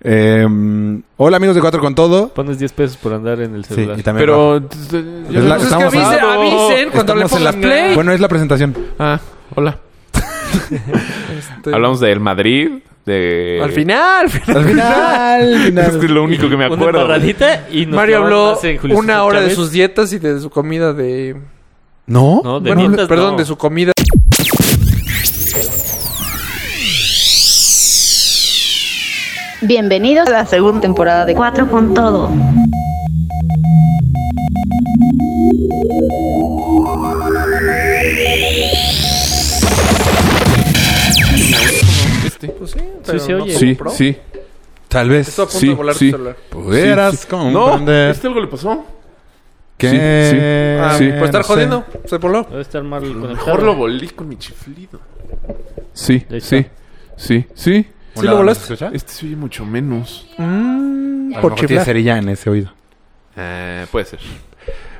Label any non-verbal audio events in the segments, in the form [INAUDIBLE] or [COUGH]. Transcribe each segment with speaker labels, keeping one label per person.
Speaker 1: Em, hola amigos de Cuatro con Todo.
Speaker 2: Pones 10 pesos por andar en el
Speaker 1: Sí,
Speaker 2: celular.
Speaker 1: y también va.
Speaker 3: Pero.
Speaker 1: Pues la-
Speaker 3: Pues es que
Speaker 1: estamos
Speaker 3: avisen,
Speaker 1: hablando-
Speaker 3: avisen cuando le
Speaker 1: Estamos en
Speaker 3: pongan
Speaker 1: la-
Speaker 3: play.
Speaker 1: Bueno, es la presentación.
Speaker 3: Ah, hola. Este,
Speaker 4: Hablamos del Madrid, de...
Speaker 3: Al final, al final.
Speaker 1: Al [LAUGHS] final.
Speaker 4: [LAUGHS] Es que es lo
Speaker 1: [LAUGHS]
Speaker 4: único que me
Speaker 2: Una
Speaker 4: acuerdo. güey.
Speaker 2: embarradita y nos
Speaker 3: Mario
Speaker 2: clavamos
Speaker 3: habló
Speaker 2: más en Julio
Speaker 3: una
Speaker 2: César
Speaker 3: hora de
Speaker 2: Chávez.
Speaker 3: sus dietas y de su comida de.
Speaker 1: ¿No?
Speaker 2: No, de
Speaker 3: bueno,
Speaker 2: dietas
Speaker 3: perdón,
Speaker 2: no.
Speaker 3: de su comida.
Speaker 5: Bienvenidos a la segunda temporada de Cuatro con Todo.
Speaker 3: Pues sí, pero
Speaker 2: se
Speaker 3: no
Speaker 2: oye.
Speaker 3: se
Speaker 4: Sí,
Speaker 3: compró.
Speaker 4: sí.
Speaker 1: Tal vez
Speaker 3: Está a punto
Speaker 4: Sí,
Speaker 3: de volar
Speaker 4: sí.
Speaker 3: tu celular.
Speaker 1: pudieras
Speaker 4: Sí, sí. No,
Speaker 1: comprender
Speaker 4: ¿este algo le pasó?
Speaker 1: que...
Speaker 4: sí,
Speaker 3: Ah,
Speaker 4: Sí.
Speaker 3: por estar
Speaker 1: no sé.
Speaker 3: jodiendo, se voló.
Speaker 2: Debe estar mal conectado.
Speaker 4: Mejor lo volé con mi chiflido. Sí,
Speaker 2: Ahí está.
Speaker 4: sí, sí, sí.
Speaker 3: ¿Sí lo volaste?
Speaker 1: ¿Escucha?
Speaker 4: Este se oye mucho menos.
Speaker 3: Mm,
Speaker 1: A lo
Speaker 3: por
Speaker 1: mejor tiene
Speaker 3: chiflar.
Speaker 1: cerilla en ese oído.
Speaker 4: Eh, puede ser.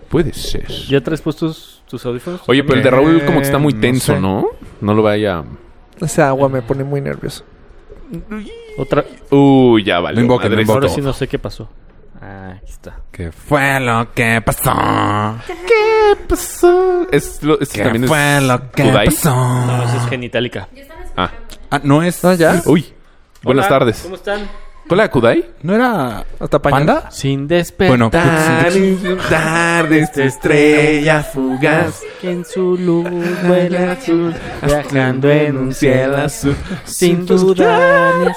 Speaker 4: Puede ser.
Speaker 2: ¿Ya traes puestos tus audífonos?
Speaker 4: Oye, pero el de Raúl como que está muy
Speaker 1: Eh, No
Speaker 4: tenso,
Speaker 1: sé.
Speaker 4: ¿no? No lo vaya...
Speaker 3: Esa agua me pone muy nervioso.
Speaker 2: Otra...
Speaker 4: Uy, ya vale.
Speaker 1: Lo invoquen, lo
Speaker 2: Ahora
Speaker 1: invoquen.
Speaker 2: sí no sé qué pasó. Ah, aquí está.
Speaker 1: ¿Qué fue lo que pasó?
Speaker 4: ¿Qué pasó? Es, lo, este
Speaker 1: ¿Qué
Speaker 4: también
Speaker 1: fue
Speaker 4: es...
Speaker 1: lo que
Speaker 4: Kudai?
Speaker 1: pasó?
Speaker 2: No, esa es genitálica.
Speaker 4: Ah.
Speaker 1: Ah, no es...
Speaker 3: ¿No ya?
Speaker 4: Uy, buenas
Speaker 2: Hola,
Speaker 4: tardes.
Speaker 2: ¿Cómo están?
Speaker 4: Hola, Kudai.
Speaker 1: ¿No era
Speaker 3: Hasta pañal.
Speaker 1: panda?
Speaker 2: Sin despertar.
Speaker 1: Bueno,
Speaker 4: de esta estrella fugaz.
Speaker 2: En su luz vuela azul, viajando en un cielo azul, sin duda.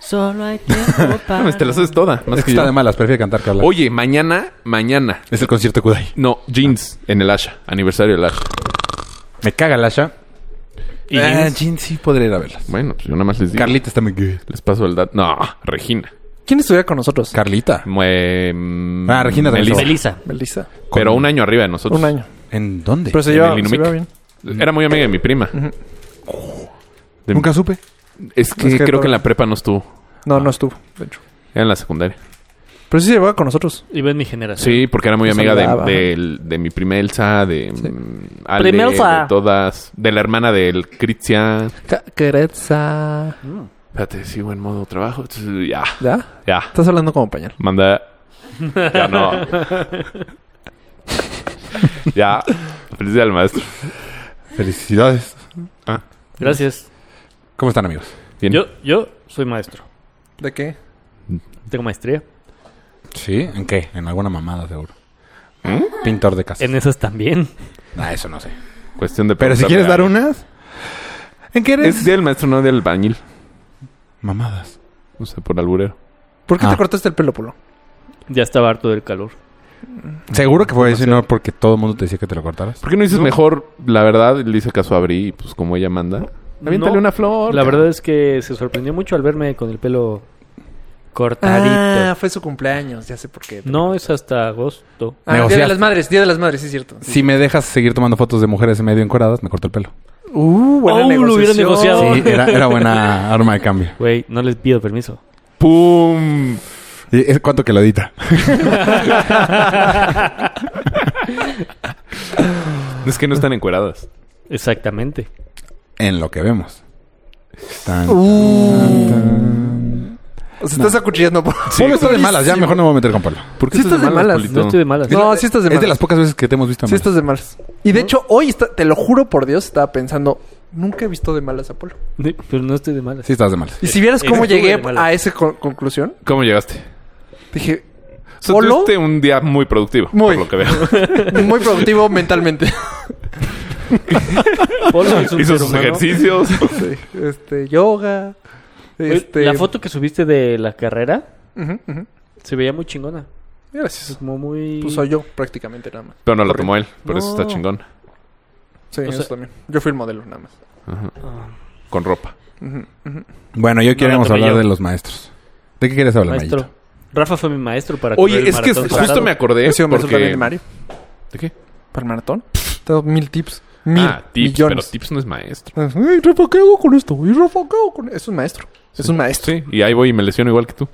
Speaker 2: Solo hay tiempo para.
Speaker 4: te la sabes Ah, toda, más
Speaker 1: es que
Speaker 4: que
Speaker 1: está
Speaker 4: yo.
Speaker 1: de malas, prefiero cantar que hablar.
Speaker 4: Oye, mañana, mañana.
Speaker 1: Es el concierto de Kudai.
Speaker 4: No, jeans en el Asha, aniversario del Asha.
Speaker 1: Me caga el Asha.
Speaker 2: ¿Y
Speaker 1: Ah,
Speaker 2: jeans?
Speaker 1: jeans sí podría ir a verlas.
Speaker 4: Bueno, pues yo nada más les digo.
Speaker 1: Carlita está muy good.
Speaker 4: Les paso el dato. No, Regina.
Speaker 3: ¿Quién estuviera con nosotros?
Speaker 1: Carlita.
Speaker 4: Mue- mm,
Speaker 1: Ah, Regina también
Speaker 4: Melissa.
Speaker 1: estaba.
Speaker 2: Melissa.
Speaker 3: Melissa.
Speaker 4: Pero un año arriba de nosotros.
Speaker 3: Un año.
Speaker 1: ¿En dónde?
Speaker 3: Pero se
Speaker 4: Pues, En
Speaker 3: lleva,
Speaker 4: el
Speaker 3: se
Speaker 4: Inumic.
Speaker 3: lleva bien.
Speaker 4: Era muy amiga de mi prima. de-
Speaker 1: Nunca supe.
Speaker 4: Es que
Speaker 3: Es que
Speaker 4: creo
Speaker 3: todo-
Speaker 4: que en la prepa no estuvo.
Speaker 3: No, no estuvo, de hecho.
Speaker 4: Era en la secundaria.
Speaker 3: Pero sí se llevaba con nosotros.
Speaker 2: Iba en mi generación.
Speaker 4: Sí, porque era muy
Speaker 3: Nos
Speaker 4: amiga
Speaker 3: saludaba.
Speaker 4: de, de- de mi prima Elsa, de mm, Ale,
Speaker 2: Primelsa.
Speaker 4: de todas, de la hermana del Cristian.
Speaker 3: Queretza.
Speaker 4: Espérate, sigo en modo trabajo. Entonces, Ya,
Speaker 3: ¿Ya?
Speaker 4: ya.
Speaker 3: Estás hablando como pañal.
Speaker 4: Manda. Ya no. ya. Felicidades al maestro.
Speaker 1: Felicidades.
Speaker 2: Gracias.
Speaker 1: ¿Cómo están, amigos?
Speaker 4: Bien.
Speaker 2: Yo, yo soy maestro.
Speaker 3: ¿De qué?
Speaker 2: Tengo maestría.
Speaker 1: ¿Sí? ¿En qué? En alguna mamada, seguro. Pintor de casa.
Speaker 2: En esas también.
Speaker 1: ¿Mm? Ah, eso no sé.
Speaker 4: Cuestión de
Speaker 1: Pero si
Speaker 4: preguntarle
Speaker 1: quieres
Speaker 4: a
Speaker 1: dar
Speaker 4: alguien.
Speaker 1: unas... ¿En qué eres?
Speaker 4: Es del maestro, no del bañil.
Speaker 1: Mamadas.
Speaker 4: No sé, por alburero.
Speaker 3: ¿Por qué
Speaker 1: Ah.
Speaker 3: te cortaste el pelo, Polo?
Speaker 2: Ya estaba harto del calor.
Speaker 1: Seguro que fue eso y no porque todo el mundo te decía que te lo cortaras.
Speaker 4: ¿Por qué no dices mejor la verdad? Le hice caso a Bri y pues como ella manda. Aviéntale
Speaker 2: No,
Speaker 4: una flor.
Speaker 2: La verdad es que se sorprendió mucho al verme con el pelo cortadito.
Speaker 3: Ah, fue su cumpleaños, ya sé por qué.
Speaker 2: No es hasta agosto.
Speaker 3: Ah, Día
Speaker 1: Negociaste.
Speaker 3: de las Madres, Día de las Madres, sí es cierto.
Speaker 1: Si me dejas seguir tomando fotos de mujeres medio encoradas, me corto el pelo.
Speaker 3: Uh, buena
Speaker 2: Oh, lo
Speaker 3: negociación.
Speaker 2: hubiera negociado.
Speaker 1: Sí, era,
Speaker 2: [LAUGHS]
Speaker 1: era buena arma de cambio.
Speaker 2: Güey, no les pido
Speaker 3: [LAUGHS]
Speaker 2: permiso.
Speaker 4: ¡Pum!
Speaker 1: ¿Y es cuánto que lo edita?
Speaker 4: Es que no están encueradas.
Speaker 2: Exactamente.
Speaker 1: En lo que vemos. Tan,
Speaker 2: Uh.
Speaker 3: O sea, estás acuchillando por...
Speaker 1: Polo está de malas, ya mejor no me voy a meter con Polo.
Speaker 4: ¿Por qué
Speaker 3: Sí estás de malas,
Speaker 4: Polito?
Speaker 2: No estoy de malas.
Speaker 3: No, sí estás de
Speaker 1: Es de
Speaker 3: malas.
Speaker 1: las pocas veces que te hemos visto.
Speaker 3: Sí
Speaker 1: malas.
Speaker 3: estás de malas. Y de hecho, hoy, está, te lo juro por Dios, estaba pensando... Nunca he visto de malas a Polo.
Speaker 2: Sí, Pero no estoy de malas.
Speaker 1: Sí estás de malas.
Speaker 3: Y si vieras cómo
Speaker 2: Estuve
Speaker 3: llegué
Speaker 2: de malas.
Speaker 3: a esa con- conclusión,
Speaker 4: ¿Cómo llegaste?
Speaker 3: dije...
Speaker 4: O sea,
Speaker 3: ¿Polo?
Speaker 4: tuviste un día muy productivo.
Speaker 3: Muy.
Speaker 4: Por lo que veo.
Speaker 3: Muy productivo [LAUGHS] mentalmente.
Speaker 2: Polo es un
Speaker 4: Hizo
Speaker 2: ser
Speaker 4: sus
Speaker 2: humano.
Speaker 4: ejercicios.
Speaker 3: Sí, este, yoga.
Speaker 2: Oye,
Speaker 3: Este,
Speaker 2: La foto que subiste de la carrera
Speaker 3: Ujú, ujú.
Speaker 2: se veía muy chingona. Es
Speaker 3: Gracias.
Speaker 2: Como muy...
Speaker 3: Pues soy yo, prácticamente nada más.
Speaker 4: Pero no la
Speaker 3: Correcto.
Speaker 4: tomó él. Por eso está
Speaker 2: No.
Speaker 4: chingón.
Speaker 3: Sí, eso
Speaker 2: sea-
Speaker 3: también. Yo fui el modelo nada más.
Speaker 4: Ajá. Con ropa.
Speaker 3: Ujú, ujú.
Speaker 1: Bueno, yo queremos
Speaker 2: la tomé
Speaker 1: hablar
Speaker 2: yo.
Speaker 1: de los maestros. ¿De qué quieres hablar,
Speaker 2: maestro.
Speaker 1: Mayito?
Speaker 2: Rafa fue mi maestro para correr
Speaker 4: Oye,
Speaker 2: el
Speaker 4: es que
Speaker 2: maratón
Speaker 4: justo
Speaker 2: pasado.
Speaker 4: me acordé.
Speaker 3: He sido maestro también
Speaker 4: Eh, Porque...
Speaker 3: de Mario.
Speaker 4: ¿De qué?
Speaker 3: ¿Para el maratón? Te doy mil tips. Mil
Speaker 4: ah, tips. Pero
Speaker 3: millones.
Speaker 4: tips no es maestro.
Speaker 3: Ay, Rafa, ¿qué hago con esto? Y Rafa, ¿qué hago con Es un maestro. Es un maestro.
Speaker 4: Sí, y ahí voy y me lesiono igual que tú.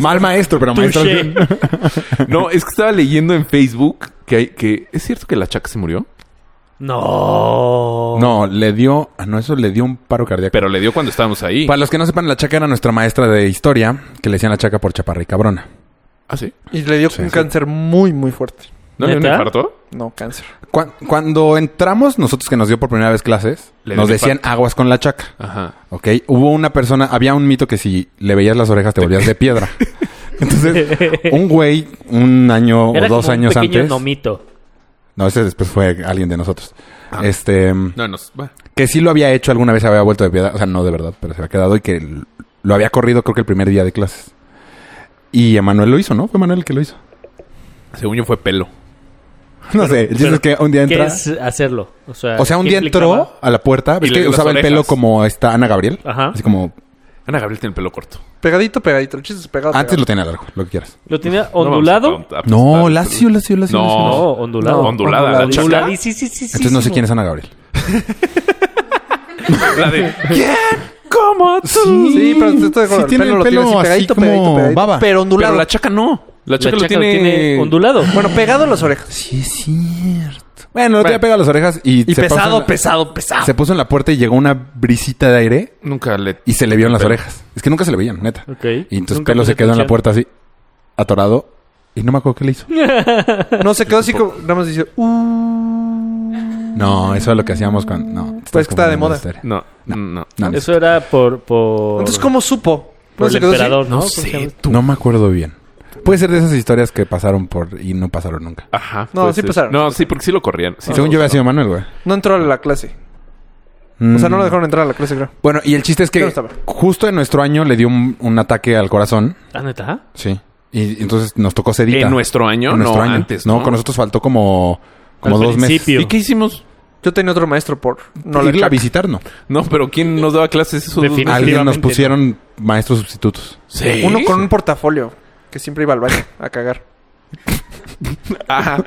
Speaker 1: Mal maestro, pero maestro. al
Speaker 2: Touché.
Speaker 1: fin.
Speaker 4: No, es que estaba leyendo en Facebook que hay, que es cierto que la chaca se murió.
Speaker 2: No.
Speaker 1: No, le dio. ah, No, eso le dio un paro cardíaco.
Speaker 4: Pero le dio cuando estábamos ahí.
Speaker 1: Para los que no sepan, la chaca era nuestra maestra de historia, que le decían la chaca por chaparra y cabrona.
Speaker 4: ¿Ah, sí?
Speaker 3: Y le dio un cáncer muy, muy fuerte.
Speaker 4: ¿No le dio un
Speaker 2: ¿Neta?
Speaker 4: infarto?
Speaker 3: No, cáncer.
Speaker 1: Cuan- Cuando entramos, nosotros que nos dio por primera vez clases,
Speaker 4: Le
Speaker 1: nos
Speaker 4: dio
Speaker 1: decían aguas con la chaca.
Speaker 4: Ajá.
Speaker 1: Ok, hubo una persona, había un mito que si le veías las orejas te volvías de piedra. Entonces, un güey, un año
Speaker 2: Era
Speaker 1: o dos
Speaker 2: como
Speaker 1: años
Speaker 2: un pequeño
Speaker 1: antes.
Speaker 2: nomito.
Speaker 1: No, ese después fue alguien de nosotros. Este,
Speaker 4: No, nos... va.
Speaker 1: que sí lo había hecho alguna vez, se había vuelto de piedra. O sea, no de verdad, pero se había quedado y que l- lo había corrido creo que el primer día de clases. Y Emanuel lo hizo, ¿no? Fue Emanuel el que lo hizo. [LAUGHS]
Speaker 4: Según yo fue pelo.
Speaker 1: No sé, el chiste
Speaker 2: pero,
Speaker 1: es que un día
Speaker 2: ¿Qué
Speaker 1: entra.
Speaker 2: es hacerlo? O sea,
Speaker 1: O sea, un
Speaker 2: ¿qué
Speaker 1: día
Speaker 2: implicaba?
Speaker 1: entró a la puerta. ¿Ves
Speaker 4: Y le
Speaker 1: que
Speaker 4: dio las
Speaker 1: usaba el pelo
Speaker 4: orejas.
Speaker 1: como esta Ana Gabriel?
Speaker 2: Ajá.
Speaker 1: Así como...
Speaker 4: Ana Gabriel tiene el pelo corto.
Speaker 3: Pegadito, pegadito. El chiste es pegado.
Speaker 1: Antes lo tenía largo, lo que quieras.
Speaker 2: ¿Lo tenía
Speaker 4: No vamos a
Speaker 2: ondulado?
Speaker 4: preguntar.
Speaker 1: No, lacio, lacio, lacio.
Speaker 4: No.
Speaker 1: lacio.
Speaker 2: No, ondulado.
Speaker 4: No, ondulada.
Speaker 3: ondulado.
Speaker 4: La chaca.
Speaker 2: Ondulado. Sí, sí, sí, sí.
Speaker 1: Entonces no sé
Speaker 2: sí.
Speaker 1: quién es Ana Gabriel.
Speaker 4: La de-
Speaker 1: ¿Cómo tú?
Speaker 3: Sí, pero te estoy de acuerdo, el
Speaker 1: tiene
Speaker 3: pelo
Speaker 1: el
Speaker 3: lo tiene
Speaker 1: pelo
Speaker 3: así
Speaker 1: así
Speaker 3: pegadito,
Speaker 1: como
Speaker 3: pegadito, pegadito,
Speaker 1: baba.
Speaker 3: Pero ondulado.
Speaker 4: Pero la chaca no. La
Speaker 2: La
Speaker 4: chaca,
Speaker 2: chaca
Speaker 4: lo tiene...
Speaker 2: ondulado.
Speaker 3: Bueno, pegado a las orejas.
Speaker 1: Sí, es cierto. Bueno, lo tenía pegado a las orejas y...
Speaker 3: Y
Speaker 1: se puso
Speaker 3: pesado,
Speaker 1: en la-
Speaker 3: pesado, pesado.
Speaker 1: Se puso en la puerta y llegó una brisita de aire
Speaker 4: Nunca le...
Speaker 1: y se le vieron las
Speaker 4: Pero-
Speaker 1: orejas. Es que nunca se le veían, neta.
Speaker 2: Ok.
Speaker 1: Y entonces
Speaker 2: Nunca
Speaker 1: pelo se
Speaker 2: puse
Speaker 1: quedó en la
Speaker 2: atención.
Speaker 1: puerta así, atorado. Y no me acuerdo qué le hizo.
Speaker 3: No, se quedó así como... Nada más dice... Uh...
Speaker 1: No, eso es lo que hacíamos cuando... No,
Speaker 3: Pues que estaba de moda.
Speaker 1: historia.
Speaker 4: No, no, no.
Speaker 1: No, no,
Speaker 2: Eso era por... por
Speaker 3: Entonces, ¿cómo supo?
Speaker 2: Por
Speaker 3: No,
Speaker 2: el
Speaker 3: se quedó así.
Speaker 2: emperador, ¿no?
Speaker 4: No
Speaker 2: ¿Cómo se
Speaker 4: sé.
Speaker 2: llama?
Speaker 1: no me acuerdo bien. Puede ser de esas historias que pasaron por y no pasaron nunca.
Speaker 4: Ajá.
Speaker 3: No,
Speaker 4: puede
Speaker 3: sí
Speaker 4: ser.
Speaker 3: pasaron.
Speaker 4: No, sí, porque sí lo corrían. Sí,
Speaker 1: Según yo había sido Manuel, güey. Mm.
Speaker 3: No entró a la clase. O sea, no lo dejaron entrar a la clase, creo.
Speaker 1: Bueno, y el chiste es
Speaker 3: Yo no
Speaker 1: que
Speaker 3: estaba.
Speaker 1: justo en nuestro año le dio un, un ataque al corazón.
Speaker 2: Ah, ¿neta?
Speaker 1: Sí. Y entonces nos tocó sedita.
Speaker 4: En nuestro año,
Speaker 1: En nuestro
Speaker 4: no,
Speaker 1: año.
Speaker 4: antes.
Speaker 1: No, con nosotros faltó como, como
Speaker 2: Al
Speaker 1: dos
Speaker 2: principio.
Speaker 4: ¿Y qué hicimos?
Speaker 3: Yo tenía otro maestro por... No
Speaker 1: meses.
Speaker 3: la
Speaker 1: Irla a
Speaker 3: chaca.
Speaker 1: visitar, no.
Speaker 4: No, pero ¿quién nos daba clases esos dos
Speaker 2: Definitivamente.
Speaker 1: Alguien nos pusieron maestros sustitutos.
Speaker 4: Sí.
Speaker 3: Uno con un portafolio. Que siempre iba al baño a cagar.
Speaker 4: Ajá.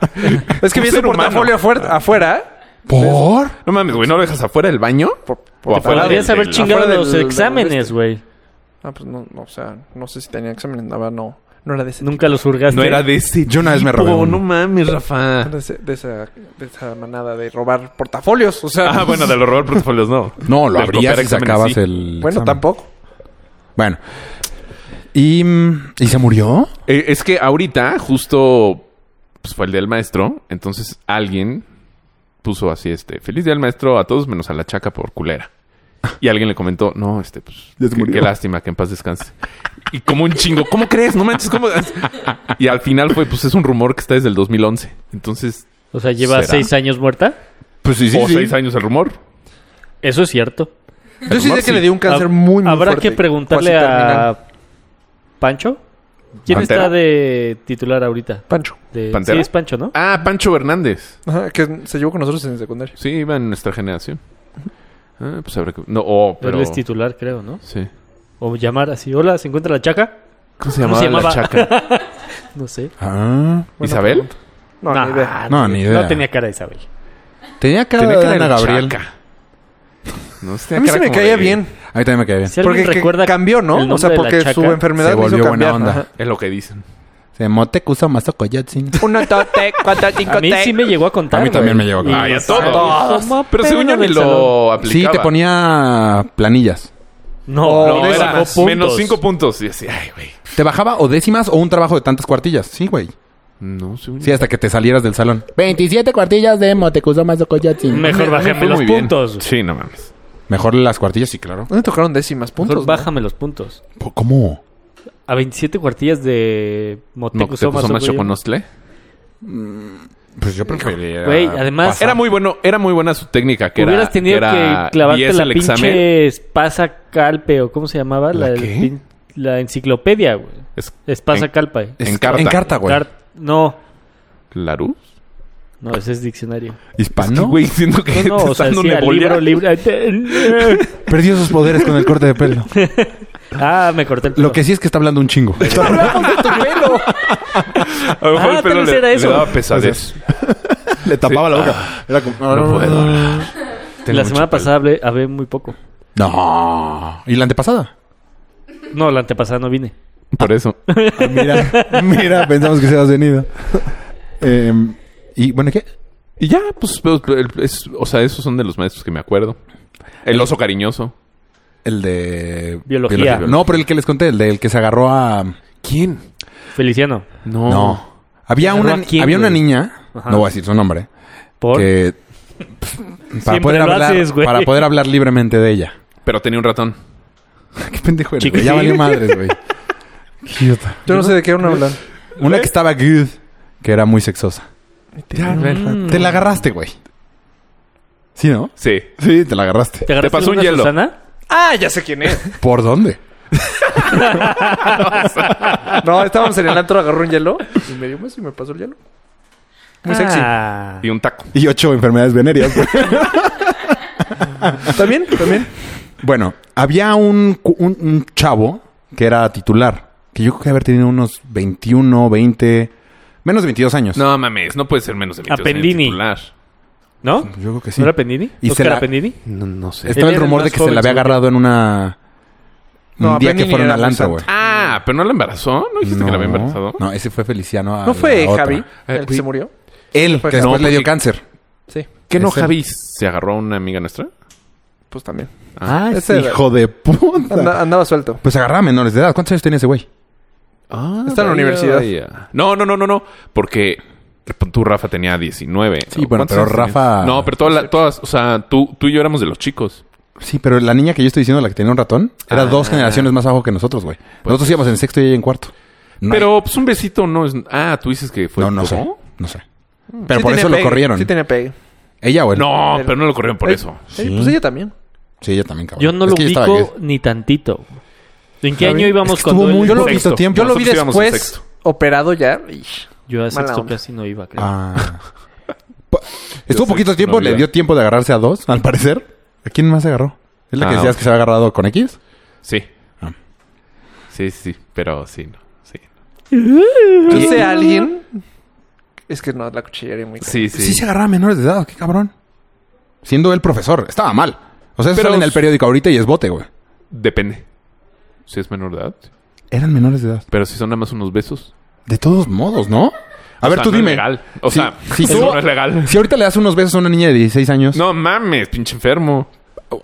Speaker 3: Es que
Speaker 4: Un
Speaker 3: vi ese
Speaker 4: ser humano.
Speaker 3: portafolio afuera, afuera.
Speaker 1: ¿Por?
Speaker 4: No mames, güey, ¿no lo dejas afuera del baño?
Speaker 3: Por,
Speaker 4: O afuera del-
Speaker 2: Podrías haber
Speaker 4: del-
Speaker 2: chingado
Speaker 3: afuera
Speaker 2: los
Speaker 3: del- del
Speaker 2: exámenes, güey.
Speaker 3: Ah, pues no, no, o sea, no sé si tenía examen. Nada, no. No era de ese
Speaker 2: Nunca los hurgaste.
Speaker 4: [LAUGHS] No era de ese.
Speaker 1: Yo una vez me
Speaker 4: tipo,
Speaker 1: robé uno.
Speaker 4: No mames, Rafa.
Speaker 3: de, ese- de esa, de esa manada de robar portafolios. O sea,
Speaker 4: [LAUGHS] Ah, bueno, de los robar portafolios no.
Speaker 1: No, lo
Speaker 4: Del
Speaker 1: abrías
Speaker 4: copiar
Speaker 1: y
Speaker 4: exámenes,
Speaker 1: sacabas
Speaker 4: sí.
Speaker 1: el.
Speaker 3: [LAUGHS] bueno,
Speaker 1: examen.
Speaker 3: tampoco.
Speaker 1: Bueno. ¿Y, mm, ¿y se murió?
Speaker 4: Eh, es que ahorita, justo pues, fue el día del maestro, entonces alguien puso así este, feliz día del maestro a todos menos a la chaca por culera. Y alguien le comentó, no, este, pues,
Speaker 1: Ya se
Speaker 4: qué,
Speaker 1: murió.
Speaker 4: qué lástima, que en paz descanse. Y como un chingo, ¿cómo crees? No manches, ¿cómo? Y al final fue, pues, es un rumor que está desde el 2011. Entonces,
Speaker 2: O sea, lleva
Speaker 4: ¿Será?
Speaker 2: seis años muerta.
Speaker 1: Pues sí,
Speaker 4: o seis años el rumor.
Speaker 2: Eso es cierto.
Speaker 3: Yo sí sé que
Speaker 4: sí.
Speaker 3: le dio un cáncer
Speaker 2: Hab-
Speaker 3: muy, muy
Speaker 2: Habrá
Speaker 3: fuerte,
Speaker 2: que preguntarle
Speaker 3: casi terminal.
Speaker 2: a Pancho. ¿Quién
Speaker 4: ¿Pantera?
Speaker 2: está de titular ahorita?
Speaker 3: Pancho.
Speaker 2: De...
Speaker 4: ¿Pantera?
Speaker 2: Sí, es Pancho, ¿no?
Speaker 4: Ah, Pancho Hernández.
Speaker 3: Ajá, que se llevó con nosotros en el secundario.
Speaker 4: Sí, iba en nuestra generación. Ah, pues habrá que... No, oh, pero...
Speaker 2: Él es titular, creo, ¿no?
Speaker 4: Sí.
Speaker 2: O llamar así. Hola, ¿se encuentra la chaca?
Speaker 4: ¿Cómo se
Speaker 2: ¿Cómo
Speaker 4: llamaba,
Speaker 2: se
Speaker 4: la
Speaker 2: llamaba?
Speaker 4: chaca?
Speaker 2: No sé.
Speaker 1: Ah.
Speaker 4: ¿Isabel?
Speaker 3: No, ni idea.
Speaker 1: No, ni idea.
Speaker 2: No tenía cara de Isabel.
Speaker 1: Tenía cara
Speaker 4: Tenía
Speaker 1: de
Speaker 4: cara de
Speaker 1: Ana Gabriel.
Speaker 4: chaca. No, sí
Speaker 3: A
Speaker 4: tenía
Speaker 3: mí
Speaker 4: cara
Speaker 3: sí me
Speaker 4: como
Speaker 3: caía
Speaker 4: de-
Speaker 3: bien.
Speaker 1: A mí también me quedé bien.
Speaker 2: Si alguien
Speaker 3: Porque que
Speaker 2: recuerda
Speaker 3: cambió,
Speaker 2: el
Speaker 3: ¿no? O
Speaker 2: nombre
Speaker 3: sea,
Speaker 2: de la
Speaker 3: porque su
Speaker 2: chaca,
Speaker 3: enfermedad
Speaker 1: se
Speaker 3: le hizo
Speaker 1: volvió buena
Speaker 3: cambiar.
Speaker 1: onda.
Speaker 3: Ajá.
Speaker 4: Es lo que dicen.
Speaker 1: Se mote cusa mazo coyotzin.
Speaker 3: Uno, dos, tres, cuatro, cinco,
Speaker 2: A mí sí
Speaker 3: tres.
Speaker 2: me llegó a contar.
Speaker 1: A mí también
Speaker 2: güey.
Speaker 1: me llegó a
Speaker 2: Y
Speaker 1: contar.
Speaker 4: Ay, a
Speaker 2: nos-
Speaker 4: todos.
Speaker 2: Como
Speaker 4: Pero según yo
Speaker 2: perro
Speaker 4: ni
Speaker 2: del salón.
Speaker 4: lo
Speaker 1: Sí,
Speaker 4: aplicaba.
Speaker 1: te ponía planillas.
Speaker 2: No,
Speaker 3: Oh,
Speaker 2: no, era
Speaker 3: de esas.
Speaker 2: puntos.
Speaker 4: menos cinco puntos. Y decía, ay, güey.
Speaker 1: Te bajaba o décimas o un trabajo de tantas cuartillas. Sí, güey.
Speaker 4: No, según
Speaker 1: Sí, hasta que te salieras del salón. 27 cuartillas de Motecuso Mazo Coyotzin.
Speaker 2: Mejor bájame
Speaker 4: fue
Speaker 2: los
Speaker 4: muy bien.
Speaker 2: puntos.
Speaker 4: Sí, no mames.
Speaker 1: Mejor las cuartillas, sí, claro.
Speaker 3: No me tocaron décimas, puntos.
Speaker 2: Mejor
Speaker 3: ¿no?
Speaker 2: bájame los puntos.
Speaker 1: ¿Cómo?
Speaker 2: A 27 cuartillas de
Speaker 4: No, te
Speaker 2: Motecuzoma.
Speaker 4: puso más
Speaker 2: Sogoya.
Speaker 4: choconostle.
Speaker 1: Pues yo preferiría...
Speaker 2: Güey, además,
Speaker 4: Era muy bueno, era muy buena su técnica, que era...
Speaker 2: hubieras tenido que,
Speaker 4: era
Speaker 2: clavarte
Speaker 4: 10
Speaker 2: la
Speaker 4: el
Speaker 2: pinche
Speaker 4: examen.
Speaker 2: espasa-calpe o cómo se llamaba. La,
Speaker 1: ¿La
Speaker 2: del
Speaker 1: qué?
Speaker 2: pin- la enciclopedia, güey.
Speaker 4: Es-
Speaker 2: Espasa-calpa.
Speaker 4: en
Speaker 1: Es-
Speaker 4: carta.
Speaker 1: En carta, Ah, güey.
Speaker 2: Car- No,
Speaker 4: ¿Larus?
Speaker 2: no, ese es
Speaker 4: [LAUGHS]
Speaker 2: diccionario.
Speaker 1: ¿Hispano?
Speaker 4: Es que, güey, siento que
Speaker 2: No, no,
Speaker 4: te
Speaker 2: o
Speaker 4: está
Speaker 2: sea,
Speaker 4: dando
Speaker 2: sí,
Speaker 4: una
Speaker 2: al libro,
Speaker 4: ebolia.
Speaker 2: libro.
Speaker 1: Perdió sus poderes con el corte de pelo.
Speaker 2: [LAUGHS] ah, me corté el pelo.
Speaker 1: Lo que sí es que está hablando un chingo.
Speaker 4: A lo mejor
Speaker 2: Ah, tal
Speaker 4: el pelo
Speaker 2: vez
Speaker 4: le,
Speaker 2: era
Speaker 4: le
Speaker 2: eso.
Speaker 4: daba pesadez.
Speaker 1: [LAUGHS] Le tapaba la boca. Era como... No,
Speaker 2: la semana pasada hablé, hablé muy poco.
Speaker 1: No. ¿Y la antepasada?
Speaker 2: No, la antepasada no vine.
Speaker 4: Por eso.
Speaker 2: Ah,
Speaker 1: [LAUGHS] Mira, mira, pensamos que se habías venido. Em, y bueno, ¿qué?
Speaker 4: Y ya, pues, pues, el- es- o sea, esos son de los maestros que me acuerdo. El oso cariñoso.
Speaker 1: El de...
Speaker 2: Biología.
Speaker 1: No, pero el que les conté, el del que se agarró a...
Speaker 4: ¿Quién?
Speaker 2: Feliciano.
Speaker 4: No.
Speaker 1: No. Había
Speaker 2: Oh. ¿Se agarró
Speaker 1: una,
Speaker 2: a quién,
Speaker 1: había una
Speaker 2: güey?
Speaker 1: niña,
Speaker 2: Ajá.
Speaker 1: no voy a decir su nombre,
Speaker 2: Por.
Speaker 1: que pff, para
Speaker 2: Siempre
Speaker 1: poder,
Speaker 2: lo
Speaker 1: hablar,
Speaker 2: haces, güey.
Speaker 1: para poder hablar libremente de ella.
Speaker 4: Pero tenía un ratón.
Speaker 1: Qué pendejo eres,
Speaker 2: Chico,
Speaker 1: güey. Ya
Speaker 2: sí.
Speaker 1: valió madres, güey. Idiota.
Speaker 3: Yo no sé de qué uno hablan.
Speaker 1: Una que estaba good, que era muy sexosa. Te la agarraste, güey. ¿Sí, no?
Speaker 4: Sí.
Speaker 1: Sí, te la agarraste.
Speaker 4: ¿Te
Speaker 2: agarraste
Speaker 4: pasó un
Speaker 2: una
Speaker 4: hielo?
Speaker 2: Susana?
Speaker 3: Ah, ya sé quién es.
Speaker 1: ¿Por dónde?
Speaker 3: No, estábamos en el antro, agarró un hielo y me dio un beso y me pasó el hielo. Muy sexy.
Speaker 2: Ah.
Speaker 4: Y un taco.
Speaker 1: Y ocho enfermedades venéreas. güey.
Speaker 3: También, también.
Speaker 1: [LAUGHS] bueno, había un, cu- un, un chavo que era titular. Que yo creo que haber tenido unos 21, 20... Menos de 22 años.
Speaker 4: No mames, no puede ser menos de mi
Speaker 2: A Pendini.
Speaker 4: titular.
Speaker 2: ¿No?
Speaker 1: Yo creo que sí.
Speaker 2: ¿No era Pendini?
Speaker 1: Y se
Speaker 2: ¿Oscar
Speaker 1: la-
Speaker 2: Pendini?
Speaker 4: No, no sé.
Speaker 1: Estaba
Speaker 2: Él
Speaker 1: el
Speaker 2: era
Speaker 1: rumor
Speaker 2: el
Speaker 1: de
Speaker 2: más
Speaker 1: que se
Speaker 2: joven,
Speaker 1: la había
Speaker 2: según
Speaker 1: agarrado en una... Un
Speaker 3: No,
Speaker 1: día que
Speaker 3: Benini
Speaker 1: fueron
Speaker 3: era
Speaker 1: al
Speaker 3: muy
Speaker 1: antro,
Speaker 3: santo.
Speaker 1: güey.
Speaker 4: Ah, pero no la embarazó. ¿No dijiste que la había embarazado?
Speaker 1: No, ese fue Feliciano. a
Speaker 3: ¿No fue
Speaker 1: Ah, la otra. Eh,
Speaker 3: Javi el que
Speaker 1: güey.
Speaker 3: se murió?
Speaker 1: Él,
Speaker 3: fue
Speaker 1: que después
Speaker 3: Javi.
Speaker 4: No,
Speaker 1: le dio
Speaker 4: porque-
Speaker 1: cáncer.
Speaker 3: Sí,
Speaker 4: ¿Qué no,
Speaker 1: Ese-
Speaker 4: Javi? ¿Se agarró a una amiga nuestra?
Speaker 3: pues también.
Speaker 2: Ah,
Speaker 3: Ese era-
Speaker 1: Hijo de puta.
Speaker 3: Anda- andaba suelto.
Speaker 1: Pues agarraba menores de edad. ¿Cuántos años tenía ese güey?
Speaker 4: Ah,
Speaker 3: Está en la universidad.
Speaker 4: No, no, no, no, no. Porque tú, Rafa, tenía 19.
Speaker 1: Sí, bueno,
Speaker 4: ¿Cuántos
Speaker 1: pero
Speaker 4: años tenías?
Speaker 1: Rafa-
Speaker 4: No, pero todas, la- todas, o sea, tú, tú y yo éramos de los chicos.
Speaker 1: Sí, pero la niña que yo estoy diciendo, la que tenía un ratón, era
Speaker 4: Ah.
Speaker 1: dos generaciones más abajo que nosotros, güey. nosotros íbamos en sexto y ella en cuarto. No hay-
Speaker 4: Pues Pero pues un besito no es... Ah, tú dices que fue...
Speaker 1: No, no
Speaker 4: ¿Cómo?
Speaker 1: sé. No sé. Pero
Speaker 3: Sí
Speaker 1: por
Speaker 3: tenía
Speaker 1: eso lo
Speaker 3: pegue,
Speaker 1: corrieron.
Speaker 3: Sí tenía pegue.
Speaker 1: ¿Ella o él?
Speaker 4: No, pero no lo corrieron por
Speaker 3: Eh,
Speaker 4: eso.
Speaker 3: eh, Pues ella también.
Speaker 1: Sí, ella también, cabrón.
Speaker 2: Yo no
Speaker 1: Es
Speaker 2: lo
Speaker 1: que estaba
Speaker 2: ubico
Speaker 1: gay.
Speaker 2: ni tantito. ¿En qué
Speaker 3: Javi,
Speaker 2: año íbamos
Speaker 1: es que
Speaker 2: cuando
Speaker 1: estuvo
Speaker 2: él-
Speaker 1: muy
Speaker 2: Yo
Speaker 3: Yo lo vi,
Speaker 1: Sexto.
Speaker 3: yo lo vi
Speaker 4: Nosotros íbamos en
Speaker 3: después
Speaker 4: sexto.
Speaker 3: operado ya. y-
Speaker 2: Yo a
Speaker 3: Mala
Speaker 2: sexto
Speaker 3: onda.
Speaker 2: casi no iba, creo.
Speaker 4: [LAUGHS]
Speaker 1: Ah. Pa- Estuvo
Speaker 4: sé,
Speaker 1: poquito tiempo,
Speaker 4: no
Speaker 1: le
Speaker 4: había.
Speaker 1: dio tiempo de agarrarse a dos, al parecer. ¿A quién más se agarró? ¿Es la que
Speaker 4: Ah,
Speaker 1: decías
Speaker 4: ok.
Speaker 1: que se había agarrado con X?
Speaker 4: Sí.
Speaker 1: Ah.
Speaker 4: Sí, sí, pero sí, no. Sí,
Speaker 3: Yo sé a alguien. Es que no, la cuchillaría muy
Speaker 4: sí.
Speaker 1: Sí. se agarraba a menores de edad, qué cabrón. Siendo él profesor, estaba mal. O sea, eso
Speaker 4: Pero-
Speaker 1: sale en el periódico ahorita y es bote, güey.
Speaker 4: Depende. Si es menor de edad. sí.
Speaker 1: Eran menores de edad.
Speaker 4: Pero si son nada más unos besos.
Speaker 1: De todos modos, ¿no? A
Speaker 4: O
Speaker 1: ver,
Speaker 4: sea,
Speaker 1: tú
Speaker 4: no es
Speaker 1: dime.
Speaker 4: legal. O
Speaker 1: Si-
Speaker 4: sea,
Speaker 1: si
Speaker 4: eso
Speaker 1: tú-
Speaker 4: no es legal.
Speaker 1: Si ahorita le das unos besos a una niña de 16 años,
Speaker 4: No mames, pinche enfermo.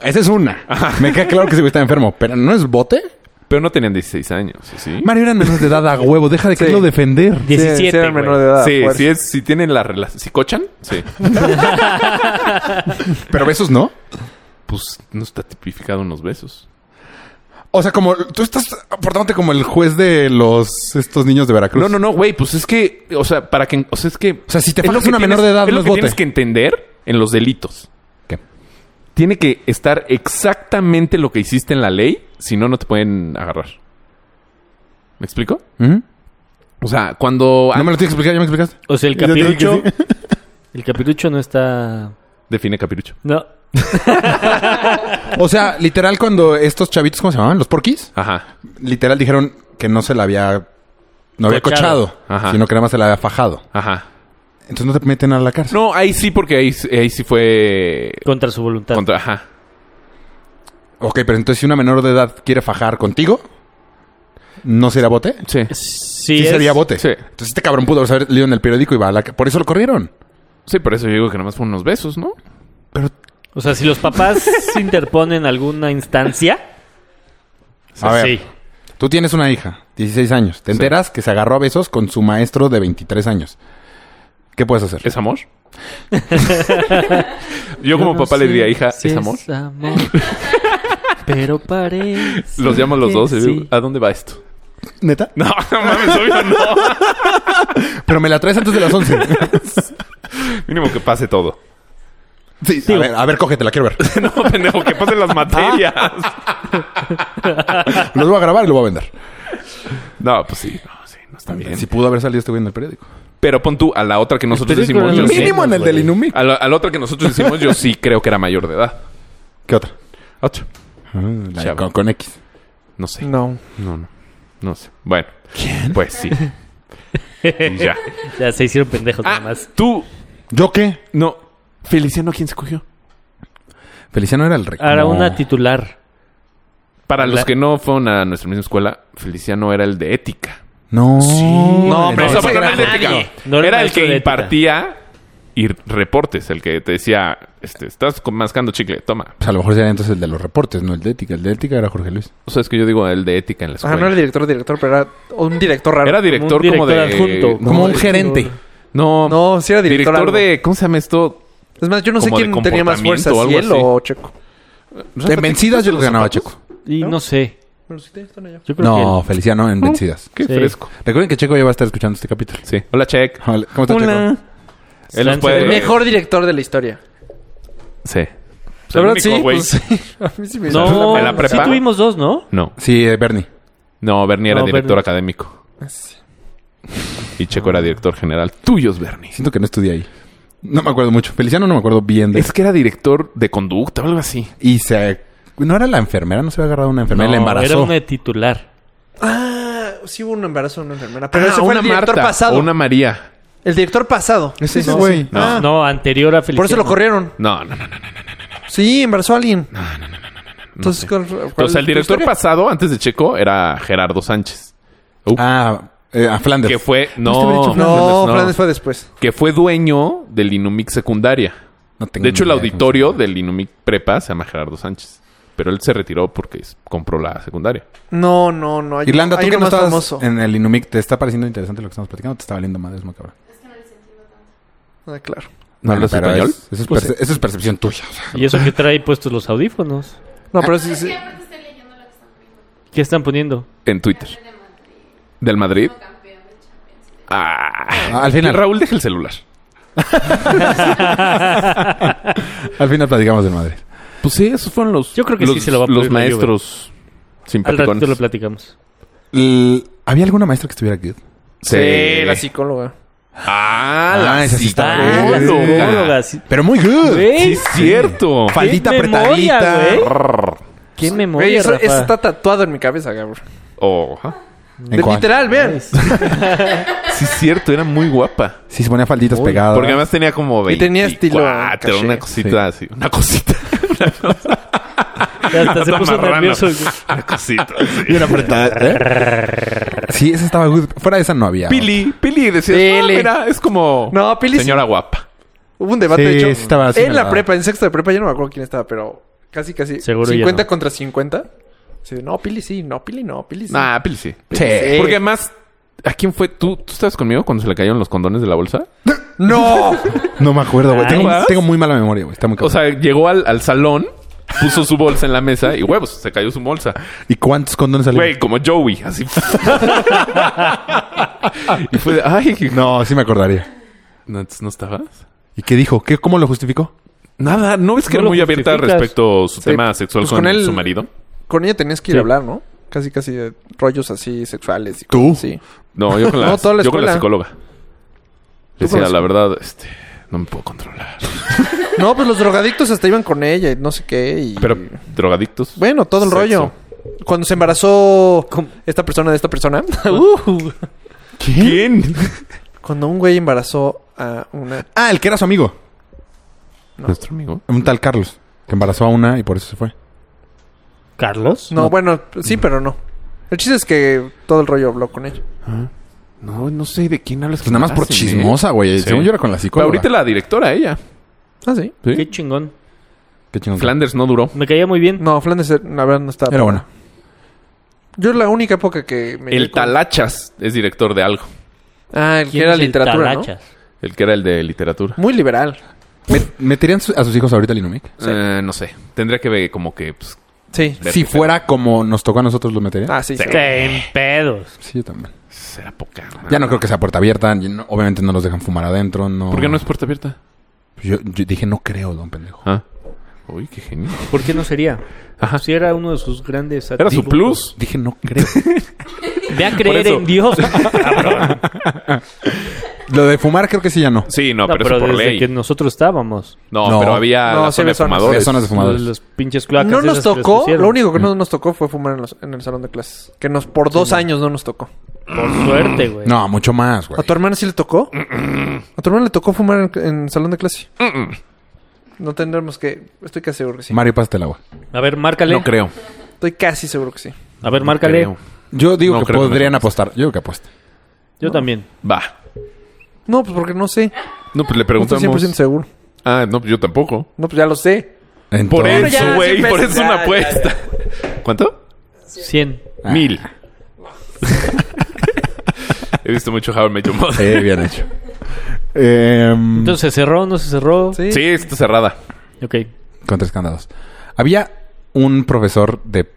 Speaker 1: esa es una. Me queda claro que ese güey está enfermo, pero no es bote.
Speaker 4: Pero no tenían 16 años, ¿sí?
Speaker 1: Mario eran menores de edad a huevo, deja de
Speaker 3: Sí.
Speaker 1: quererlo defender.
Speaker 3: Sí, sí
Speaker 2: 17,
Speaker 3: era
Speaker 2: güey.
Speaker 3: menor de edad.
Speaker 4: Sí,
Speaker 3: fuerza.
Speaker 4: si, es, si tienen la relación... ¿Si cochan?
Speaker 1: [LAUGHS]
Speaker 4: Sí.
Speaker 1: Pero besos no.
Speaker 4: Pues no está tipificado unos besos.
Speaker 1: O sea, como tú estás portándote como el juez de los estos niños de Veracruz.
Speaker 4: No, no, no, güey. Pues es que... O sea, para que... O sea, es que...
Speaker 1: O sea, si te
Speaker 4: Es lo
Speaker 1: faltas
Speaker 4: que
Speaker 1: una menor
Speaker 4: tienes-
Speaker 1: de edad,
Speaker 4: es
Speaker 1: no
Speaker 4: lo
Speaker 1: es
Speaker 4: que tienes
Speaker 1: bote.
Speaker 4: que entender en los delitos.
Speaker 1: ¿Qué?
Speaker 4: Tiene que estar exactamente lo que hiciste en la ley, si no, no te pueden agarrar. ¿Me explico?
Speaker 1: ¿Mm?
Speaker 4: O sea, cuando
Speaker 1: No me lo tienes que explicar, ya me explicaste.
Speaker 2: O sea, el
Speaker 1: Ya te dije que
Speaker 2: capirucho... [LAUGHS] El capirucho no está...
Speaker 4: define capirucho.
Speaker 2: No.
Speaker 1: O sea, literal, cuando estos chavitos, ¿cómo se llamaban? ¿Los porquis?
Speaker 4: Ajá.
Speaker 1: Literal dijeron que no se la había. No había
Speaker 2: Cochado.
Speaker 1: cochado,
Speaker 4: Ajá.
Speaker 1: sino que nada más se la había fajado.
Speaker 4: Ajá.
Speaker 1: [LAUGHS] Entonces no te meten a la cárcel.
Speaker 4: No, ahí sí, porque ahí, ahí sí fue
Speaker 2: Contra su voluntad.
Speaker 4: contra. Ajá.
Speaker 1: Ok, pero entonces si una menor de edad quiere fajar contigo, ¿no sería bote?
Speaker 4: Sí.
Speaker 2: Sí,
Speaker 1: Sí,
Speaker 2: es-
Speaker 1: sería bote.
Speaker 4: Sí.
Speaker 1: Entonces este cabrón pudo haber leído en el periódico y va a la... ca- Por eso lo corrieron.
Speaker 4: Sí, por eso yo digo que nomás fueron unos besos, ¿no?
Speaker 2: O sea, si los papás se interponen alguna instancia...
Speaker 1: A ver,
Speaker 2: sí.
Speaker 1: tú tienes una hija, 16 años. Te
Speaker 4: Sí.
Speaker 1: enteras que se agarró a besos con su maestro de 23 años. ¿Qué puedes hacer?
Speaker 4: ¿Es [LAUGHS] amor? yo como papá le diría, hija,
Speaker 2: si
Speaker 4: ¿es amor?
Speaker 2: amor, pero parece...
Speaker 4: Los llamo a los
Speaker 2: que
Speaker 4: dos y digo, "Ah".
Speaker 2: sí.
Speaker 4: ¿a dónde va esto?
Speaker 1: ¿Neta?
Speaker 4: [LAUGHS] No, no mames, obvio no.
Speaker 1: Pero me la traes antes de las 11.
Speaker 4: [LAUGHS] Mínimo que pase todo.
Speaker 1: sí, a ver, a ver, cógete, la quiero ver.
Speaker 4: [LAUGHS] [LAUGHS] No, pendejo, que pasen las materias.
Speaker 1: Lo voy a grabar y lo voy a vender.
Speaker 4: No, pues sí, no, sí, no está bien.
Speaker 1: Si pudo haber salido este güey en el periódico.
Speaker 4: Pero pon tú a la otra que nosotros
Speaker 2: Espero que
Speaker 4: decimos.
Speaker 2: no
Speaker 4: Yo
Speaker 2: lo
Speaker 4: sí,
Speaker 1: Mínimo en el
Speaker 2: güey.
Speaker 1: del Inumic.
Speaker 4: a, la, a la otra que nosotros decimos, yo sí creo que era mayor de edad.
Speaker 1: ¿Qué otra?
Speaker 4: Otra.
Speaker 1: La de
Speaker 4: Chavo.
Speaker 1: Ah, con, con X.
Speaker 4: No sé. No,
Speaker 3: No.
Speaker 4: no, no, sé. Bueno. Pues [LAUGHS] sí. Y ya.
Speaker 2: Ya se hicieron pendejos nada
Speaker 4: Ah,
Speaker 2: más.
Speaker 4: tú.
Speaker 1: ¿Yo qué?
Speaker 4: No. Feliciano, ¿quién se cogió?
Speaker 1: Feliciano era el rey.
Speaker 2: Ahora
Speaker 1: No.
Speaker 2: una titular.
Speaker 4: Para los
Speaker 2: La-
Speaker 4: que no fueron a nuestra misma escuela, Feliciano era el de ética.
Speaker 1: No.
Speaker 4: No,
Speaker 1: hombre, no,
Speaker 4: pero esa
Speaker 1: ese
Speaker 4: persona
Speaker 1: era
Speaker 4: era el de
Speaker 1: nadie.
Speaker 4: ética.
Speaker 2: No era
Speaker 4: era el
Speaker 2: maestro
Speaker 4: que
Speaker 2: de ética.
Speaker 4: impartía y reportes, el que te decía, este, estás con- mascando chicle, toma.
Speaker 1: Pues a lo mejor sería entonces el de los reportes, no el de ética. El de ética era Jorge Luis.
Speaker 4: O sea, es que yo digo el de ética en la escuela.
Speaker 3: Ajá, Ah, no era director, director, pero era un director raro.
Speaker 4: Era director como,
Speaker 2: un director
Speaker 4: de...
Speaker 2: adjunto.
Speaker 1: Como
Speaker 2: No,
Speaker 1: un
Speaker 2: es-
Speaker 1: gerente.
Speaker 4: No,
Speaker 3: No, sí era director.
Speaker 4: director,
Speaker 3: algo.
Speaker 4: de... ¿Cómo se llama esto?
Speaker 3: Es más, yo no sé
Speaker 4: como de
Speaker 3: quién tenía más fuerza,
Speaker 4: comportamiento o
Speaker 3: si él
Speaker 4: algo así.
Speaker 3: o Checo.
Speaker 1: En vencidas yo los ganaba, Checo.
Speaker 2: Y no sé.
Speaker 3: Pero sí te- están allá.
Speaker 2: Yo creo que
Speaker 1: No, Feliciano en vencidas.
Speaker 4: Qué
Speaker 2: Sí.
Speaker 4: fresco.
Speaker 1: Recuerden que Checo ya va a estar escuchando este capítulo.
Speaker 4: Sí. Hola, Check.
Speaker 1: Hola, ¿Cómo está Checo?
Speaker 4: Él nos
Speaker 2: Sánchez,
Speaker 4: puede...
Speaker 3: El mejor director de la historia.
Speaker 4: Sí. Pues
Speaker 3: La
Speaker 4: el
Speaker 3: verdad,
Speaker 4: único,
Speaker 3: sí.
Speaker 4: güey.
Speaker 3: pues, sí. a mí sí me
Speaker 2: No,
Speaker 4: ¿En la prepa?
Speaker 2: sí tuvimos dos, ¿no?
Speaker 4: No.
Speaker 1: Sí, eh, Bernie.
Speaker 4: No, Bernie era
Speaker 2: No,
Speaker 4: director
Speaker 2: Bernie.
Speaker 4: académico.
Speaker 3: Ah,
Speaker 4: Y Checo era director general. Tuyos, Bernie.
Speaker 1: Siento que no estudié ahí. No me acuerdo mucho. Feliciano no me acuerdo bien de
Speaker 4: Es que era director de conducta o algo así.
Speaker 1: Y se... ¿No era la enfermera? ¿No se había agarrado una enfermera? y la
Speaker 2: No, Era
Speaker 1: embarazó.
Speaker 2: una de titular.
Speaker 3: Ah, sí hubo un embarazo de una enfermera. Pero
Speaker 4: Ah,
Speaker 3: ese fue el director
Speaker 4: Marta
Speaker 3: pasado.
Speaker 4: o una María.
Speaker 3: El director pasado.
Speaker 1: Es ese
Speaker 3: No,
Speaker 1: güey.
Speaker 3: sí.
Speaker 4: No.
Speaker 3: Ah,
Speaker 2: No, anterior a Feliciano.
Speaker 3: Por eso lo corrieron.
Speaker 4: No, no, no, no.
Speaker 3: Sí, embarazó a alguien. No, no, no, no. Entonces, ¿cuál- cuál
Speaker 4: O sea,
Speaker 3: es
Speaker 4: el
Speaker 3: tu
Speaker 4: director
Speaker 3: historia?
Speaker 4: pasado, antes de Checo, era Gerardo Sánchez.
Speaker 1: Ah, eh, a Flanders.
Speaker 4: Que fue...
Speaker 1: te hubiera
Speaker 4: No,
Speaker 1: dicho
Speaker 3: No, Flandes fue después.
Speaker 4: Que fue dueño del Inumic secundaria.
Speaker 1: No tengo
Speaker 4: De hecho, el
Speaker 1: ni idea cómo se
Speaker 4: auditorio
Speaker 1: llama.
Speaker 4: del Inumic prepa se llama Gerardo Sánchez. Pero él se retiró porque s- compró la secundaria.
Speaker 3: No, no, no. Hay,
Speaker 1: Irlanda, tú
Speaker 3: hay
Speaker 1: que no
Speaker 3: uno más
Speaker 1: estabas
Speaker 3: famoso.
Speaker 1: en el Inumic, ¿te está pareciendo interesante lo que estamos platicando? ¿Te está valiendo madres, macabra?
Speaker 3: Ah, claro.
Speaker 4: ¿No hablas
Speaker 1: Bueno, pero
Speaker 4: español?
Speaker 1: es- eso, es
Speaker 2: Pues
Speaker 1: perce- eso es percepción
Speaker 4: [LAUGHS]
Speaker 1: tuya. o sea.
Speaker 2: Y eso que trae puestos los audífonos.
Speaker 3: No, pero sí, sí.
Speaker 2: ¿Qué están
Speaker 4: [LAUGHS]
Speaker 2: poniendo?
Speaker 4: En Twitter. ¿Del Madrid? Ah.
Speaker 1: Ah, al final.
Speaker 4: Raúl, deja el celular.
Speaker 1: Al final platicamos del Madrid.
Speaker 4: Pues sí, esos fueron los...
Speaker 2: Yo creo que
Speaker 4: los-
Speaker 2: sí se lo va a
Speaker 4: Los
Speaker 2: pedir la Juve.
Speaker 4: maestros
Speaker 2: Al ratito lo
Speaker 4: simpaticones.
Speaker 2: platicamos.
Speaker 1: L- ¿Había alguna maestra que estuviera aquí?
Speaker 3: Sí, la psicóloga.
Speaker 4: Ah,
Speaker 1: Ah,
Speaker 4: la
Speaker 1: esa sí está
Speaker 4: psicóloga.
Speaker 1: buena.
Speaker 2: psicóloga, sí.
Speaker 1: Pero muy good.
Speaker 2: Güey.
Speaker 4: Sí, es cierto.
Speaker 1: Fa- Faldita
Speaker 2: ¡Qué memoria,
Speaker 1: apretadita.
Speaker 2: güey!
Speaker 4: Rrr.
Speaker 2: ¡Qué memoria,
Speaker 3: Güey, eso,
Speaker 2: Rafa!
Speaker 3: eso está tatuado en mi cabeza, cabrón.
Speaker 4: Oh, ajá.
Speaker 1: ¿En
Speaker 3: De-
Speaker 1: cuál?
Speaker 3: Literal, vean.
Speaker 4: Sí, es cierto, era muy guapa.
Speaker 1: Sí, se ponía falditas pegadas.
Speaker 4: Porque además tenía como
Speaker 3: Y
Speaker 4: 24,
Speaker 3: tenía estilo caché.
Speaker 4: una cosita así. Una cosita.
Speaker 2: Ya
Speaker 4: [LAUGHS]
Speaker 2: hasta se
Speaker 4: Está
Speaker 2: puso
Speaker 4: marrano.
Speaker 2: nervioso. güey.
Speaker 4: Una cosita. sí.
Speaker 1: Bien apretada. ¿eh? [LAUGHS] Sí, esa estaba good. Fuera de esa no había.
Speaker 4: Pili, Pili, decías, "Ah,
Speaker 3: Pili.
Speaker 4: mira, es como
Speaker 3: No, Pili sí.
Speaker 4: señora guapa.
Speaker 3: Hubo un debate,
Speaker 1: Sí,
Speaker 3: de hecho.
Speaker 1: sí estaba así,
Speaker 3: en la
Speaker 1: ¿verdad?
Speaker 3: prepa, en sexto de prepa, yo no me acuerdo quién estaba, pero casi, casi.
Speaker 2: Seguro ya
Speaker 3: 50
Speaker 2: no.
Speaker 3: contra 50. Sí, no, Pili sí, no, Pili no, Pili sí.
Speaker 4: Nah, Pili sí.
Speaker 1: Sí.
Speaker 4: Porque además, ¿a quién fue? ¿Tú, ¿Tú estabas conmigo cuando se le cayeron los condones de la bolsa?
Speaker 3: ¡No!
Speaker 1: No me acuerdo, güey. Tengo,
Speaker 4: Ah, ¿Vas?
Speaker 1: tengo muy mala memoria, güey. Está muy
Speaker 4: O
Speaker 1: cabrón.
Speaker 4: sea, llegó al, al salón, puso su bolsa en la mesa y huevos, se cayó su bolsa.
Speaker 1: ¿Y cuántos condones salieron?
Speaker 4: Güey, como Joey, así. [LAUGHS] y fue de, ay,
Speaker 1: No, sí me acordaría.
Speaker 4: no, entonces no estabas.
Speaker 1: ¿Y qué dijo? ¿Qué, ¿Cómo lo justificó?
Speaker 4: Nada, no es que
Speaker 2: No
Speaker 4: era
Speaker 2: lo
Speaker 4: muy abierta
Speaker 2: justificas.
Speaker 4: respecto a su tema sexual
Speaker 3: Pues
Speaker 4: con,
Speaker 3: con él-
Speaker 4: su marido.
Speaker 3: Con ella tenías que ir
Speaker 2: Sí.
Speaker 3: a hablar, ¿no? Casi, casi de rollos así sexuales. Y
Speaker 1: ¿Tú?
Speaker 3: cosas así.
Speaker 4: No, yo con la,
Speaker 3: No, toda la
Speaker 4: yo con
Speaker 3: escuela.
Speaker 4: la psicóloga. Le
Speaker 3: Tú con
Speaker 4: decía,
Speaker 3: la
Speaker 4: la verdad, este, no me puedo controlar.
Speaker 3: No, pues los drogadictos hasta iban con ella y no sé qué. Y...
Speaker 4: Pero, drogadictos.
Speaker 3: Bueno, todo el
Speaker 4: Sexo.
Speaker 3: rollo. Cuando se embarazó
Speaker 2: ¿Cómo?
Speaker 3: esta persona de esta persona, [LAUGHS]
Speaker 2: Uh,
Speaker 4: ¿Quién?
Speaker 3: cuando un güey embarazó a una.
Speaker 1: Ah, el que era su amigo.
Speaker 4: [LAUGHS] Nuestro amigo.
Speaker 1: Un tal Carlos. Que embarazó a una y por eso se fue.
Speaker 2: ¿Carlos?
Speaker 3: No, bueno, sí, pero no. El chiste es que todo el rollo habló con ella.
Speaker 4: No, no sé de quién hablas.
Speaker 1: Pues nada más por
Speaker 4: Sí, ¿eh?
Speaker 1: chismosa, güey.
Speaker 4: Sí.
Speaker 1: Según yo era con la
Speaker 4: Pero
Speaker 1: psicóloga.
Speaker 4: ahorita la directora, ella.
Speaker 3: Ah, sí.
Speaker 4: ¿Sí?
Speaker 2: Qué chingón.
Speaker 1: Qué chingón.
Speaker 4: Flanders no duró.
Speaker 2: Me caía muy bien.
Speaker 3: No, Flandes, la verdad, no estaba.
Speaker 1: Era buena.
Speaker 3: Yo la única época que me.
Speaker 4: El Talachas es director de algo.
Speaker 3: Ah, el que
Speaker 2: ¿Quién
Speaker 3: era
Speaker 2: es el
Speaker 3: literatura, ¿no?
Speaker 2: Talachas?
Speaker 4: El que era el de literatura.
Speaker 3: Muy liberal.
Speaker 1: ¿Me- ¿Meterían su- a sus hijos ahorita al Inumic?
Speaker 4: Eh, no sé. Tendría que ver como que... pues,
Speaker 3: Sí.
Speaker 4: ver
Speaker 1: Si
Speaker 4: qué
Speaker 1: fuera como nos tocó a nosotros, ¿lo meterían?
Speaker 3: Ah, sí. sí.
Speaker 2: Te en pedos.
Speaker 1: Sí, yo también.
Speaker 4: tal- Será poca.
Speaker 1: Ya no creo que sea puerta abierta. y no- obviamente no los dejan fumar adentro. No. Pues
Speaker 4: ¿Por qué no es puerta abierta?
Speaker 1: Yo, yo dije, no creo, don pendejo.
Speaker 4: Ah. Uy, qué genial.
Speaker 2: ¿Por qué no sería?
Speaker 4: Ajá.
Speaker 2: Si era uno de sus grandes
Speaker 4: Era su plus.
Speaker 1: Dije, no
Speaker 4: [LAUGHS]
Speaker 1: creo.
Speaker 2: Ve a creer
Speaker 4: eso.
Speaker 2: en
Speaker 4: [LAUGHS]
Speaker 2: Dios. cabrón.
Speaker 1: Lo de fumar creo que sí ya no.
Speaker 4: Sí, no,
Speaker 2: No,
Speaker 4: pero,
Speaker 2: pero
Speaker 4: eso por
Speaker 2: desde
Speaker 4: ley.
Speaker 2: que nosotros estábamos.
Speaker 4: No,
Speaker 1: No.
Speaker 4: pero había
Speaker 3: No,
Speaker 4: la
Speaker 3: sí
Speaker 4: zona
Speaker 3: había
Speaker 4: de
Speaker 3: zonas.
Speaker 4: fumadores.
Speaker 1: Había zonas de fumadores.
Speaker 2: Los pinches cloacas.
Speaker 3: No nos
Speaker 2: esas que les
Speaker 3: tocó,
Speaker 2: pusieron.
Speaker 3: lo único que no nos tocó fue fumar en, los- en el salón de clases. Que nos por dos años no nos tocó.
Speaker 2: Por suerte, güey.
Speaker 1: No, mucho más, güey.
Speaker 3: ¿A tu hermana Pues sí le tocó? ¿A tu hermana le tocó fumar en, en el salón de clase? No tendremos que... Estoy casi seguro que sí.
Speaker 1: Mario, pásate el agua.
Speaker 2: A ver, márcale.
Speaker 4: No creo.
Speaker 3: Estoy casi seguro que sí.
Speaker 2: A ver, márcale.
Speaker 4: Creo.
Speaker 1: Yo digo
Speaker 4: No,
Speaker 1: que
Speaker 4: creo que no
Speaker 1: podrían
Speaker 4: te
Speaker 1: apostar. Yo digo que apuesta.
Speaker 2: Yo también.
Speaker 4: Va.
Speaker 3: No, pues porque no sé.
Speaker 4: No, pues le
Speaker 3: No estoy
Speaker 4: preguntamos.
Speaker 3: 100% seguro.
Speaker 4: Ah, no, pues yo tampoco.
Speaker 3: No, pues ya lo sé.
Speaker 4: Por
Speaker 1: Entonces,
Speaker 4: eso,
Speaker 2: ya,
Speaker 4: güey.
Speaker 2: siempre
Speaker 4: Por
Speaker 2: es-
Speaker 4: eso es una
Speaker 2: ya,
Speaker 4: apuesta. ¿Cuánto?
Speaker 2: 100.
Speaker 1: Ah.
Speaker 4: Mil. He visto mucho How I Met Your Mother.
Speaker 1: Eh, bien hecho. Em,
Speaker 2: Entonces, ¿se cerró? ¿No se cerró?
Speaker 3: Sí.
Speaker 4: Sí, está cerrada.
Speaker 2: Ok.
Speaker 1: Con tres candados. Había un profesor de,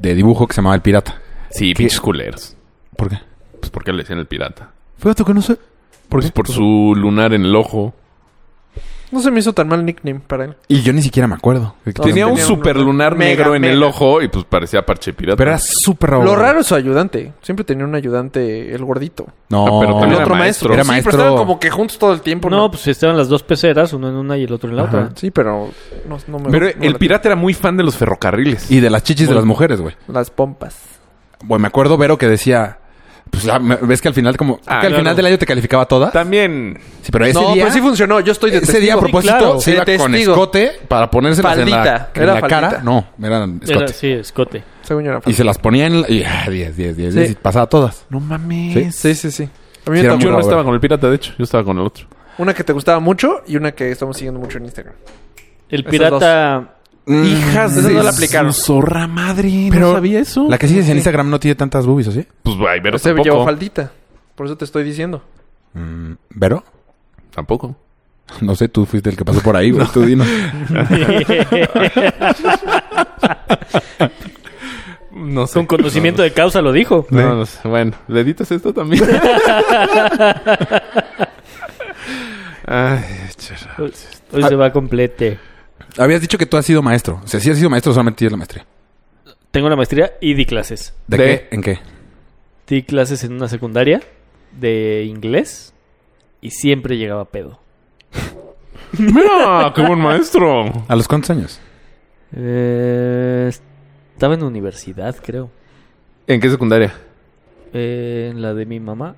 Speaker 1: de dibujo que se llamaba El Pirata.
Speaker 4: Sí, pinches culeros.
Speaker 1: ¿Por qué?
Speaker 4: Pues porque le decían el pirata.
Speaker 1: Fíjate que no sé. ¿Por
Speaker 4: Pues por su lunar en el ojo.
Speaker 3: No se me hizo tan mal nickname para él.
Speaker 1: Y yo ni siquiera me acuerdo. Que
Speaker 3: No,
Speaker 4: Tenía
Speaker 1: tenía
Speaker 4: un
Speaker 3: tenía un
Speaker 4: super lunar
Speaker 3: mega,
Speaker 4: negro en
Speaker 3: mega.
Speaker 4: el ojo y pues parecía parche pirata.
Speaker 1: Pero era súper raro.
Speaker 3: Lo raro es su ayudante. Siempre tenía un ayudante, el gordito.
Speaker 1: No,
Speaker 4: Ah, pero
Speaker 3: El
Speaker 4: también era
Speaker 3: otro
Speaker 4: maestro.
Speaker 3: maestro.
Speaker 1: Era
Speaker 3: sí,
Speaker 1: maestro.
Speaker 3: pero estaban como que juntos todo el tiempo.
Speaker 2: No, pues estaban las dos peceras, uno en una y el otro en la
Speaker 1: Ajá.
Speaker 2: otra.
Speaker 3: Sí, pero no, no me
Speaker 4: Pero
Speaker 3: no
Speaker 4: el
Speaker 3: la-
Speaker 4: pirata era muy fan de los ferrocarriles.
Speaker 1: Y de las chichis de las mujeres, güey.
Speaker 3: Las pompas.
Speaker 1: Bueno, me acuerdo, Vero, que decía... Pues ah, me- ves que al final como...
Speaker 4: Ah,
Speaker 1: que al
Speaker 4: claro.
Speaker 1: final del año te calificaba todas.
Speaker 4: También.
Speaker 1: Sí, pero ese
Speaker 3: no,
Speaker 1: día...
Speaker 3: pero sí funcionó. Yo estoy de
Speaker 1: ese día a
Speaker 3: testigo.
Speaker 1: propósito
Speaker 2: claro.
Speaker 1: se
Speaker 3: De
Speaker 1: iba con
Speaker 3: testigo.
Speaker 1: escote para ponérselas en la,
Speaker 3: Faldita.
Speaker 1: en
Speaker 3: Era
Speaker 1: la
Speaker 3: faldita.
Speaker 1: cara. No, eran escote.
Speaker 2: Era, sí, escote.
Speaker 3: Según yo era
Speaker 1: Y
Speaker 3: fácil.
Speaker 1: se las ponía en... la- Y ah, 10, 10, 10,
Speaker 3: Sí.
Speaker 1: 10. Y pasaba todas.
Speaker 4: No mames.
Speaker 3: Sí, sí, sí. A mí
Speaker 1: Sí,
Speaker 3: me
Speaker 1: era
Speaker 3: tocó
Speaker 1: muy
Speaker 4: Yo no
Speaker 1: raro,
Speaker 4: estaba
Speaker 1: güey.
Speaker 4: con el pirata, de hecho. Yo estaba con el otro.
Speaker 3: una que te gustaba mucho y una que estamos siguiendo mucho en Instagram.
Speaker 2: El
Speaker 3: Esas
Speaker 2: pirata.
Speaker 1: Mm, Hijas
Speaker 3: Esa no la aplicaron.
Speaker 4: zorra madre.
Speaker 1: Pero-
Speaker 4: eso.
Speaker 1: La que sigues en Instagram no tiene tantas boobies, ¿o sí?
Speaker 4: Pues ay, pero
Speaker 3: Ese llevó
Speaker 4: tampoco.
Speaker 3: faldita. Por eso te estoy diciendo.
Speaker 1: Mm, ¿Vero?
Speaker 4: Tampoco.
Speaker 1: No sé, tú fuiste el que pasó por ahí, [LAUGHS] güey. Tú dinos.
Speaker 2: [LAUGHS]
Speaker 4: No sé.
Speaker 2: Con conocimiento de causa lo dijo.
Speaker 4: No, no sé. Bueno, ¿le editas esto [LAUGHS] también? Ay, chera.
Speaker 2: Hoy, hoy se va complete.
Speaker 1: Habías dicho que tú has sido maestro. O sea, sí has sido maestro, solamente tienes la maestría.
Speaker 2: Tengo la maestría y di clases.
Speaker 1: ¿De,
Speaker 4: De-
Speaker 1: qué? ¿En qué?
Speaker 2: Di clases en una secundaria de inglés y siempre llegaba pedo.
Speaker 4: Mira, qué buen maestro.
Speaker 1: ¿A los cuántos años?
Speaker 2: Eh, estaba en universidad, creo.
Speaker 4: ¿En qué secundaria?
Speaker 2: Eh, en la de mi mamá.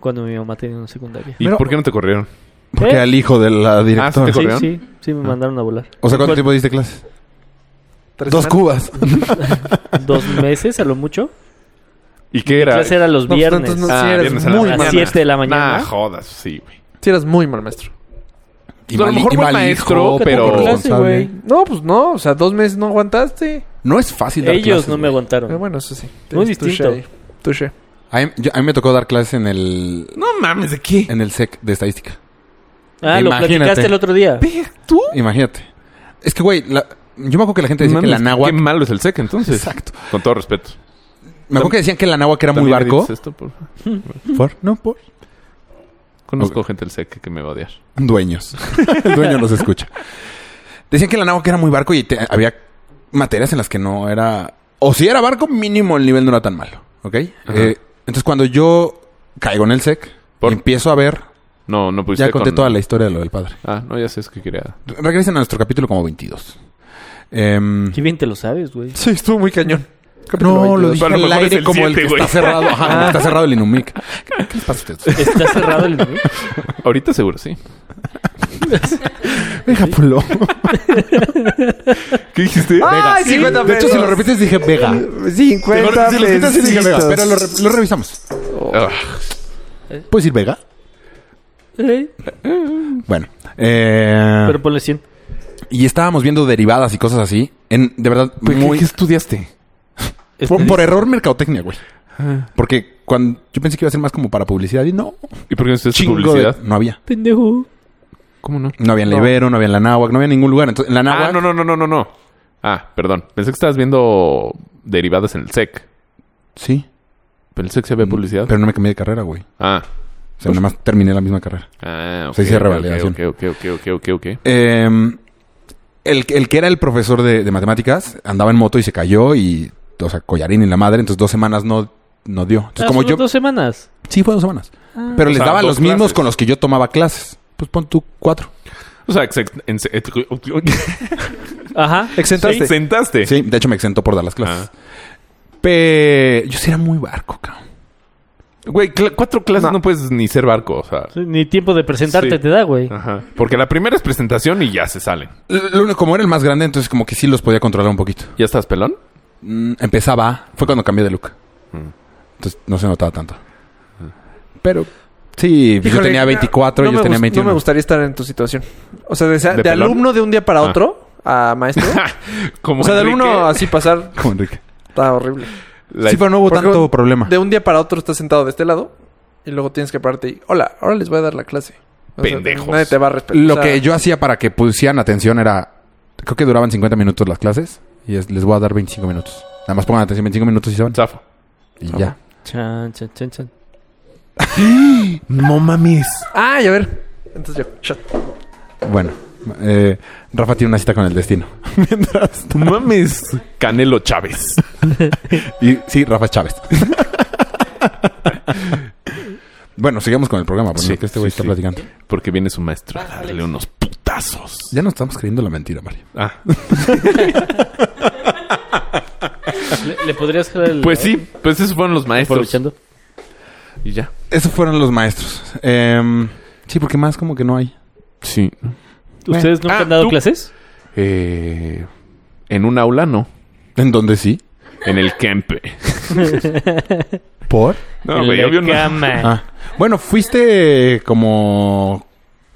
Speaker 2: Cuando mi mamá tenía una secundaria.
Speaker 4: ¿Y
Speaker 1: Mira.
Speaker 4: por qué no te corrieron?
Speaker 1: Porque
Speaker 2: ¿Eh?
Speaker 1: al hijo de la directora.
Speaker 2: Sí,
Speaker 4: te corrieron?
Speaker 2: sí, sí, me mandaron a volar.
Speaker 1: o sea, ¿cuánto
Speaker 2: ¿Cuál?
Speaker 1: tiempo diste clases?
Speaker 3: Tres
Speaker 1: Dos
Speaker 3: semanas.
Speaker 1: cubas.
Speaker 2: Dos meses a lo mucho.
Speaker 4: ¿Y qué era?
Speaker 2: clase era los
Speaker 3: No, pues,
Speaker 2: viernes.
Speaker 3: entonces no-
Speaker 4: Ah,
Speaker 3: sí, eres
Speaker 4: viernes a
Speaker 3: muy
Speaker 2: a
Speaker 3: mal
Speaker 2: las 7 de la mañana.
Speaker 4: Nah, jodas, sí, güey.
Speaker 3: Sí, eras muy mal maestro.
Speaker 1: Y
Speaker 4: A lo
Speaker 1: mal-
Speaker 4: mejor
Speaker 1: y
Speaker 4: buen
Speaker 1: mal
Speaker 4: maestro,
Speaker 1: hijo,
Speaker 4: pero-
Speaker 1: poco
Speaker 2: Clase,
Speaker 1: responsable.
Speaker 2: güey.
Speaker 3: No, pues no. O sea, dos meses no aguantaste.
Speaker 1: No es fácil dar
Speaker 2: Ellos
Speaker 1: clases,
Speaker 2: no me
Speaker 1: güey.
Speaker 2: aguantaron.
Speaker 3: Pero bueno, eso sí.
Speaker 2: Muy
Speaker 3: Tienes
Speaker 2: distinto.
Speaker 3: touché ahí. Touché.
Speaker 1: A mí, yo- a mí me tocó dar clases en el...
Speaker 4: No mames, ¿de qué?
Speaker 1: En el SEC de estadística.
Speaker 2: ah, lo
Speaker 1: Imagínate.
Speaker 2: platicaste el otro día.
Speaker 4: ¿Tú?
Speaker 1: Imagínate. Es que, güey, la- yo me acuerdo que la gente decía que la
Speaker 4: Mames,
Speaker 1: náhuatl...
Speaker 4: Qué malo es el SEC,
Speaker 1: [LAUGHS]
Speaker 4: entonces.
Speaker 1: Exacto.
Speaker 4: Con todo respeto.
Speaker 1: Me acuerdo que decían que la náhuatl era muy
Speaker 4: También
Speaker 1: barco.
Speaker 4: editas esto, por favor.
Speaker 1: ¿Por? No, por.
Speaker 4: Conozco gente del SEC que me va a odiar.
Speaker 1: Dueños. [LAUGHS] El dueño nos escucha. Decían que la náhuatl era muy barco y te- había materias en las que no era... O si era barco, mínimo el nivel no era tan malo. ¿Ok? Eh, entonces, cuando yo caigo en el SEC,
Speaker 4: Por-
Speaker 1: empiezo a ver...
Speaker 4: No, no pudiste
Speaker 1: Ya conté
Speaker 4: con-
Speaker 1: toda la historia de lo del padre.
Speaker 4: Ah, no, ya sé, es que quería...
Speaker 1: Regresen a nuestro capítulo como 22. Em,
Speaker 2: Qué bien te lo sabes, güey.
Speaker 3: Sí, estuvo muy cañón.
Speaker 1: no, lo
Speaker 3: 22.
Speaker 1: dije
Speaker 4: Pero a
Speaker 1: al
Speaker 4: lo mejor es
Speaker 1: aire
Speaker 4: el
Speaker 1: como el que
Speaker 4: siete, güey.
Speaker 1: está cerrado. Ajá, como está cerrado el Inumic. ¿Qué, qué les pasa a [LAUGHS] ustedes?
Speaker 2: Está cerrado el menú.
Speaker 4: Ahorita seguro, sí.
Speaker 1: [LAUGHS] Vega Polo.
Speaker 4: ¿Qué dijiste?
Speaker 3: ¡Ay, 50
Speaker 1: De hecho,
Speaker 3: pesos!
Speaker 1: si lo repites, dije Vega.
Speaker 3: 50
Speaker 1: Si lo repites, sí dije Vega.
Speaker 3: pesitos.
Speaker 1: Pero lo, re- lo revisamos.
Speaker 4: Oh. Ah.
Speaker 1: ¿Puedes decir Vega?
Speaker 2: Eh,
Speaker 1: Bueno. eh,
Speaker 2: [LAUGHS] Pero ponle 100.
Speaker 1: y estábamos viendo derivadas y cosas así. En, de verdad, muy...
Speaker 4: estudiaste?
Speaker 2: Este,
Speaker 1: Por, por error mercadotecnia, güey.
Speaker 4: Ah.
Speaker 1: Porque cuando yo pensé que iba a ser más como para publicidad y no.
Speaker 4: ¿Y por qué no estudiaste
Speaker 1: Chingo de-
Speaker 4: publicidad?
Speaker 1: no había.
Speaker 2: Pendejo.
Speaker 4: ¿Cómo no?
Speaker 1: No había en la Ibero, no había en la Náhuac, no había en ningún lugar. Entonces, en la Náhuac...
Speaker 4: Ah, no, no, no, no, no, no. Ah, perdón. Pensé que estabas viendo derivadas en el SEC.
Speaker 1: Sí.
Speaker 4: Pero el SEC se ve publicidad.
Speaker 1: Mm, Pero no me cambié de carrera, güey.
Speaker 4: Ah.
Speaker 1: O sea, nada más terminé la misma carrera.
Speaker 4: Ah, ok.
Speaker 1: Se dice
Speaker 4: ok,
Speaker 1: revalidación.
Speaker 4: Ok, ok, ok, ok, ok, ok.
Speaker 1: Eh, el, el que era el profesor de, de matemáticas andaba en moto y se cayó y, o sea, collarín y la madre, entonces dos semanas no, no dio. Entonces,
Speaker 2: Ah,
Speaker 4: Pues
Speaker 1: como
Speaker 2: solo
Speaker 1: yo...
Speaker 2: dos Ah. semanas.
Speaker 1: Sí, fue dos semanas. Pero les
Speaker 4: sea,
Speaker 1: daba
Speaker 4: dos
Speaker 1: los mismos
Speaker 4: clases.
Speaker 1: con los que yo tomaba clases. Pues pon tú cuatro.
Speaker 4: O sea, exec- en- eh,
Speaker 1: [LAUGHS]
Speaker 4: se-
Speaker 2: Ajá.
Speaker 3: Exentaste.
Speaker 4: sentaste.
Speaker 1: Sí, de hecho me exentó por dar las clases.
Speaker 4: Ah.
Speaker 1: Pero yo sí era muy barco, cabrón.
Speaker 4: Güey, cla- cuatro clases no.
Speaker 3: No.
Speaker 4: puedes ni ser barco, o sea.
Speaker 2: Ni tiempo de presentarte
Speaker 4: Sí. Ah.
Speaker 2: te da, güey.
Speaker 4: Ajá. Porque la primera es presentación y ya se salen.
Speaker 1: Lo- lo único- Como era el más grande, entonces como que sí los podía controlar un poquito.
Speaker 4: ¿Ya estás pelón? [LAUGHS]
Speaker 1: Mm,
Speaker 3: Mm.
Speaker 1: empezaba, fue cuando cambié de look. Entonces no se notaba tanto. Pero Sí, pues yo
Speaker 3: Híjole,
Speaker 1: tenía 24
Speaker 3: no
Speaker 1: y yo
Speaker 3: me
Speaker 1: tenía
Speaker 3: gus-
Speaker 1: 21.
Speaker 3: No me gustaría estar en tu situación. O sea, de, esa- de
Speaker 4: ¿De pelón?
Speaker 3: alumno de un día para otro a maestro.
Speaker 4: Como
Speaker 3: o sea, de
Speaker 4: Enrique,
Speaker 3: alumno así pasar
Speaker 1: [LAUGHS] Como Enrique.
Speaker 3: está horrible.
Speaker 4: la-
Speaker 1: sí, pero no hubo
Speaker 3: Porque
Speaker 1: tanto problema.
Speaker 3: De un día para otro estás sentado de este lado y luego tienes que pararte y, hola, ahora les voy a dar la clase. O sea,
Speaker 4: Pendejos.
Speaker 3: nadie te va a respetar.
Speaker 1: Lo
Speaker 3: O sea,
Speaker 1: que yo hacía para que pusieran atención era... Creo que duraban 50 minutos las clases. Y es- les voy a dar 25 minutos. Nada más pongan atención 25 minutos y se van.
Speaker 4: Zafo.
Speaker 1: Y ya.
Speaker 2: Chan, chan, chan, chan.
Speaker 4: No mames.
Speaker 3: Ay, a ver. Entonces yo, shot.
Speaker 1: Bueno. eh, Rafa tiene una cita con el
Speaker 3: [LAUGHS]
Speaker 1: destino. Mientras...
Speaker 4: No mames. Canelo Chávez.
Speaker 1: Y sí, Rafa es
Speaker 3: [LAUGHS]
Speaker 1: Chávez. bueno, sigamos con el programa, porque
Speaker 4: Sí,
Speaker 1: este güey
Speaker 4: sí,
Speaker 1: está
Speaker 4: sí.
Speaker 1: platicando.
Speaker 4: Porque viene su maestro a darle unos putazos.
Speaker 1: Ya no estamos creyendo la mentira, Mario.
Speaker 4: Ah,
Speaker 2: ¿Le, le podrías jalar el...
Speaker 4: pues sí, pues Eh. esos fueron los maestros.
Speaker 2: Aprovechando.
Speaker 4: Y ya.
Speaker 1: Esos fueron los maestros. Em, sí, porque más como que no hay.
Speaker 4: Sí.
Speaker 2: ¿Ustedes nunca
Speaker 4: Ah,
Speaker 2: han dado
Speaker 4: tú-
Speaker 2: clases?
Speaker 4: Eh, en un aula no.
Speaker 1: ¿En dónde sí?
Speaker 4: En el Kempe.
Speaker 1: ¿Por?
Speaker 4: No,
Speaker 2: En
Speaker 4: güey,
Speaker 2: la
Speaker 4: había una-
Speaker 2: cama.
Speaker 1: Ah. Bueno, fuiste como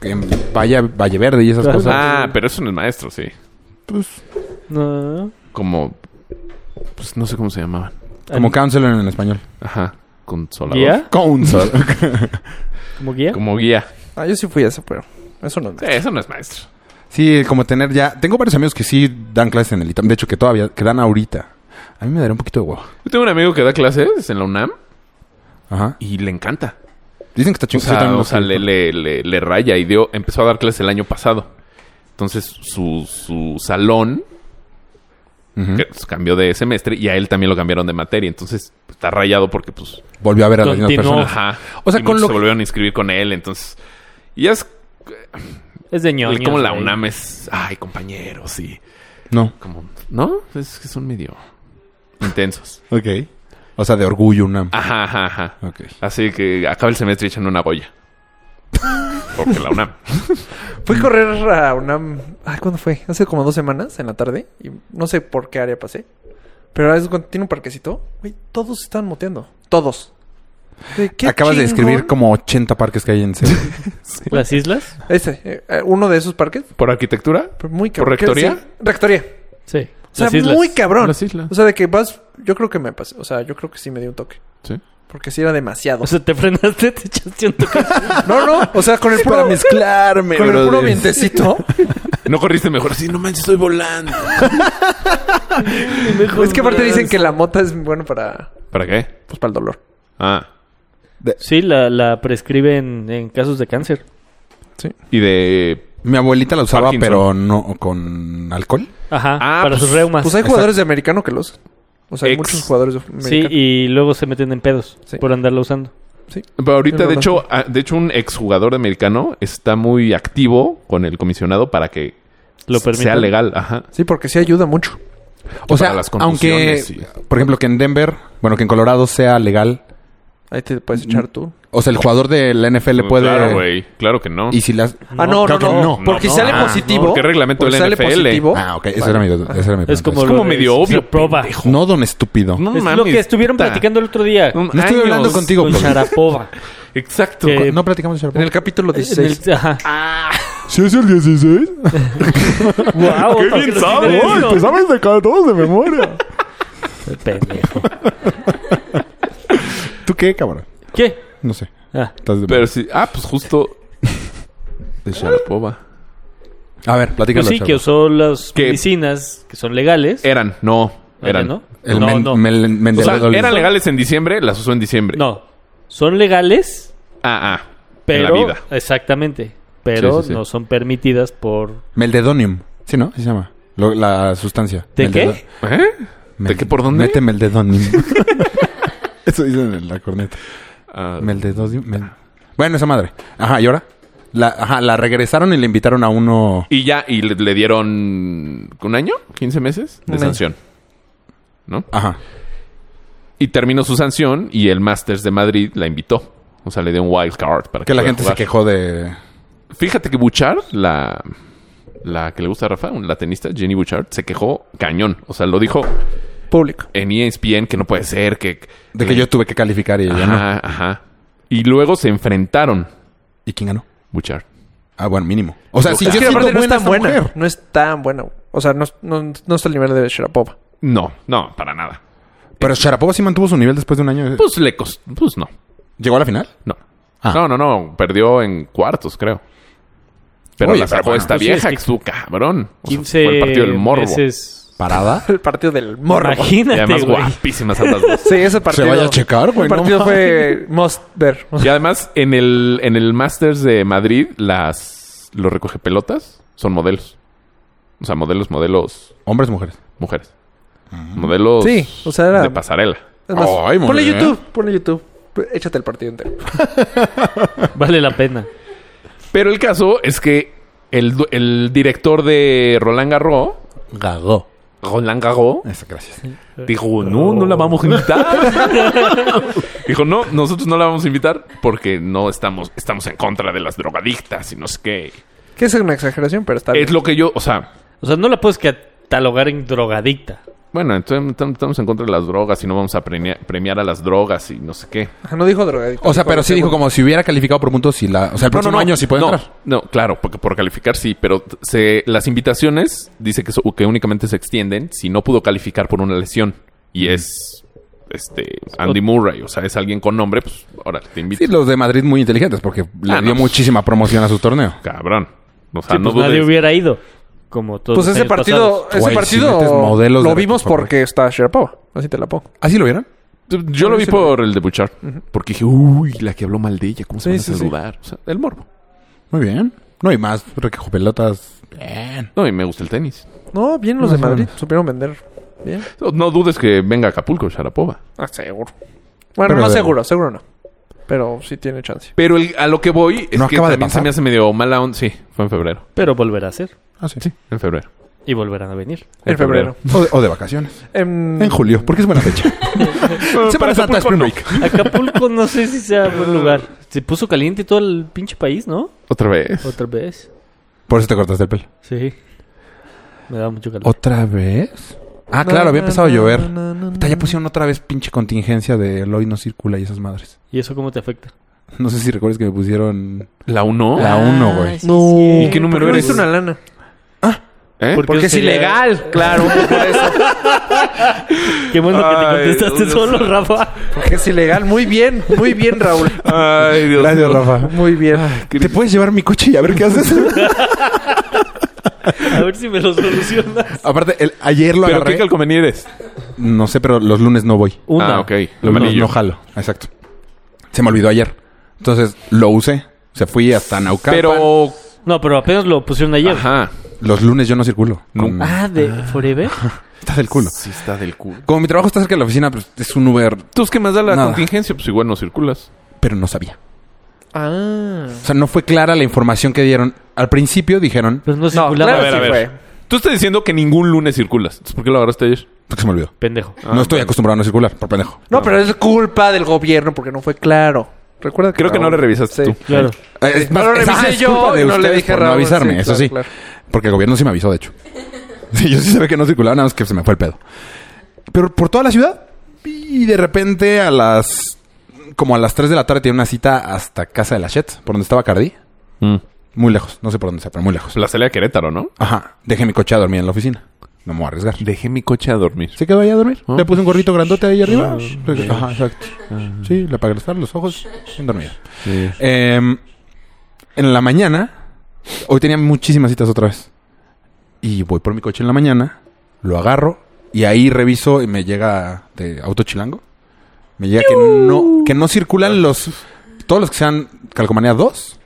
Speaker 1: en Valle, Valle Verde y esas
Speaker 2: Claro.
Speaker 1: cosas.
Speaker 4: Ah, pero eso no es maestro, sí.
Speaker 2: No.
Speaker 4: Como. Pues no sé cómo se llamaban.
Speaker 1: Como counselor en español.
Speaker 4: Ajá. Consolador.
Speaker 2: ¿Guía?
Speaker 1: Counselor.
Speaker 2: ¿Como guía?
Speaker 4: Como guía.
Speaker 3: Ah, yo sí fui a eso, pero eso no.
Speaker 4: Sí, eso no es maestro.
Speaker 1: [LAUGHS] sí, como tener ya... Tengo varios amigos que sí dan clases en el ITAM. De hecho, que todavía... Que dan ahorita. A mí me daría un poquito de huevo.
Speaker 4: Yo tengo un amigo que da clases en la UNAM
Speaker 1: Ajá.
Speaker 4: y le encanta.
Speaker 1: Dicen que está
Speaker 4: O
Speaker 1: chingón. Yo
Speaker 4: sea,
Speaker 1: también
Speaker 4: o
Speaker 1: lo
Speaker 4: sea,
Speaker 1: fui.
Speaker 4: le, le- le- le raya y dio, empezó a dar clases el año pasado. Entonces, su, su salón
Speaker 1: Ujú.
Speaker 4: que, pues, cambió de semestre y a él también lo cambiaron de materia. Entonces, está rayado porque, pues,
Speaker 1: Volvió a ver a las mismas
Speaker 2: Continuó.
Speaker 1: personas.
Speaker 4: ajá.
Speaker 1: O sea,
Speaker 4: Y
Speaker 1: con
Speaker 4: muchos
Speaker 1: lo
Speaker 4: se
Speaker 1: que-
Speaker 4: volvieron a inscribir con él. Entonces, y ya es
Speaker 2: Es de ñoños.
Speaker 4: como la
Speaker 2: güey.
Speaker 4: UNAM es, ay, compañeros, y
Speaker 1: No.
Speaker 4: como, ¿no? Es que son medio intensos.
Speaker 1: Ok. O sea, de orgullo, una.
Speaker 4: Ajá, ajá, ajá.
Speaker 1: Ok.
Speaker 4: Así que acaba el semestre y echan una
Speaker 1: [LAUGHS]
Speaker 4: boya. Porque la UNAM.
Speaker 3: Fui a correr a UNAM. Ay, ¿cuándo fue? Hace como dos semanas en la tarde. Y no sé por qué área pasé. Pero ahora es cuando tiene un parquecito. Güey, todos estaban moteando. Todos. Güey, qué
Speaker 1: Acabas de
Speaker 3: chingón.
Speaker 1: describir como 80 parques que hay en serio.
Speaker 2: ¿Las islas?
Speaker 3: Este, eh, eh, uno de esos parques.
Speaker 4: ¿Por arquitectura?
Speaker 3: pero muy
Speaker 4: ¿Por
Speaker 3: cabrón. ¿Qué-
Speaker 4: rectoría?
Speaker 3: sí, rectoría.
Speaker 2: Sí.
Speaker 3: O sea,
Speaker 2: las islas.
Speaker 3: muy cabrón.
Speaker 4: Las islas.
Speaker 3: O sea, de que vas. Yo creo que me pasé. O sea, yo creo que sí me dio un toque.
Speaker 4: Sí.
Speaker 3: Porque sí era demasiado.
Speaker 2: O sea, te frenaste, te echaste un toque.
Speaker 3: no, no. O sea, con el puro,
Speaker 1: Para mezclarme,
Speaker 3: con el puro
Speaker 1: brother.
Speaker 3: vientecito.
Speaker 4: No corriste mejor así, no manches, estoy volando.
Speaker 3: es que aparte dicen que la mota es bueno para.
Speaker 4: ¿Para qué?
Speaker 3: Pues para el dolor.
Speaker 4: Ah.
Speaker 2: Sí, la, la prescriben en casos de cáncer.
Speaker 4: Y de.
Speaker 1: Mi abuelita la usaba,
Speaker 4: Parkinson.
Speaker 1: pero no con alcohol.
Speaker 2: Ajá.
Speaker 4: Ah,
Speaker 2: para
Speaker 4: pues-
Speaker 2: sus reumas.
Speaker 3: Pues hay jugadores de americano que los. O sea, hay
Speaker 4: Ex.
Speaker 3: muchos jugadores de americano.
Speaker 2: sí, y luego se meten en pedos
Speaker 3: Sí.
Speaker 2: por andarla usando.
Speaker 4: Pero ahorita,
Speaker 3: Es
Speaker 4: de
Speaker 3: verdad.
Speaker 4: hecho, ah, de hecho, un exjugador de americano está muy activo con el comisionado para que
Speaker 2: Lo
Speaker 4: sea
Speaker 2: permiten.
Speaker 4: legal. Ajá.
Speaker 3: Sí, porque sí ayuda mucho.
Speaker 1: O sea,
Speaker 4: Para las
Speaker 1: aunque,
Speaker 4: confusiones y-
Speaker 1: por ejemplo, que en Denver, bueno, que en Colorado sea legal.
Speaker 3: Ahí te
Speaker 1: Mm.
Speaker 3: puedes echar tú.
Speaker 1: O sea, el jugador de la NFL puede.
Speaker 4: Claro, güey. Claro que no.
Speaker 1: Y si las.
Speaker 3: ah, no, no,
Speaker 1: creo que
Speaker 3: no,
Speaker 1: no.
Speaker 3: Porque
Speaker 4: No,
Speaker 3: sale
Speaker 4: no.
Speaker 3: positivo.
Speaker 4: Ah, no. ¿Qué reglamento
Speaker 3: porque
Speaker 4: de la
Speaker 3: sale
Speaker 4: NFL?
Speaker 3: positivo.
Speaker 1: Ah, ok, esa era mi duda. esa era mi
Speaker 2: Es
Speaker 1: pregunta.
Speaker 2: como,
Speaker 4: Es como
Speaker 2: lo de-
Speaker 4: medio
Speaker 2: se
Speaker 4: obvio,
Speaker 2: proba.
Speaker 4: pendejo.
Speaker 1: No, don estúpido. No,
Speaker 4: No
Speaker 2: Es
Speaker 4: mames,
Speaker 2: lo que estuvieron
Speaker 4: puta.
Speaker 2: platicando el otro día.
Speaker 4: No
Speaker 1: estoy
Speaker 4: años.
Speaker 1: hablando contigo,
Speaker 2: Con
Speaker 4: pues.
Speaker 1: pero-
Speaker 4: [LAUGHS]
Speaker 2: Sharapova.
Speaker 4: Exacto.
Speaker 2: Que-
Speaker 1: no platicamos de
Speaker 3: En
Speaker 1: Sharapova.
Speaker 3: el capítulo
Speaker 2: En
Speaker 3: 16.
Speaker 2: el- ajá.
Speaker 4: Ah,
Speaker 1: ¿Sí es el 16?
Speaker 2: Guau,
Speaker 4: ¡Qué
Speaker 2: ¿para
Speaker 4: bien
Speaker 2: lo
Speaker 4: sabes! Pues, ah.
Speaker 2: tienes?
Speaker 4: Uy,
Speaker 1: sabes de cada dos de memoria.
Speaker 2: Pendejo.
Speaker 1: ¿Tú qué, cabrón?
Speaker 2: ¿Qué?
Speaker 1: No sé.
Speaker 2: Ah,
Speaker 1: Estás de-
Speaker 4: Pero sí. Ah, pues justo. De Sharapova.
Speaker 1: A ver, platícalo.
Speaker 2: pues sí,
Speaker 1: Sharapova.
Speaker 2: que usó las
Speaker 4: Que-
Speaker 2: medicinas que son legales.
Speaker 4: Eran, no.
Speaker 2: Ah,
Speaker 4: Eran.
Speaker 2: ¿no?
Speaker 1: El
Speaker 2: no,
Speaker 1: men-
Speaker 2: no.
Speaker 1: mel-
Speaker 4: O sea,
Speaker 1: Mendeley-
Speaker 4: eran legales en diciembre, las usó en diciembre.
Speaker 2: No. Son legales,
Speaker 4: Ah, ah.
Speaker 2: pero...
Speaker 4: En la vida.
Speaker 2: Exactamente. Pero
Speaker 4: Sí, sí, sí.
Speaker 2: no son permitidas por...
Speaker 1: Meldedonium. Sí, ¿no? Así se llama. Lo- la sustancia.
Speaker 2: ¿De
Speaker 1: Meldedo-
Speaker 2: qué?
Speaker 4: ¿Eh?
Speaker 1: Mel-
Speaker 4: qué por dónde?
Speaker 1: Méteme el
Speaker 4: [LAUGHS]
Speaker 1: dedonium. Eso dicen en la corneta.
Speaker 4: Ah,
Speaker 1: Meldedonium. mel- Bueno, esa madre. Ajá, ¿y ahora? La, ajá, la regresaron y le invitaron a uno.
Speaker 4: Y ya, y le, le dieron un año, 15 meses
Speaker 3: Un
Speaker 4: de
Speaker 3: año.
Speaker 4: sanción. ¿No?
Speaker 1: Ajá.
Speaker 4: Y terminó su sanción y el Masters de Madrid la invitó. O sea, le dio un wild card para que,
Speaker 1: Que la
Speaker 4: pueda
Speaker 1: gente
Speaker 4: jugar.
Speaker 1: se quejó de.
Speaker 4: Fíjate que Buchard, la, la que le gusta a Rafa, la tenista, Jenny Buchard, se quejó cañón. O sea, lo dijo E
Speaker 3: Público.
Speaker 4: en ESPN que no puede ser, que...
Speaker 1: De que yo tuve que calificar y ella no.
Speaker 4: Ajá, ajá. Y luego se enfrentaron.
Speaker 1: ¿Y quién ganó?
Speaker 4: Buchard.
Speaker 1: Ah, bueno, mínimo. O sea, si
Speaker 3: Es
Speaker 1: yo
Speaker 3: que
Speaker 1: siendo
Speaker 3: aparte
Speaker 1: buena,
Speaker 3: no es tan
Speaker 1: esta
Speaker 3: buena.
Speaker 1: mujer.
Speaker 3: No es tan buena. O sea, no, es- no- no está al nivel de Sharapova. [LAUGHS]
Speaker 4: No, no, para nada.
Speaker 1: Pero Sharapova sí mantuvo su nivel después de un año.
Speaker 4: Pues le costó. Pues no,
Speaker 1: ¿Llegó a la final?
Speaker 4: no.
Speaker 1: Ah.
Speaker 4: No, no, no. Perdió en cuartos, creo. Pero
Speaker 1: Oye,
Speaker 4: la
Speaker 1: pero
Speaker 4: sacó
Speaker 1: bueno.
Speaker 4: esta
Speaker 2: Pues sí,
Speaker 4: vieja
Speaker 2: es que-
Speaker 4: que estuvo cabrón. O sea,
Speaker 2: 15
Speaker 4: fue el partido del morbo.
Speaker 2: veces.
Speaker 1: Parada.
Speaker 3: El partido del morro.
Speaker 4: [LAUGHS] Y
Speaker 2: Imagínate,
Speaker 4: además
Speaker 2: güey.
Speaker 4: guapísimas a las dos.
Speaker 3: Sí, ese partido.
Speaker 1: vaya a checar, güey,
Speaker 3: El
Speaker 1: no
Speaker 3: partido fue must
Speaker 1: [LAUGHS]
Speaker 3: ver.
Speaker 4: Y además, en el, en el Masters de Madrid, las los recoge pelotas son modelos. O sea, modelos, modelos,
Speaker 1: Hombres, mujeres.
Speaker 4: mujeres. Modelos
Speaker 3: Sí, o sea, era-
Speaker 4: de pasarela.
Speaker 3: Es más,
Speaker 1: Ay, muy
Speaker 3: ponle
Speaker 1: bien.
Speaker 3: YouTube, ponle YouTube. Échate el partido entero.
Speaker 2: [LAUGHS] Vale la pena.
Speaker 4: Pero el caso es que el, du- el director de Roland Garros,
Speaker 1: Gagó.
Speaker 4: Roland Garros,
Speaker 1: Eso, gracias.
Speaker 4: dijo, no, no la vamos a invitar. dijo, no, nosotros no la vamos a invitar porque no estamos, estamos en contra de las drogadictas y no sé qué.
Speaker 3: Que es una exageración, pero está bien.
Speaker 4: Es lo que yo, o sea,
Speaker 2: O sea, no la puedes catalogar en drogadicta.
Speaker 4: Bueno, entonces tam- estamos en contra de las drogas y no vamos a premia- premiar a las drogas y no sé qué.
Speaker 3: Ajá, No dijo drogadicto.
Speaker 1: O sea, pero sí dijo como si hubiera calificado por puntos y la... O sea, el próximo año sí puede
Speaker 4: no,
Speaker 1: entrar.
Speaker 4: No, claro, porque por calificar sí, pero t- se, las invitaciones dice que, so- que únicamente se extienden si no pudo calificar por una lesión. Y es este Andy Murray, o sea, es alguien con nombre, pues ahora te invito.
Speaker 1: Sí, los de Madrid muy inteligentes porque le
Speaker 4: Ah,
Speaker 1: dio
Speaker 4: no.
Speaker 1: muchísima promoción a su torneo.
Speaker 4: Cabrón. O sea,
Speaker 2: Sí,
Speaker 4: no
Speaker 2: pues nadie
Speaker 4: dudes.
Speaker 2: hubiera ido. Como todos
Speaker 3: Pues
Speaker 2: los
Speaker 3: ese
Speaker 2: años
Speaker 3: partido,
Speaker 2: pasados.
Speaker 3: ese
Speaker 1: Güey, si
Speaker 3: partido
Speaker 1: metes modelos
Speaker 3: lo
Speaker 1: de
Speaker 3: vimos
Speaker 1: Recopa,
Speaker 3: porque está Sharapova. Así te la pongo.
Speaker 1: ¿Así ¿Ah, lo vieron?
Speaker 4: Yo lo vi por el de Bouchard, porque dije, uy, la que habló mal de ella, ¿cómo
Speaker 3: Sí,
Speaker 4: se van a
Speaker 3: sí, sí.
Speaker 4: saludar? O sea, el morbo.
Speaker 1: Muy bien. No, y más requejo pelotas. Bien.
Speaker 4: No, y me gusta el tenis.
Speaker 3: No, bien los de Madrid. Supieron vender. Bien.
Speaker 4: No dudes que venga a Acapulco, Sharapova.
Speaker 3: Ah, seguro. Bueno,
Speaker 1: Pero
Speaker 3: no
Speaker 1: de-
Speaker 3: seguro, seguro no. Pero sí tiene chance.
Speaker 4: Pero el- a lo que voy es
Speaker 1: ¿No
Speaker 4: que
Speaker 1: acaba de
Speaker 4: también se
Speaker 1: pasar?
Speaker 4: me hace medio mala onda. Sí, fue en febrero.
Speaker 2: Pero volverá a ser.
Speaker 1: Ah, sí.
Speaker 4: En febrero.
Speaker 2: Y volverán a venir.
Speaker 3: En febrero.
Speaker 1: O, de- o de vacaciones. [LAUGHS]
Speaker 3: En,
Speaker 1: En julio, porque es buena fecha. [LAUGHS] Semana Santa, Spring Break.
Speaker 2: Acapulco no sé si sea buen lugar. Se puso caliente todo el pinche país, ¿no?
Speaker 4: Otra vez.
Speaker 2: Otra vez.
Speaker 1: Por eso te cortaste el pelo.
Speaker 2: Sí. Me da mucho calor.
Speaker 1: ¿Otra vez? Ah,
Speaker 3: Na,
Speaker 1: claro, había
Speaker 3: na,
Speaker 1: empezado a
Speaker 3: na,
Speaker 1: llover.
Speaker 3: na, na, na,
Speaker 1: Puta, ya pusieron otra vez pinche contingencia de el hoy no circula y esas madres.
Speaker 2: ¿Y eso cómo te afecta?
Speaker 1: No sé si recuerdas que me pusieron
Speaker 4: La 1.
Speaker 1: la 1, güey.
Speaker 2: sí, sí.
Speaker 4: ¿Y qué número
Speaker 3: ¿Por qué
Speaker 4: eres?
Speaker 3: no hizo una lana.
Speaker 4: ¿Eh?
Speaker 2: Porque es ilegal,
Speaker 4: claro.
Speaker 2: [LAUGHS] Qué bueno
Speaker 4: Ay,
Speaker 2: que te contestaste
Speaker 4: Dios.
Speaker 2: solo, Rafa.
Speaker 3: Porque es ilegal. Muy bien, muy bien, Raúl.
Speaker 4: Ay,
Speaker 1: [LAUGHS]
Speaker 4: Dios
Speaker 1: Gracias,
Speaker 4: mío.
Speaker 1: Rafa.
Speaker 3: Muy bien.
Speaker 1: ¿Te puedes llevar mi coche y a ver qué haces?
Speaker 2: A ver si me lo
Speaker 4: [LAUGHS]
Speaker 1: [LAUGHS]
Speaker 2: solucionas.
Speaker 1: Aparte, el- ayer lo
Speaker 4: ¿Pero
Speaker 1: agarré.
Speaker 4: qué calcomanía eres?
Speaker 1: No sé, pero los lunes no voy.
Speaker 2: Una.
Speaker 4: Ah, ok. Lo
Speaker 1: Los lunes
Speaker 4: amarillo.
Speaker 1: no jalo. Exacto. Se me olvidó ayer. Entonces, lo usé. O sea, fui hasta Naucalpan.
Speaker 4: Pero...
Speaker 2: No, pero apenas lo pusieron ayer.
Speaker 4: Ajá.
Speaker 1: Los lunes yo no circulo. Con-
Speaker 2: Ah, de Forever.
Speaker 1: Estás del culo.
Speaker 4: Sí está del culo.
Speaker 1: Como mi trabajo está cerca de la oficina, pues, es un Uber,
Speaker 4: ¿Tú qué más da la
Speaker 1: Nada.
Speaker 4: contingencia? Pues igual no circulas.
Speaker 1: pero no sabía.
Speaker 3: Ah.
Speaker 1: O sea, no fue clara la información que dieron. Al principio dijeron...
Speaker 2: Pues no
Speaker 3: No,
Speaker 2: circulaba.
Speaker 3: claro,
Speaker 4: A ver, a
Speaker 3: sí
Speaker 4: ver.
Speaker 3: fue.
Speaker 4: Tú estás diciendo que ningún lunes circulas. Entonces, ¿Por qué lo agarraste ayer?
Speaker 1: Porque se me olvidó.
Speaker 2: Pendejo.
Speaker 1: no estoy acostumbrado a no circular, por pendejo.
Speaker 3: No, pero es culpa del gobierno porque no fue claro. Recuerda que
Speaker 4: Creo que no le revisaste
Speaker 3: Sí.
Speaker 4: tú.
Speaker 2: Claro.
Speaker 1: Eh, Es
Speaker 3: No
Speaker 1: más,
Speaker 3: lo
Speaker 1: es-
Speaker 3: revisé
Speaker 1: ah, es
Speaker 3: yo,
Speaker 1: culpa de
Speaker 3: no le
Speaker 1: ustedes
Speaker 3: dije a
Speaker 1: por no
Speaker 3: Raúl,
Speaker 1: avisarme,
Speaker 3: sí,
Speaker 1: eso
Speaker 3: claro,
Speaker 1: sí.
Speaker 3: claro.
Speaker 1: Porque el gobierno sí me avisó, de hecho. [LAUGHS] Sí, yo sí sabía que no circulaba, nada más que se me fue el pedo. Pero por toda la ciudad. Y de repente a las... Como a las 3 de la tarde tiene una cita hasta Casa de la Chet, por donde estaba Cardí.
Speaker 4: Mm.
Speaker 1: Muy lejos. No sé por dónde sea, pero muy lejos.
Speaker 4: Pues la salida a Querétaro, ¿no?
Speaker 1: Ajá. Dejé mi coche a dormir en la oficina. No me voy a arriesgar.
Speaker 4: Dejé mi coche a dormir.
Speaker 1: ¿Se quedó ahí a dormir?
Speaker 4: Ah.
Speaker 1: Le puse un gorrito grandote ahí arriba. Ajá, exacto. Sí, le apagué las farolas, los ojos. Bien dormido.
Speaker 4: Sí.
Speaker 1: Eh, en la mañana, hoy tenía muchísimas citas otra vez. Y voy por mi coche en la mañana, lo agarro y ahí reviso y me llega de Auto Chilango. Me llega que no, que no circulan los. Todos los que sean Calcomanía 2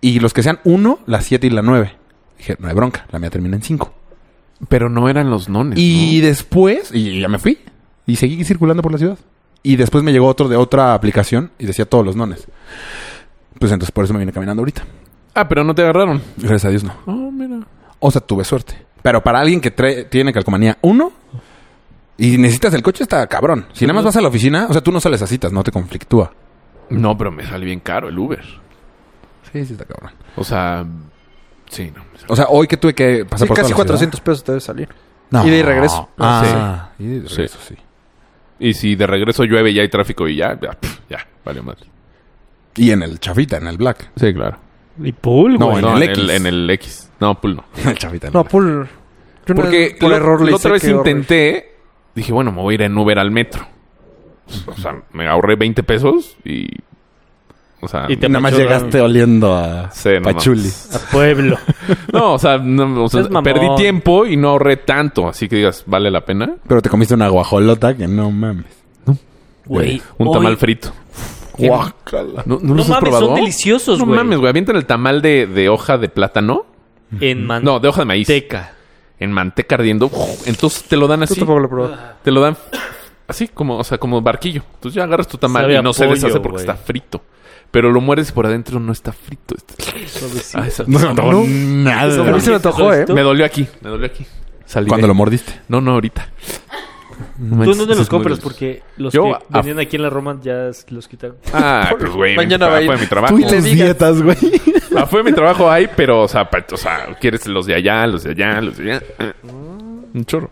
Speaker 1: y los que sean 1, la 7 y la 9. Dije, no hay bronca, la mía termina en 5.
Speaker 4: Pero no eran los nones.
Speaker 1: Y
Speaker 4: ¿no?
Speaker 1: después, y ya me fui. Y seguí circulando por la ciudad. Y después me llegó otro de otra aplicación y decía todos los nones. Pues entonces por eso me vine caminando ahorita.
Speaker 4: Ah, pero no te agarraron.
Speaker 1: Gracias a Dios no.
Speaker 4: Oh, mira.
Speaker 1: O sea, tuve suerte. Pero para alguien que trae- tiene calcomanía 1 y necesitas el coche, está cabrón. Si nada más vas a la oficina, o sea, tú no sales a citas, no te conflictúa.
Speaker 4: No, pero me sale bien caro el Uber.
Speaker 1: Sí, sí, está cabrón.
Speaker 4: O sea, sí, no. me sale-
Speaker 1: O sea, hoy que tuve que pasar
Speaker 3: Sí,
Speaker 1: por toda
Speaker 3: casi
Speaker 1: la
Speaker 3: 400 pesos te debe salir.
Speaker 1: ciudad- No.
Speaker 3: ida y regreso.
Speaker 1: Ah, sí. Ida y regreso, sí.
Speaker 4: Y si de regreso llueve y hay tráfico y ya, ya, pf, ya, valió madre.
Speaker 1: Y en el chafita, en el black. [LAUGHS]
Speaker 4: Sí, claro.
Speaker 2: Y pool,
Speaker 1: No,
Speaker 2: güey.
Speaker 1: en
Speaker 4: No,
Speaker 1: el
Speaker 4: en, el,
Speaker 1: X.
Speaker 4: en el X. No, Pool no.
Speaker 1: El chafita. en el
Speaker 3: No,
Speaker 1: black.
Speaker 3: Pool. yo una
Speaker 4: Porque
Speaker 3: vez por
Speaker 4: lo-
Speaker 3: error le
Speaker 4: la otra
Speaker 3: hice
Speaker 4: vez
Speaker 3: que ahorre.
Speaker 4: intenté. Dije, bueno, me voy a ir en Uber al metro. O sea, me ahorré 20 pesos y... O sea...
Speaker 2: Y te-
Speaker 1: Nada más
Speaker 2: Pachurra.
Speaker 1: llegaste oliendo a
Speaker 4: Sí, no mames.
Speaker 1: Pachuli.
Speaker 2: A
Speaker 4: [LAUGHS]
Speaker 2: pueblo.
Speaker 4: No, o sea, no, o sea,
Speaker 2: Es mamón.
Speaker 4: perdí tiempo y no ahorré tanto. Así que digas, ¿vale la pena?
Speaker 1: Pero te comiste una guajolota que no mames.
Speaker 2: Güey.
Speaker 4: Eh, Un
Speaker 2: hoy-
Speaker 4: tamal frito.
Speaker 1: Guácala.
Speaker 4: ¿No, no
Speaker 2: No
Speaker 4: los has
Speaker 2: mames,
Speaker 4: probado?
Speaker 2: son deliciosos,
Speaker 4: No
Speaker 2: güey.
Speaker 4: mames, güey. Avientan el tamal de, de hoja de plátano.
Speaker 2: En
Speaker 4: No, de hoja de maíz.
Speaker 2: manteca.
Speaker 4: En manteca ardiendo. Uf, Entonces te lo dan
Speaker 3: Tú
Speaker 4: así.
Speaker 3: tampoco lo probaste.
Speaker 4: Te lo dan así, como, o sea, como barquillo. Entonces ya agarras tu tamal
Speaker 2: Sabe
Speaker 4: y
Speaker 2: a
Speaker 4: no se
Speaker 2: pollo,
Speaker 4: deshace porque
Speaker 2: güey.
Speaker 4: está frito. Pero lo mueres y por adentro no está frito. Está- Ah, esa-
Speaker 1: No se me antojó nada.
Speaker 3: A mí se me antojó, ¿eh?
Speaker 2: ¿Tú?
Speaker 4: Me dolió aquí. Me dolió aquí. Salí.
Speaker 1: Cuando lo mordiste.
Speaker 4: No, no, ahorita.
Speaker 2: Tú no te los compras porque los
Speaker 4: Yo,
Speaker 2: que
Speaker 4: a-
Speaker 2: venían aquí en la Roma ya s- los quitaron.
Speaker 4: Ah,
Speaker 2: [LAUGHS]
Speaker 4: pues güey.
Speaker 3: Mañana
Speaker 4: Mañana
Speaker 3: va a ir.
Speaker 4: Fue mi trabajo.
Speaker 1: Tú y tus dietas, güey.
Speaker 4: Ah, fue mi trabajo ahí, pero, o sea, pa- o sea, quieres los de allá, los de allá, los de allá. Eh,
Speaker 1: Mm.
Speaker 4: Un chorro.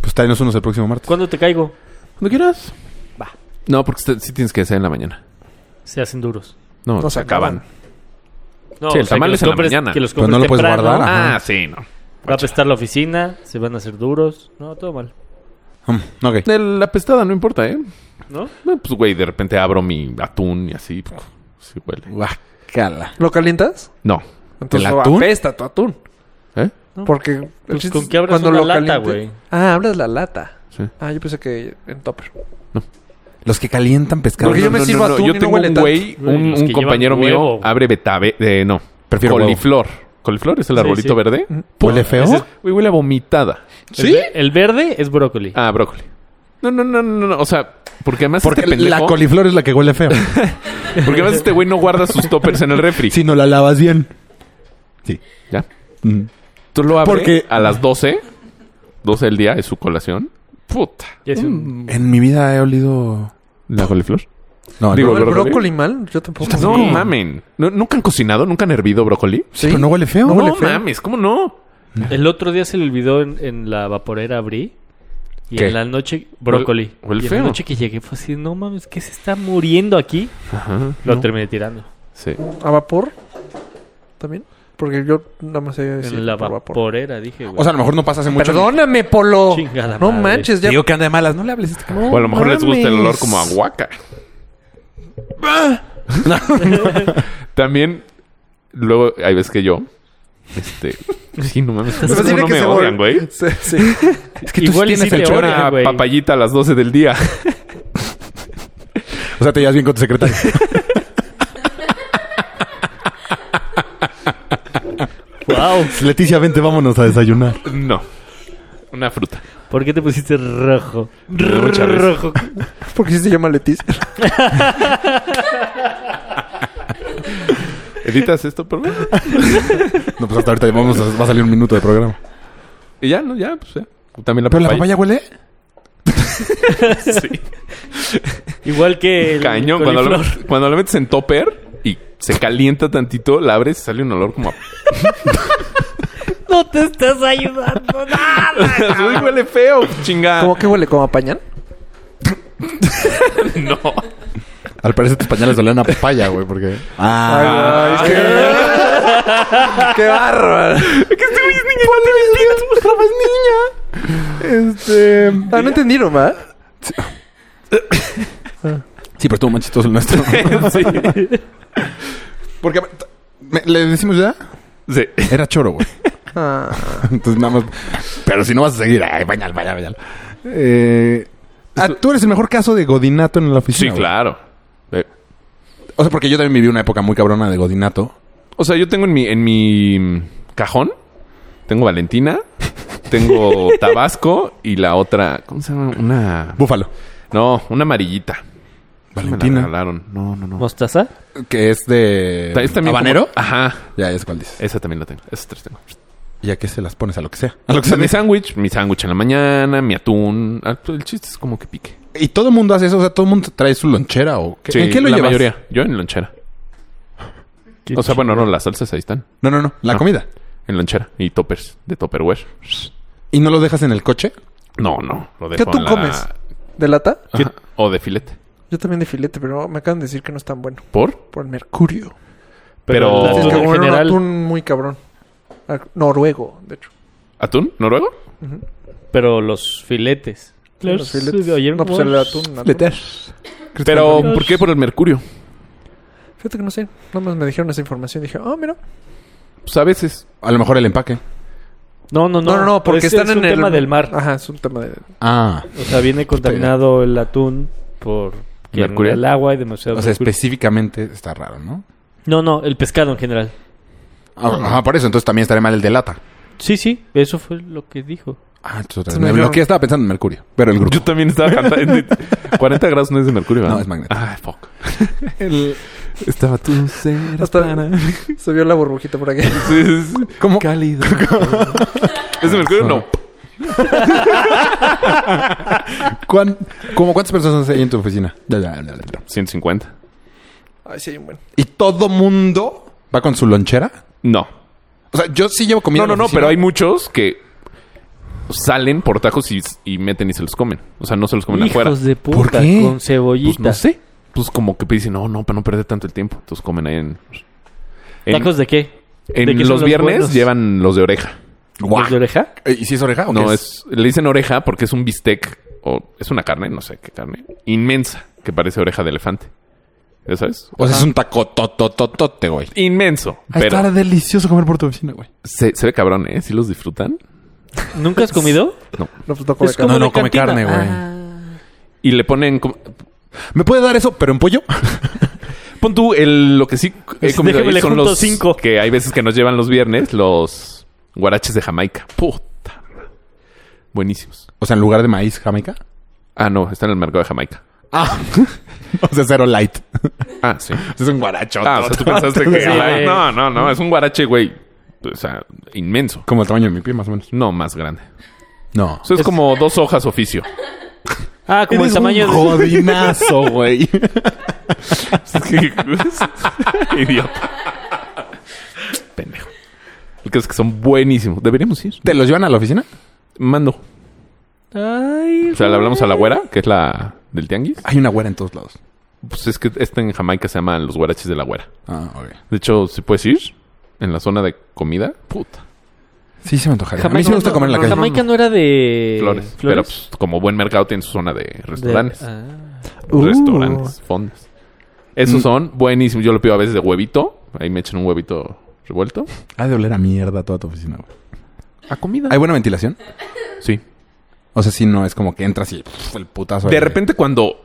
Speaker 1: Pues tráenos unos el próximo martes.
Speaker 2: ¿Cuándo te caigo?
Speaker 4: Cuando quieras.
Speaker 2: Va.
Speaker 4: No, porque está- sí tienes que hacer en la mañana.
Speaker 2: Se hacen duros.
Speaker 4: No,
Speaker 3: No
Speaker 4: se acaban.
Speaker 2: No,
Speaker 4: Sí, el tamal
Speaker 2: que los
Speaker 4: es en la
Speaker 2: compres-
Speaker 4: mañana.
Speaker 2: Que los
Speaker 1: Pero
Speaker 2: compres
Speaker 1: no lo puedes
Speaker 2: temprano,
Speaker 1: guardar,
Speaker 4: Ah,
Speaker 1: Ajá.
Speaker 4: sí, no.
Speaker 2: Va a apestar la oficina, se van a hacer duros. No, todo mal.
Speaker 1: Mm, ok.
Speaker 4: El- la pestada no importa, ¿eh?
Speaker 2: ¿No?
Speaker 4: No, pues, güey, de repente abro mi atún y así. puf, Sí huele.
Speaker 1: Guácala.
Speaker 3: ¿Lo calientas?
Speaker 4: No.
Speaker 3: Entonces
Speaker 1: ¿El
Speaker 3: lo
Speaker 1: atún?
Speaker 3: apesta tu atún.
Speaker 4: ¿Eh?
Speaker 3: Porque el
Speaker 2: Pues
Speaker 3: chiste
Speaker 2: con
Speaker 3: es
Speaker 2: que abras
Speaker 3: cuando
Speaker 2: una
Speaker 3: lo
Speaker 2: lata,
Speaker 3: calientes-
Speaker 2: güey.
Speaker 3: Ah, abras la lata.
Speaker 4: Sí.
Speaker 3: Ah, yo pensé que en topper.
Speaker 1: Los que calientan pescado.
Speaker 3: Porque yo me sirvo atún y
Speaker 4: Yo
Speaker 3: no
Speaker 4: tengo
Speaker 3: huele
Speaker 4: un
Speaker 3: tanto.
Speaker 4: güey,
Speaker 2: Güey,
Speaker 4: un,
Speaker 2: los
Speaker 4: un
Speaker 2: que
Speaker 4: compañero
Speaker 2: llevan
Speaker 4: mío
Speaker 2: huevo.
Speaker 4: abre betabe. eh, no.
Speaker 1: Prefiero huevo.
Speaker 4: Coliflor. ¿Coliflor es el
Speaker 2: Sí,
Speaker 4: arbolito
Speaker 2: sí.
Speaker 4: verde?
Speaker 1: ¿Huele feo?
Speaker 4: Ese es- Güey, huele a vomitada.
Speaker 2: El, ve- el verde es brócoli.
Speaker 4: Ah, brócoli. No, no, no, no, no. O sea, porque además
Speaker 1: Porque
Speaker 4: este
Speaker 1: la
Speaker 4: pendejo...
Speaker 1: coliflor es la que huele feo.
Speaker 4: Porque además este güey no guarda sus toppers en el refri.
Speaker 1: si no la lavas bien. Sí.
Speaker 4: ¿Ya?
Speaker 1: Mm.
Speaker 4: Tú lo abres
Speaker 1: Porque-
Speaker 4: a las 12. 12 del día es su colación. Puta.
Speaker 2: Ya es un-
Speaker 1: En mi vida he olido.
Speaker 4: ¿La coliflor?
Speaker 1: No,
Speaker 4: Digo,
Speaker 1: no.
Speaker 3: ¿No, el
Speaker 4: brócoli?
Speaker 3: brócoli mal? Yo tampoco.
Speaker 4: No mamen. ¿No- ¿Nunca han cocinado? ¿Nunca han hervido brócoli?
Speaker 1: Sí, pero no huele feo.
Speaker 4: No,
Speaker 3: huele feo.
Speaker 4: mames. ¿Cómo no? Mm.
Speaker 2: El otro día se le olvidó en, en la vaporera abrí. Y
Speaker 1: ¿Qué?
Speaker 2: en la noche, brócoli.
Speaker 4: Huele- huele
Speaker 2: y en la
Speaker 4: feo.
Speaker 2: noche que llegué fue así, no mames, ¿qué se está muriendo aquí?
Speaker 4: Ajá.
Speaker 2: Lo terminé tirando.
Speaker 4: Sí.
Speaker 3: ¿A vapor? ¿También? Porque yo nada más sabía decir
Speaker 2: en la
Speaker 3: por
Speaker 2: vaporera, dije, güey.
Speaker 1: O sea, a lo mejor no pasa hace mucho.
Speaker 3: Perdóname, Polo.
Speaker 2: Chingada
Speaker 3: no
Speaker 2: madre.
Speaker 3: manches, ya.
Speaker 1: Digo que anda de malas. No le hables a este cabrón. [LAUGHS]
Speaker 4: O a lo mejor les gusta el
Speaker 3: mames.
Speaker 4: olor como a guaca. [LAUGHS] También, luego, hay veces que yo...
Speaker 3: [LAUGHS]
Speaker 4: Este... [LAUGHS] Sí, no mames. No sé
Speaker 3: tiene
Speaker 4: cómo no
Speaker 3: que
Speaker 4: me
Speaker 3: se
Speaker 4: odian,
Speaker 3: vol-
Speaker 4: güey.
Speaker 3: Sí, sí.
Speaker 1: Es que tú
Speaker 2: Igual y
Speaker 1: tienes
Speaker 2: sí
Speaker 1: el
Speaker 2: te
Speaker 1: chorro.
Speaker 2: odian,
Speaker 4: Una
Speaker 2: güey.
Speaker 4: papayita a las 12 del día. [LAUGHS]
Speaker 1: O sea, te llevas bien con tu secretario.
Speaker 2: wow.
Speaker 1: Leticia, vente, vámonos a desayunar.
Speaker 4: No. Una fruta.
Speaker 2: ¿Por qué te pusiste rojo?
Speaker 4: Muchas veces.
Speaker 2: Rojo.
Speaker 3: [LAUGHS] Porque sí se llama Leticia.
Speaker 4: ¿Editas esto, por favor?
Speaker 1: No, pues hasta ahorita vamos a- va a salir un minuto de programa.
Speaker 4: Y ya, no, ya, pues ya. También la
Speaker 1: ¿Pero la
Speaker 4: papaya.
Speaker 1: papaya huele?
Speaker 4: sí.
Speaker 2: Igual que el
Speaker 4: Cañón. Cuando
Speaker 2: coliflor. [LAUGHS]
Speaker 4: lo, [LAUGHS] cuando lo metes en topper y se calienta tantito, la abres y sale un olor como a...
Speaker 2: No te estás ayudando nada.
Speaker 4: [LAUGHS] Uy, huele feo,
Speaker 1: Ah.
Speaker 4: chingada. [LAUGHS]
Speaker 3: ¿Cómo que huele? [LAUGHS] ¿Como a pañal?
Speaker 4: No.
Speaker 1: Al parecer tus pañales olían a papaya, güey, porque... Ah,
Speaker 3: Ay, es que- ¡Qué bárbaro!
Speaker 1: este...
Speaker 3: Ah, no entendieron, ¿verdad?
Speaker 1: Sí, pero estuvo más chistoso el nuestro.
Speaker 4: sí.
Speaker 1: [LAUGHS] porque... a ver, t- me- ¿Le decimos ya?
Speaker 4: Sí.
Speaker 1: Era choro, güey.
Speaker 3: Ah,
Speaker 1: [LAUGHS] Entonces nada más... Pero si no vas a seguir... Ay, pañal, pañal, pañal. Eh... ah, tú eres el mejor caso de godinato en la
Speaker 4: Sí,
Speaker 1: oficina. güey.
Speaker 4: claro. Eh,
Speaker 1: O sea, porque yo también viví una época muy cabrona de godinato.
Speaker 4: O sea, yo tengo en mi, en mi mm, cajón, tengo Valentina, [LAUGHS] tengo Tabasco y la otra, ¿cómo se llama? Una...
Speaker 1: Búfalo.
Speaker 4: No, una amarillita. Me la
Speaker 1: Valentina.
Speaker 4: regalaron. No, no, no.
Speaker 2: ¿Mostaza?
Speaker 1: Que es de...
Speaker 4: Ta- es también
Speaker 1: ¿Habanero?
Speaker 4: como- Ajá.
Speaker 1: Ya, ya sé cuál dices.
Speaker 4: Esa también la tengo. Esas tres tengo.
Speaker 1: Ya que se las pones a lo que sea.
Speaker 4: A lo que sea, mi sándwich, mi sándwich en la mañana, mi atún. Ah, pues, El chiste es como que pique.
Speaker 1: Y todo el mundo hace eso, o sea, todo el mundo trae su lonchera o qué?
Speaker 4: Sí,
Speaker 1: ¿En qué lo
Speaker 4: la
Speaker 1: llevas?
Speaker 4: mayoría. Yo en lonchera. O sea, bueno, no, las salsas ahí están.
Speaker 1: No, no, no, la
Speaker 4: No.
Speaker 1: comida.
Speaker 4: En lonchera. Y toppers de Topperware.
Speaker 1: ¿Y no lo dejas en el coche?
Speaker 4: No, no. Lo dejo
Speaker 3: ¿Qué tú
Speaker 4: en la-
Speaker 3: comes? ¿De lata?
Speaker 4: Ajá, O de filete.
Speaker 3: Yo también de filete, pero me acaban de decir que no es tan bueno.
Speaker 4: ¿Por?
Speaker 3: Por el mercurio.
Speaker 4: Pero-
Speaker 3: Tienes
Speaker 4: Atún
Speaker 3: que
Speaker 4: en
Speaker 3: comer un
Speaker 2: general,
Speaker 3: atún muy cabrón. Ah, Noruego, de hecho.
Speaker 4: ¿Atún? ¿Noruego?
Speaker 2: pero los filetes.
Speaker 3: Los filetes.
Speaker 2: ¿Oyeron
Speaker 3: No, pues
Speaker 2: cómo?
Speaker 3: el atún. atún.
Speaker 1: Letters.
Speaker 4: Pero,
Speaker 2: Noruego.
Speaker 4: ¿por qué por el mercurio?
Speaker 3: Fíjate que no sé. Nada más me dijeron esa información. Dije, ah, mira.
Speaker 4: Pues a veces.
Speaker 1: A lo mejor el empaque.
Speaker 2: No, no, no.
Speaker 3: No, no, no, porque
Speaker 2: Es-
Speaker 3: están
Speaker 2: es
Speaker 3: en
Speaker 2: un
Speaker 3: el.
Speaker 2: tema del mar.
Speaker 3: Ajá, es un tema de.
Speaker 1: Ah.
Speaker 2: [LAUGHS] O sea, viene contaminado el atún por que
Speaker 4: Mercurio.
Speaker 2: el agua y demasiado.
Speaker 1: O sea,
Speaker 2: mercurio.
Speaker 1: específicamente está raro, ¿no?
Speaker 2: no, no, el pescado en general.
Speaker 1: Ah, Ajá, por eso. Entonces también estaré mal el de lata.
Speaker 2: Sí, sí, eso fue lo que dijo.
Speaker 1: Ah, entonces otra
Speaker 3: Se
Speaker 1: vez.
Speaker 3: me
Speaker 1: Me
Speaker 3: dio-
Speaker 1: bloqueé. Estaba pensando en mercurio. Pero el grupo.
Speaker 4: Yo también estaba cantando. [LAUGHS] 40 grados no es de mercurio, ¿verdad?
Speaker 1: No, es magneto.
Speaker 4: Ah, [LAUGHS] fuck. Estaba tú cero
Speaker 3: Hasta-
Speaker 4: para-
Speaker 3: [LAUGHS] Se vio la burbujita por aquí.
Speaker 4: Sí, sí, sí.
Speaker 1: ¿Cómo?
Speaker 4: Cálido. ¿Es de mercurio? No.
Speaker 1: ¿Cuán- cómo cuántas personas hay en tu oficina? Ya, ya, ya, ya.
Speaker 4: 150.
Speaker 3: Ay, sí, hay un buen.
Speaker 1: ¿Y todo mundo va con su lonchera?
Speaker 4: No.
Speaker 1: O sea, yo sí llevo comida.
Speaker 4: No, no,
Speaker 1: en la
Speaker 4: no,
Speaker 1: oficina.
Speaker 4: pero hay muchos que salen por tacos y, y meten y se los comen. O sea, no se los comen
Speaker 2: Hijos
Speaker 4: afuera.
Speaker 2: de puta,
Speaker 1: ¿Por qué?
Speaker 2: con cebollitas.
Speaker 4: Pues no sé. Pues como que dicen, no, no, para no perder tanto el tiempo. Entonces comen ahí en. en-
Speaker 2: ¿Tacos de qué?
Speaker 4: en
Speaker 2: de qué son
Speaker 4: los
Speaker 2: los
Speaker 4: viernes
Speaker 2: buenos?
Speaker 4: llevan los de oreja.
Speaker 1: Guau.
Speaker 2: ¿Los de oreja?
Speaker 1: Eh, ¿Y si es oreja o
Speaker 4: No,
Speaker 1: qué
Speaker 4: es? le dicen oreja porque es un bistec o es una carne, no sé qué carne, inmensa, que parece oreja de elefante. ¿Ya sabes?
Speaker 1: O sea, es un tacototototote, güey.
Speaker 4: Inmenso.
Speaker 1: Va a
Speaker 4: Pero
Speaker 1: estar delicioso comer por tu oficina, güey.
Speaker 4: se, se ve cabrón, ¿eh? ¿Sí los disfrutan?
Speaker 2: ¿Nunca has comido?
Speaker 3: No, pues no come
Speaker 2: Es
Speaker 3: carne.
Speaker 2: como-
Speaker 1: No,
Speaker 2: de
Speaker 1: no come
Speaker 2: cantina.
Speaker 1: carne, güey.
Speaker 4: Y le ponen... como-
Speaker 1: ¿Me puede dar eso, pero en pollo? [LAUGHS]
Speaker 4: Pon tú, el, lo que sí he
Speaker 2: Es-
Speaker 4: comido
Speaker 2: Pues déjame
Speaker 4: ahí
Speaker 2: le
Speaker 4: son
Speaker 2: junto
Speaker 4: los...
Speaker 2: cinco.
Speaker 4: Que hay veces que nos llevan los viernes los guaraches de Jamaica. Puta. madre. Buenísimos.
Speaker 1: O sea, en lugar de maíz jamaica.
Speaker 4: Ah, no, está en el mercado de Jamaica.
Speaker 1: Ah. [LAUGHS] o sea, cero light.
Speaker 4: Ah, sí.
Speaker 1: Es un guaracho.
Speaker 4: Ah, o sea, tú pensaste que...
Speaker 2: Sí, güey.
Speaker 4: no, no, no, es un guarache, güey. O sea, inmenso.
Speaker 1: Como el tamaño de mi pie, más o menos.
Speaker 4: No, más grande.
Speaker 1: No.
Speaker 4: Eso es, como dos
Speaker 2: [LAUGHS]
Speaker 4: hojas oficio. [LAUGHS]
Speaker 2: Ah, como el tamaño de...
Speaker 1: Jodinazo, güey.
Speaker 4: Idiota. Pendejo. El caso es que son buenísimos. Deberíamos ir.
Speaker 1: ¿Te los llevan a la oficina?
Speaker 4: Mando.
Speaker 2: [LAUGHS] Ay,
Speaker 4: O sea, le hablamos a la güera, que es la del tianguis.
Speaker 1: Hay una güera en todos lados.
Speaker 4: Pues es que esta en Jamaica se llaman los guaraches de la güera.
Speaker 1: Ah, ok.
Speaker 4: De hecho, si puedes ir en la zona de comida, puta.
Speaker 1: Sí, se me antojaría. a mí
Speaker 2: Jamaica-
Speaker 1: sí me gusta comer en la
Speaker 2: no,
Speaker 1: calle.
Speaker 2: Jamaica no era de...
Speaker 4: flores. Pero pues, como buen mercado tiene su zona de
Speaker 2: De-
Speaker 4: restaurantes.
Speaker 2: ah. Uh. Mm.
Speaker 4: Restaurantes, fondas. Esos son buenísimos. Yo lo pido a veces de huevito. Ahí me echan un huevito revuelto.
Speaker 1: Ha de oler a mierda toda tu oficina, güey.
Speaker 4: A comida.
Speaker 1: ¿Hay buena ventilación?
Speaker 4: Sí.
Speaker 1: O sea, sí, no es como que entras y pff, el
Speaker 2: Pues
Speaker 1: putazo.
Speaker 4: De
Speaker 1: ahí.
Speaker 4: repente cuando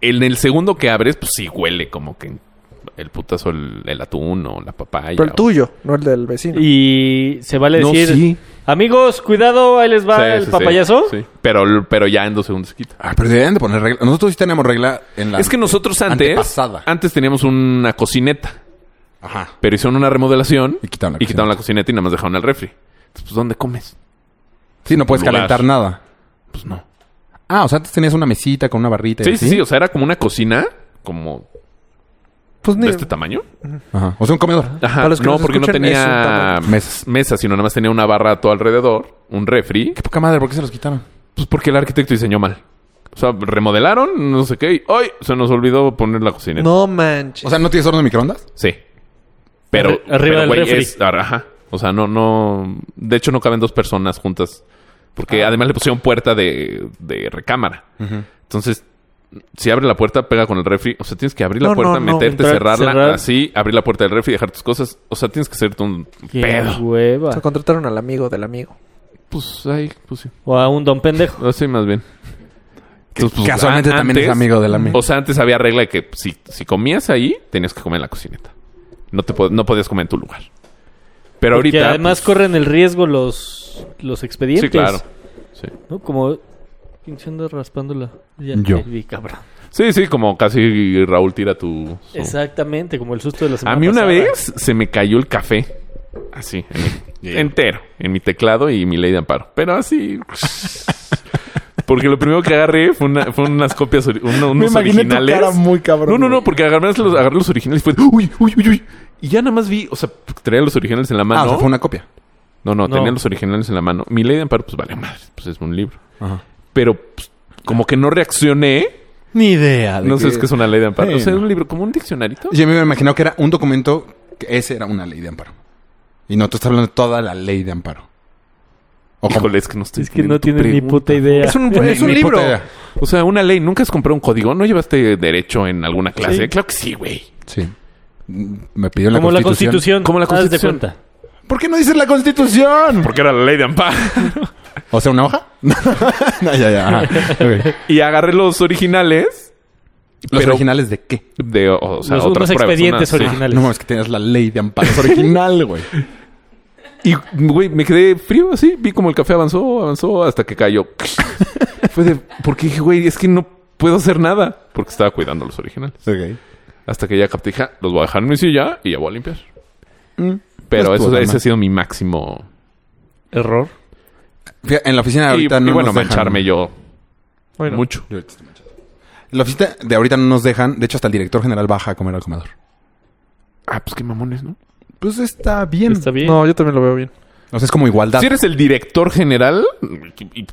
Speaker 4: en el segundo que abres, pues sí huele como que el putazo, el, el atún o la papaya.
Speaker 3: Pero el
Speaker 4: o-
Speaker 3: tuyo, no el del vecino.
Speaker 2: Y se vale
Speaker 4: No,
Speaker 2: decir...
Speaker 4: sí.
Speaker 2: Amigos, cuidado, ahí les va
Speaker 4: Sí,
Speaker 2: el
Speaker 4: sí, sí.
Speaker 2: papayazo.
Speaker 4: Sí. Pero, pero ya en dos segundos se quita.
Speaker 1: Ah, pero deberían de poner regla. Nosotros sí tenemos regla en la.
Speaker 4: Es que nosotros antes,
Speaker 1: Antepasada.
Speaker 4: antes teníamos una cocineta,
Speaker 1: Ajá.
Speaker 4: pero hicieron una remodelación
Speaker 1: Y quitaron la
Speaker 4: y quitaron la cocineta y nada más dejaron el refri. Entonces, pues, ¿dónde comes?
Speaker 1: Sí, no puedes
Speaker 4: Lugar.
Speaker 1: calentar nada.
Speaker 4: Pues no.
Speaker 1: Ah, o sea, antes tenías una mesita con una barrita. y
Speaker 4: Sí,
Speaker 1: así.
Speaker 4: sí, sí. O sea, era como una cocina, como
Speaker 3: Pues ni.
Speaker 4: de este tamaño.
Speaker 1: Ajá. O sea, un comedor.
Speaker 4: Ajá.
Speaker 3: Para los que
Speaker 4: no,
Speaker 3: nos
Speaker 4: porque no
Speaker 3: escuchan, es un
Speaker 4: tenía
Speaker 3: tamaño.
Speaker 1: Mesas.
Speaker 4: mesas, sino nada más tenía una barra a todo alrededor, un refri.
Speaker 1: Qué poca madre, ¿por qué se los quitaron?
Speaker 4: Pues porque el arquitecto diseñó mal. O sea, remodelaron, no sé qué. Y hoy se nos olvidó poner la cocina.
Speaker 3: No manches.
Speaker 1: O sea, ¿no tienes horno de microondas?
Speaker 4: Sí. Pero.
Speaker 2: Arri- arriba
Speaker 4: pero,
Speaker 2: del
Speaker 4: güey,
Speaker 2: refri.
Speaker 4: es- ar- ajá. O sea, no, no. De hecho, no caben dos personas juntas.
Speaker 2: Ah.
Speaker 4: Porque además le pusieron puerta de, de recámara. Entonces, si abre la puerta, pega con el refri. O sea, tienes que abrir la
Speaker 3: No,
Speaker 4: puerta,
Speaker 3: no, no.
Speaker 4: meterte,
Speaker 2: Entrar,
Speaker 4: cerrarla,
Speaker 2: cerrar.
Speaker 4: así, abrir la puerta del refri, dejar tus cosas. O sea, tienes que hacerte un
Speaker 2: Qué
Speaker 4: pedo.
Speaker 3: O
Speaker 2: hueva.
Speaker 3: sea, contrataron al amigo del amigo.
Speaker 4: Pues ahí, pues sí.
Speaker 2: O a un don pendejo.
Speaker 4: Así Ah, más bien. Entonces, pues,
Speaker 1: Casualmente
Speaker 4: an-
Speaker 1: también es
Speaker 4: antes-
Speaker 1: amigo de la amiga.
Speaker 4: O sea, antes había regla de que si, si comías ahí, tenías que comer en la cocineta. No, te pod- no podías comer en tu lugar. Pero
Speaker 2: Porque
Speaker 4: ahorita.
Speaker 2: además
Speaker 4: pues,
Speaker 2: corren el riesgo los, los expedientes.
Speaker 4: Sí, claro. Sí.
Speaker 2: ¿No? Como... ¿Quién se anda raspándola? Ya
Speaker 1: Yo.
Speaker 2: te vi, cabrón.
Speaker 4: sí, sí, como casi Raúl tira tu. su-
Speaker 2: Exactamente, como el susto de la semana
Speaker 4: A mí una
Speaker 2: pasada.
Speaker 4: vez se me cayó el café. Así,
Speaker 1: [LAUGHS]
Speaker 4: en mi- entero. En mi teclado y mi ley de amparo. Pero así. [LAUGHS] Porque lo primero que agarré fue, una- fue unas copias, ori- uno- unos originales.
Speaker 1: muy cabrón.
Speaker 4: No, no, no, porque agarré los, agarré los originales y fue, uy, uy, uy, uy. Y ya nada más vi, o sea, traía los originales en la mano.
Speaker 1: Ah, o sea, fue una copia.
Speaker 4: No, no,
Speaker 2: No.
Speaker 4: tenía los originales en la mano. Mi ley de amparo, pues vale madre, pues es un libro.
Speaker 1: Ajá.
Speaker 4: Pero pues, como que no reaccioné
Speaker 1: Ni idea. Ah, de
Speaker 4: No sé, es que es una ley de amparo.
Speaker 1: Sí,
Speaker 4: o sea,
Speaker 1: no.
Speaker 4: es un libro, como un diccionarito.
Speaker 1: Yo me imaginado que era un documento que ese era una ley de amparo. Y no, tú estás hablando de toda la ley de amparo. O como-
Speaker 4: Híjole, es que no estoy
Speaker 2: Es que no
Speaker 4: entendiendo tu
Speaker 2: tienen ni
Speaker 4: pregunta.
Speaker 2: puta idea.
Speaker 3: Es un,
Speaker 1: Ni-
Speaker 3: es un
Speaker 1: ni
Speaker 3: libro.
Speaker 1: puta idea.
Speaker 4: O sea, una ley. ¿Nunca has comprado un código? ¿No llevaste derecho en alguna clase? Claro que sí, güey.
Speaker 1: Sí. Mm, Me pidió la
Speaker 2: Como la
Speaker 1: constitución.
Speaker 2: constitución.
Speaker 4: Como la
Speaker 2: Haz de
Speaker 4: Constitución.
Speaker 2: cuenta.
Speaker 1: ¿Por qué no dices la constitución?
Speaker 4: Porque era la ley de amparo. [LAUGHS]
Speaker 1: O sea, una hoja. [LAUGHS] no, ya, ya. ajá. Ok.
Speaker 4: y agarré los originales.
Speaker 1: ¿Los
Speaker 4: Pero-
Speaker 1: originales de qué?
Speaker 4: De, o, o sea,
Speaker 2: Los-
Speaker 4: otras
Speaker 2: unos
Speaker 4: pruebas,
Speaker 2: expedientes
Speaker 4: una- sí.
Speaker 2: originales.
Speaker 1: No mames, que tenías la ley de amparo original, güey.
Speaker 4: Y, güey, me quedé frío así. Vi como el café avanzó, avanzó, hasta que cayó. [LAUGHS] Fue de... Porque dije, güey, es que no puedo hacer nada. Porque estaba cuidando los originales.
Speaker 1: Ok.
Speaker 4: Hasta que ya capté, dije, "Ah, los voy a dejar en mi silla y ya voy a limpiar.
Speaker 1: Mm.
Speaker 4: Pero
Speaker 1: No estuvo
Speaker 4: eso,
Speaker 1: tan
Speaker 4: ese
Speaker 1: mal.
Speaker 4: ha sido mi máximo...
Speaker 2: Error.
Speaker 1: Fija- En la oficina de
Speaker 4: Y,
Speaker 1: Ah, ahorita
Speaker 4: y
Speaker 1: no
Speaker 4: bueno,
Speaker 1: nos dejan.
Speaker 4: mancharme yo
Speaker 3: Bueno,
Speaker 4: mucho.
Speaker 1: Yo ahorita estoy manchado. En La oficina de ahorita no nos dejan. De hecho, hasta el director general baja a comer al comedor.
Speaker 4: Ah, pues qué mamones, ¿no?
Speaker 1: Pues está bien.
Speaker 2: Está bien.
Speaker 3: No, yo también lo veo bien.
Speaker 1: O sea, es como igualdad.
Speaker 4: Si eres el director general, y- y-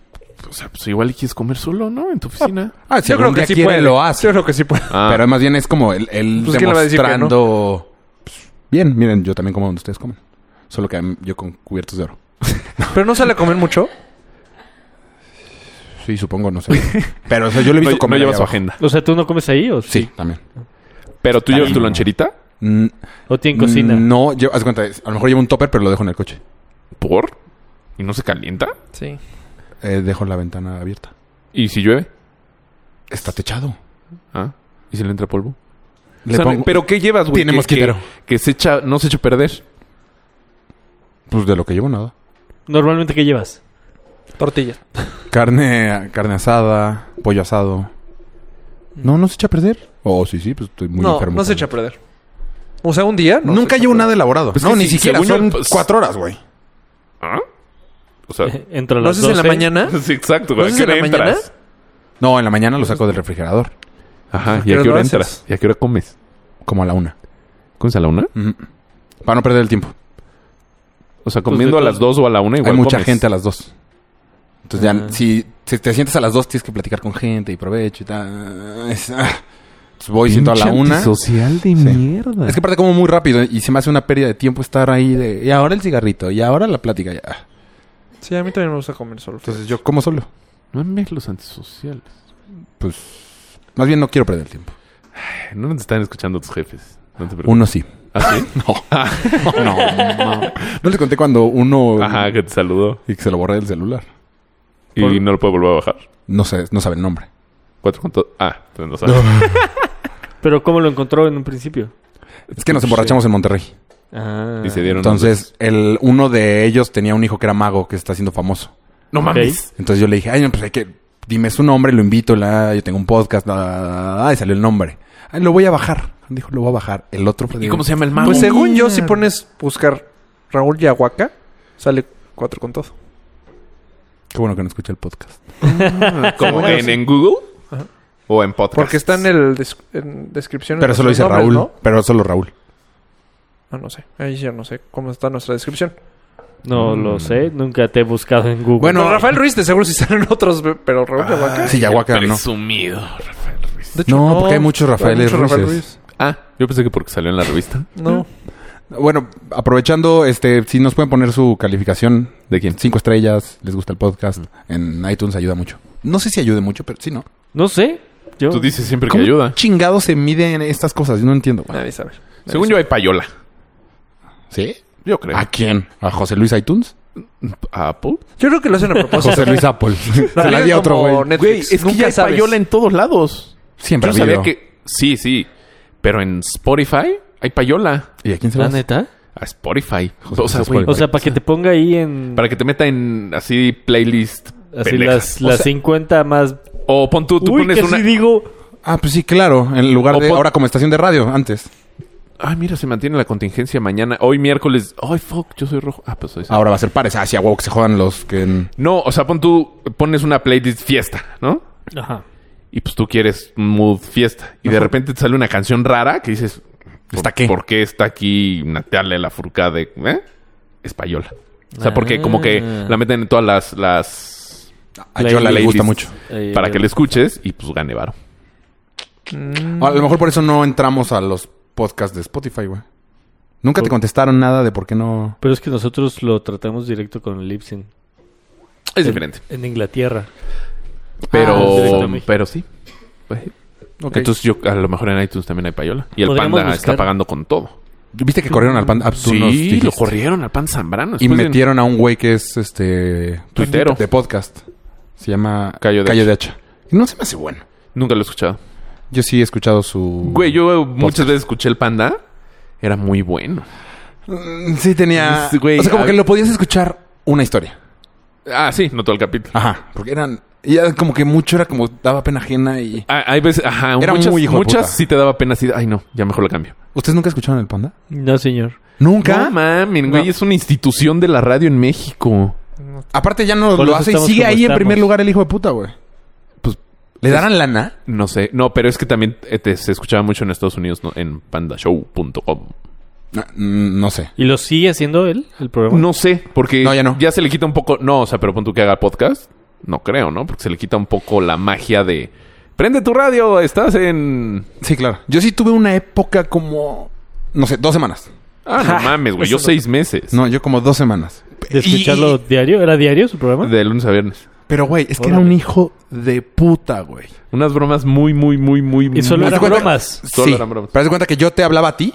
Speaker 4: o sea, pues igual y quieres comer solo, ¿no? En tu oficina.
Speaker 1: Ah, si
Speaker 3: yo
Speaker 1: algún
Speaker 3: creo que
Speaker 1: día
Speaker 3: sí
Speaker 1: quiere,
Speaker 3: puede.
Speaker 1: lo hace.
Speaker 3: Yo creo que sí puede.
Speaker 4: Ah,
Speaker 1: Pero más bien es como el, el
Speaker 3: Pues, ¿quién le va a decir que
Speaker 1: demostrando... Pues, bien, miren, yo también como donde ustedes comen. Solo que mm, yo con cubiertos de oro.
Speaker 3: [LAUGHS] Pero no sale a comer mucho.
Speaker 1: Sí, supongo, no sé. Pero o sea,
Speaker 4: [LAUGHS]
Speaker 1: yo lo he
Speaker 4: no,
Speaker 1: visto
Speaker 4: no
Speaker 1: comer.
Speaker 4: lleva
Speaker 1: ahí
Speaker 4: su
Speaker 1: abajo.
Speaker 4: agenda.
Speaker 2: O sea, ¿tú no comes ahí o
Speaker 1: Sí, también.
Speaker 4: Pero tú llevas tu loncherita.
Speaker 1: Mm,
Speaker 2: ¿O tienen cocina?
Speaker 1: No, llevo- haz de cuenta, es- a lo mejor llevo un topper, pero lo dejo en el coche.
Speaker 4: ¿Por? ¿Y no se calienta?
Speaker 3: Sí.
Speaker 1: Eh, dejo la ventana abierta.
Speaker 4: ¿Y si llueve?
Speaker 1: Está techado.
Speaker 4: Ah, ¿y si le entra polvo?
Speaker 1: Le
Speaker 4: O sea,
Speaker 1: pongo-
Speaker 4: ¿Pero qué llevas, güey?
Speaker 1: Tiene
Speaker 4: que-
Speaker 1: mosquitero.
Speaker 4: Que, que se echa, no se echa a perder.
Speaker 1: Pues de lo que llevo nada.
Speaker 2: ¿Normalmente qué llevas?
Speaker 3: Tortillas.
Speaker 1: Carne, carne asada, pollo asado. No, no se echa a perder. Oh, sí, sí, pues estoy muy
Speaker 3: no,
Speaker 1: enfermo.
Speaker 3: no se echa a perder. O sea, un día. no
Speaker 1: Nunca
Speaker 3: se
Speaker 1: llevo
Speaker 3: echa a
Speaker 1: nada elaborado.
Speaker 4: Pues
Speaker 1: no,
Speaker 4: que
Speaker 1: ni
Speaker 4: sí,
Speaker 1: siquiera.
Speaker 4: según yo,
Speaker 1: Son
Speaker 4: pues-
Speaker 1: cuatro horas, güey.
Speaker 4: ¿Ah?
Speaker 2: [LAUGHS]
Speaker 4: O sea, [LAUGHS]
Speaker 2: Entre las
Speaker 3: perder. ¿No haces en la
Speaker 2: 12?
Speaker 3: mañana? [LAUGHS]
Speaker 4: sí, exacto.
Speaker 3: ¿No
Speaker 4: güey. ¿A
Speaker 3: haces
Speaker 4: qué
Speaker 3: en
Speaker 4: hora
Speaker 3: la mañana?
Speaker 4: entras?
Speaker 1: No, en la mañana lo saco del refrigerador.
Speaker 4: Ajá, ¿y a
Speaker 3: ¿Pero
Speaker 4: qué
Speaker 3: lo
Speaker 4: hora
Speaker 3: haces?
Speaker 4: entras? ¿Y a qué hora comes?
Speaker 1: Como a la una.
Speaker 4: ¿Comes a la una?
Speaker 1: Ujú. Para no perder el tiempo.
Speaker 4: O sea,
Speaker 2: Pues
Speaker 4: comiendo
Speaker 2: de
Speaker 4: a las
Speaker 2: todo.
Speaker 4: dos o a la una igual
Speaker 1: Hay mucha
Speaker 4: comes. Ah.
Speaker 1: gente a las dos. Entonces ya, si, si te sientas a las dos, tienes que platicar con gente y provecho y tal. Es- ah. Entonces voy siento a la una.
Speaker 4: Social de mierda.
Speaker 1: Es que aparte como muy rápido y se me hace una pérdida de tiempo estar ahí de... Y ahora el cigarrito, y ahora la plática. ya. Ah.
Speaker 3: Sí, a mí también me gusta comer solo.
Speaker 1: Entonces yo como solo.
Speaker 4: Mames los antisociales.
Speaker 1: Pues más bien no quiero perder el tiempo.
Speaker 4: Ay, No nos están escuchando tus jefes. No te preocupes.
Speaker 1: Uno sí.
Speaker 4: [LAUGHS] ¿Ah, sí?
Speaker 1: No, no. No les conté cuando uno...
Speaker 4: Ajá, que te saludó.
Speaker 1: Y que se lo borré del celular.
Speaker 4: Y
Speaker 1: Por-
Speaker 4: no lo puedo volver a bajar.
Speaker 1: No sé, no sabe el nombre.
Speaker 4: Cuatro con todo. Ah, entonces no sabes.
Speaker 2: ¿Pero cómo lo encontró en un principio?
Speaker 1: Es que nos emborrachamos en Monterrey.
Speaker 2: Ah.
Speaker 4: Y se dieron.
Speaker 1: Entonces el, uno de ellos tenía un hijo que era mago que se está haciendo famoso.
Speaker 4: No mames.
Speaker 1: Entonces yo le dije, ay, no, pues hay que, dime su nombre, lo invito, la, yo tengo un podcast, la, la, la, la", y salió el nombre. Ay, lo voy a bajar. Dijo, lo voy a bajar. El otro fue de-
Speaker 4: ¿Y cómo se llama el mago?
Speaker 3: Pues según yo, si pones buscar Raúl Yahuaca, sale cuatro con todo.
Speaker 1: Qué bueno que no escuché el podcast.
Speaker 4: ¿Como en, en Google? O en podcast.
Speaker 3: Porque está en el des- en descripción.
Speaker 1: Pero eso lo dice
Speaker 3: nuestros
Speaker 1: Raúl,
Speaker 3: nombres,
Speaker 1: pero solo Raúl.
Speaker 3: ¿no? Ah, no sé. Ahí ya no sé cómo está nuestra descripción.
Speaker 2: No
Speaker 4: Mm.
Speaker 2: lo sé. Nunca te he buscado en Google.
Speaker 1: Bueno,
Speaker 3: No, Ah, Rafael Ruiz de seguro sí salen otros, pero Raúl Yahuaca.
Speaker 1: Sí, Yahuaca, no.
Speaker 4: Presumido, Rafael Ruiz.
Speaker 3: De
Speaker 1: No, porque hay muchos Rafaeles Ruices.
Speaker 4: Ah, yo pensé que porque salió en la revista.
Speaker 3: No.
Speaker 1: Bueno, aprovechando, este, si nos pueden poner su calificación
Speaker 4: ¿De quién?
Speaker 1: cinco estrellas, les gusta el podcast, en iTunes ayuda mucho. No sé si ayude mucho, pero sí, ¿no?
Speaker 2: No sé. Yo...
Speaker 4: Tú dices siempre que
Speaker 1: ¿Cómo
Speaker 4: ayuda.
Speaker 1: chingado se miden estas cosas? Yo no entiendo. güey.
Speaker 3: Nadie sabe.
Speaker 4: Según yo hay payola.
Speaker 1: ¿Sí?
Speaker 4: Yo creo.
Speaker 1: ¿A quién? ¿A José Luis iTunes?
Speaker 4: ¿A Apple?
Speaker 3: Yo creo que lo hacen a propósito.
Speaker 1: José
Speaker 3: [LAUGHS]
Speaker 1: Luis Apple. se la di a
Speaker 3: Como
Speaker 1: otro güey.
Speaker 3: Netflix. Nunca sabes.
Speaker 4: en todos lados.
Speaker 1: Siempre
Speaker 4: Yo
Speaker 1: ha
Speaker 4: sabía
Speaker 1: habido.
Speaker 4: que... Sí, sí. Pero en Spotify hay payola.
Speaker 1: ¿Y a quién se
Speaker 2: ¿La
Speaker 1: va?
Speaker 2: neta?
Speaker 4: A Spotify.
Speaker 1: José
Speaker 4: o sea,
Speaker 1: Luis
Speaker 4: güey,
Speaker 2: O sea, para que te ponga ahí en...
Speaker 4: Para que te meta en así playlist.
Speaker 2: Así las,
Speaker 4: pendejas.
Speaker 2: las 50 más...
Speaker 4: O pon tú, tú
Speaker 2: Uy,
Speaker 4: pones
Speaker 2: que
Speaker 4: una.
Speaker 2: sí digo...
Speaker 1: Ah, pues sí, claro. En lugar
Speaker 4: O
Speaker 1: de
Speaker 4: pon-
Speaker 1: ahora como estación de radio, antes.
Speaker 4: Ay, Ah, mira, se mantiene la contingencia mañana. Hoy miércoles. Ay, fuck, yo soy rojo. Ah, pues soy.
Speaker 1: Ahora va a ser pares. Ah, sí, a huevo que se jodan los que... en-
Speaker 4: No, o sea, pon tú, pones una playlist fiesta, ¿no?
Speaker 2: Ajá.
Speaker 4: Y pues tú quieres un mood fiesta. Y de repente te sale una canción rara que dices. ¿por-
Speaker 1: ¿Está qué?
Speaker 4: ¿Por qué está aquí Natalia la Furcade? ¿Eh? Española. O sea, porque como que
Speaker 2: Ah.
Speaker 4: la meten en todas las. las
Speaker 1: A Yola le
Speaker 4: playlists
Speaker 1: gusta mucho.
Speaker 2: Eh,
Speaker 4: Para que le escuches y pues gane varo. Mm.
Speaker 1: A lo mejor por eso no entramos a los podcasts de Spotify, güey. Nunca te contestaron nada de por qué no.
Speaker 2: Pero es que nosotros lo tratamos directo con Lipsin.
Speaker 4: Es diferente.
Speaker 2: En Inglaterra.
Speaker 4: Pero,
Speaker 2: directo a México.
Speaker 4: pero sí. Pues sí.
Speaker 1: Ok.
Speaker 4: Entonces yo, a lo mejor en iTunes también hay payola. Y el
Speaker 2: Podríamos
Speaker 4: panda
Speaker 2: buscar-
Speaker 4: está pagando con todo.
Speaker 1: ¿Viste que corrieron al pan? Ah, tú nos
Speaker 4: Sí,
Speaker 1: dijiste.
Speaker 4: lo corrieron al pan Zambrano.
Speaker 1: Y
Speaker 4: después de-
Speaker 1: metieron a un güey que es este.
Speaker 4: Tuitero.
Speaker 1: De podcast. Se llama.
Speaker 4: Cayo de
Speaker 1: Hacha. No se me hace bueno.
Speaker 4: Nunca lo he escuchado.
Speaker 1: Yo sí he escuchado su.
Speaker 4: Güey, yo muchas veces escuché el panda. Era muy bueno.
Speaker 1: Mm, Sí tenía.
Speaker 4: Sí, güey,
Speaker 1: o sea, como
Speaker 4: a-
Speaker 1: que lo podías escuchar una historia.
Speaker 4: Ah, sí, no todo el capítulo.
Speaker 1: Ajá. Porque eran. Y era como que mucho era como daba pena ajena y.
Speaker 4: Ah, Hay veces, ajá,
Speaker 1: Era
Speaker 4: muchas,
Speaker 1: muy hijo de
Speaker 4: muchas
Speaker 1: puta.
Speaker 4: sí te daba pena así. de, Ay, no, ya mejor lo cambio.
Speaker 1: ¿Ustedes nunca escucharon el panda?
Speaker 2: No, señor.
Speaker 1: Nunca.
Speaker 4: No mames, güey,
Speaker 1: No.
Speaker 4: es una institución de la radio en México.
Speaker 1: Aparte ya no
Speaker 2: Por
Speaker 1: lo
Speaker 2: eso
Speaker 1: hace y
Speaker 2: estamos
Speaker 1: sigue
Speaker 2: como
Speaker 1: ahí en
Speaker 2: estamos.
Speaker 1: primer lugar el hijo de puta, güey.
Speaker 4: Pues
Speaker 1: ¿Le darán lana?
Speaker 4: no sé, no, pero es que también eh, te- se escuchaba mucho en Estados Unidos ¿no? en pandashow.com.
Speaker 1: No, mm, no sé.
Speaker 2: ¿Y lo sigue haciendo él, el programa?
Speaker 4: No sé, porque
Speaker 1: No, ya no.
Speaker 4: se le quita un poco. No, o sea, pero pon tú que haga podcast. No creo, ¿no? Porque se le quita un poco la magia de. Prende tu radio, estás en.
Speaker 1: Sí, claro. Yo sí tuve una época como. No sé, dos semanas.
Speaker 4: Ah,
Speaker 1: [LAUGHS]
Speaker 4: no mames, güey. Yo seis meses.
Speaker 1: No, yo como dos semanas.
Speaker 2: ¿De escucharlo
Speaker 1: Y-
Speaker 2: diario? ¿Era diario su programa?
Speaker 4: De lunes a viernes.
Speaker 1: Pero, güey, es que
Speaker 2: Órale.
Speaker 1: era un hijo de puta, güey.
Speaker 4: Unas bromas muy, muy, muy, muy.
Speaker 2: Y solo
Speaker 4: muy-
Speaker 1: ¿Te
Speaker 2: eran
Speaker 1: das cuenta?
Speaker 2: bromas.
Speaker 4: Solo
Speaker 1: sí,
Speaker 4: eran bromas.
Speaker 1: Pero haz de cuenta que yo te hablaba a ti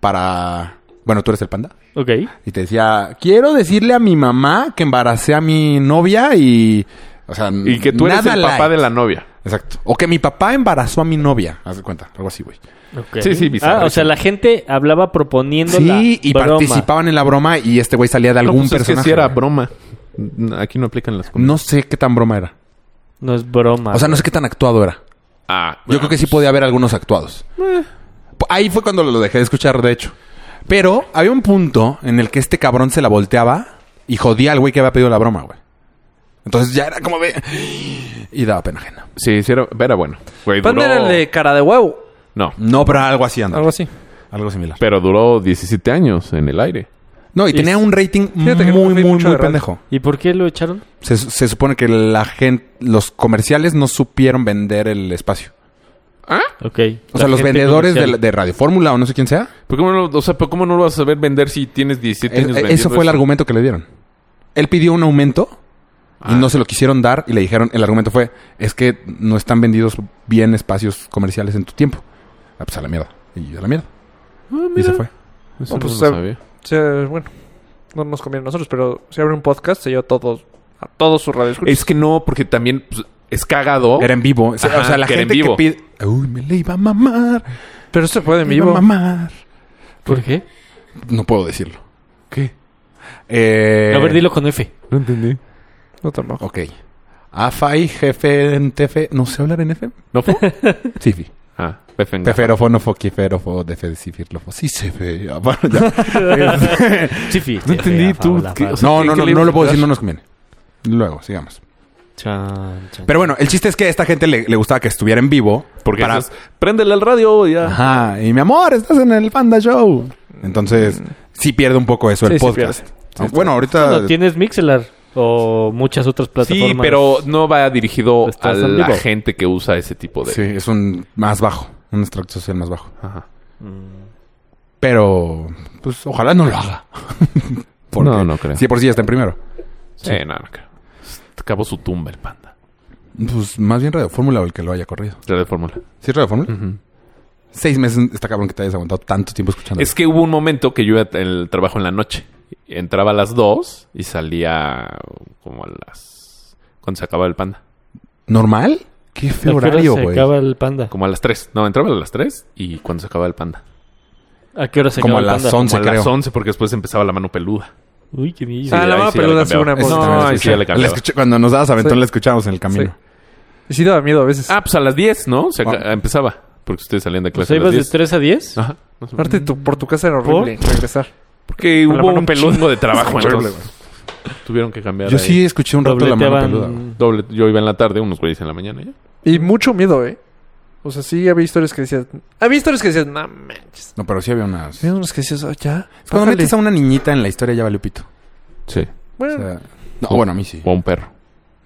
Speaker 1: para... Bueno, tú eres el panda.
Speaker 2: Ok.
Speaker 1: Y te decía, quiero decirle a mi mamá que embaracé a mi novia y... O sea,
Speaker 4: Y que tú eres
Speaker 1: nada
Speaker 4: el papá
Speaker 1: light.
Speaker 4: de la novia.
Speaker 1: Exacto. O que mi papá embarazó a mi novia. Haz de cuenta. Algo así, güey.
Speaker 2: ok.
Speaker 4: Sí, sí, bizarro.
Speaker 2: Ah, o sea, la gente hablaba proponiendo la
Speaker 1: Sí, y
Speaker 2: broma.
Speaker 1: participaban en la broma y este güey salía de
Speaker 4: No,
Speaker 1: algún
Speaker 4: pues
Speaker 1: personaje.
Speaker 4: Es que si era
Speaker 1: güey.
Speaker 4: broma. Aquí no aplican las
Speaker 1: No sé qué tan broma era.
Speaker 2: No es broma.
Speaker 1: O sea, no sé qué tan actuado era.
Speaker 4: Ah,
Speaker 1: Yo creo que sí podía haber algunos actuados. Ahí fue cuando lo dejé de escuchar, de hecho. Pero había un punto en el que este cabrón se la volteaba y jodía al güey que había pedido la broma, güey. Entonces ya era como de... [GASPS] Y daba pena ajena.
Speaker 4: Sí, sí, era, era bueno. Güey,
Speaker 2: Pues
Speaker 3: Panda
Speaker 4: duró-
Speaker 3: era el de cara de huevo.
Speaker 4: No,
Speaker 1: No, pero algo así andaba.
Speaker 3: Algo así.
Speaker 1: Algo similar.
Speaker 4: pero duró 17 años en el aire.
Speaker 1: No, y tenía un rating
Speaker 3: Fíjate que no
Speaker 1: muy,
Speaker 3: fui
Speaker 1: muy,
Speaker 3: mucho
Speaker 1: muy
Speaker 3: de radio.
Speaker 1: pendejo.
Speaker 2: ¿Y por qué lo echaron?
Speaker 1: Se, se supone que la gente... Los comerciales no supieron vender el espacio.
Speaker 2: Ok.
Speaker 1: O sea, los vendedores de, la-
Speaker 2: la...
Speaker 1: de Radio Fórmula o no sé quién sea.
Speaker 4: ¿Pero Pues cómo no, o sea, ¿pero ¿cómo no lo vas a saber vender si tienes 17
Speaker 1: Es- eh,
Speaker 4: años
Speaker 1: eso
Speaker 4: vendiendo
Speaker 1: fue el argumento que le dieron. Él pidió un aumento
Speaker 4: Ah.
Speaker 1: y no se lo quisieron dar y le dijeron, el argumento fue, es que no están vendidos bien espacios comerciales en tu tiempo. Ah, pues a la mierda. Y a la mierda.
Speaker 4: Ah,
Speaker 1: y se fue.
Speaker 4: Eso
Speaker 3: No, pues,
Speaker 4: no
Speaker 3: o sea,
Speaker 4: lo sabía.
Speaker 3: O sea, bueno, no nos conviene a nosotros, pero si abre un podcast, se lleva a todos, a todos sus radioescuchas.
Speaker 4: Es que no, porque también pues, es cagado.
Speaker 1: Era en vivo. O sea,
Speaker 4: Ajá,
Speaker 1: o sea, la
Speaker 4: que era en
Speaker 1: gente que
Speaker 4: vivo.
Speaker 1: pide... Uy, me le iba a mamar.
Speaker 3: Pero se puede en
Speaker 1: Me iba
Speaker 3: vivo.
Speaker 1: a mamar.
Speaker 2: ¿Por qué?
Speaker 1: No puedo decirlo.
Speaker 4: ¿Qué?
Speaker 1: Eh,
Speaker 2: A ver, dilo con [LAUGHS] F.
Speaker 4: No entendí.
Speaker 3: No tampoco.
Speaker 1: Ok. AFAI, jefe, en TF... ¿No sé hablar en F?
Speaker 4: ¿No [LAUGHS] fue?
Speaker 1: Sí, sí.
Speaker 4: ah, perfecto.
Speaker 1: Teferofo, no foquifero, defecifirlofo. Sí, se ve. Ah, Ya. [LAUGHS]
Speaker 2: Sí, fíjate.
Speaker 4: No entendí, tú, ¿qué? O sea,
Speaker 1: No, no,
Speaker 4: ¿qué
Speaker 1: no,
Speaker 4: le
Speaker 1: no
Speaker 4: ibas
Speaker 1: lo
Speaker 4: a
Speaker 1: puedo decir,
Speaker 4: quitar?
Speaker 1: no nos conviene. Luego, sigamos.
Speaker 2: Chan, chan.
Speaker 1: Pero bueno, el chiste es que a esta gente le, le gustaba que estuviera en vivo.
Speaker 4: Porque
Speaker 1: para- Ah.
Speaker 4: eso es, préndele al radio ya.
Speaker 1: Ajá, y mi amor, estás en el Panda Show. Entonces, Mm. sí pierde un poco eso el
Speaker 3: Sí, sí
Speaker 1: podcast.
Speaker 3: pierde.
Speaker 1: Ah, bueno, ahorita...
Speaker 2: No, tienes Mixelar o muchas otras plataformas.
Speaker 4: Sí, pero no va dirigido a
Speaker 2: Estás en
Speaker 4: la
Speaker 2: vivo.
Speaker 4: gente que usa ese tipo de...
Speaker 1: Sí, es un más bajo, un extracto social más bajo.
Speaker 4: Ajá.
Speaker 1: Pero, pues, ojalá no lo haga. [LAUGHS]
Speaker 4: No, no creo.
Speaker 1: Sí, por sí ya está en primero.
Speaker 4: Sí, nada, no, creo. Acabó su tumba el panda.
Speaker 1: Pues, más bien Radio Fórmula o el que lo haya corrido.
Speaker 4: La de fórmula.
Speaker 1: ¿Sí, Radio Fórmula? Seis meses está cabrón que te hayas aguantado tanto tiempo escuchando.
Speaker 4: Es que hubo un momento que yo iba el trabajo en la noche. Entraba a las 2 y salía como a las... Cuando se acababa el panda.
Speaker 1: ¿Normal? Qué
Speaker 2: ¿A qué
Speaker 1: feo
Speaker 2: hora
Speaker 1: horario,
Speaker 2: se
Speaker 1: güey.
Speaker 2: acaba el panda?
Speaker 4: Como a las 3. No, entraba a las 3 y cuando se acababa el panda.
Speaker 2: ¿A qué hora se
Speaker 1: Como
Speaker 2: acaba
Speaker 1: a
Speaker 2: el
Speaker 1: las
Speaker 2: panda?
Speaker 1: once.
Speaker 4: Como a las
Speaker 1: creo.
Speaker 4: 11 porque después empezaba la mano peluda.
Speaker 2: Uy, qué miedo.
Speaker 3: Ah, la
Speaker 4: ahí
Speaker 3: mano
Speaker 4: ya le
Speaker 3: peluda sí
Speaker 4: cambiaba.
Speaker 3: una
Speaker 1: Esa
Speaker 3: No,
Speaker 1: también la
Speaker 4: ahí sí
Speaker 1: escuché.
Speaker 4: ya le cambiaba.
Speaker 1: La escuché cuando nos dabas aventón,
Speaker 3: Sí.
Speaker 1: la escuchábamos en el camino.
Speaker 3: Y sí daba miedo a veces.
Speaker 4: Ah, pues a las 10, ¿no? Se aca-
Speaker 1: Ah.
Speaker 4: empezaba. Porque ustedes salían de
Speaker 2: O
Speaker 4: clase
Speaker 2: sea,
Speaker 4: a las
Speaker 2: ibas pues de
Speaker 4: 10.
Speaker 2: 3 a 10.
Speaker 4: Ajá. más o menos.
Speaker 3: Aparte, tu- por tu casa era horrible regresar.
Speaker 4: Porque
Speaker 3: Con la
Speaker 4: hubo
Speaker 3: mano
Speaker 4: un
Speaker 3: peluda.
Speaker 4: chingo de trabajo.
Speaker 1: Horrible,
Speaker 4: entonces tuvieron que cambiar
Speaker 1: Yo
Speaker 4: ahí.
Speaker 1: sí escuché un rato la mano
Speaker 2: Dobleteaban-
Speaker 1: peluda. güey.
Speaker 4: Doble. Yo iba en la tarde, unos güeyes en la mañana ya.
Speaker 3: Y mucho miedo, ¿eh? O sea, sí había historias que decías... Había historias que decías... No manches.
Speaker 1: No, pero sí había unas... Pues
Speaker 3: Había unos que decías... "Ah, ya.
Speaker 1: Cuando
Speaker 3: bájale".
Speaker 1: metes a una niñita en la historia ya valió pito.
Speaker 4: Sí.
Speaker 1: O
Speaker 3: Bueno,
Speaker 1: sea, no, bueno, a mí sí.
Speaker 4: O a un perro.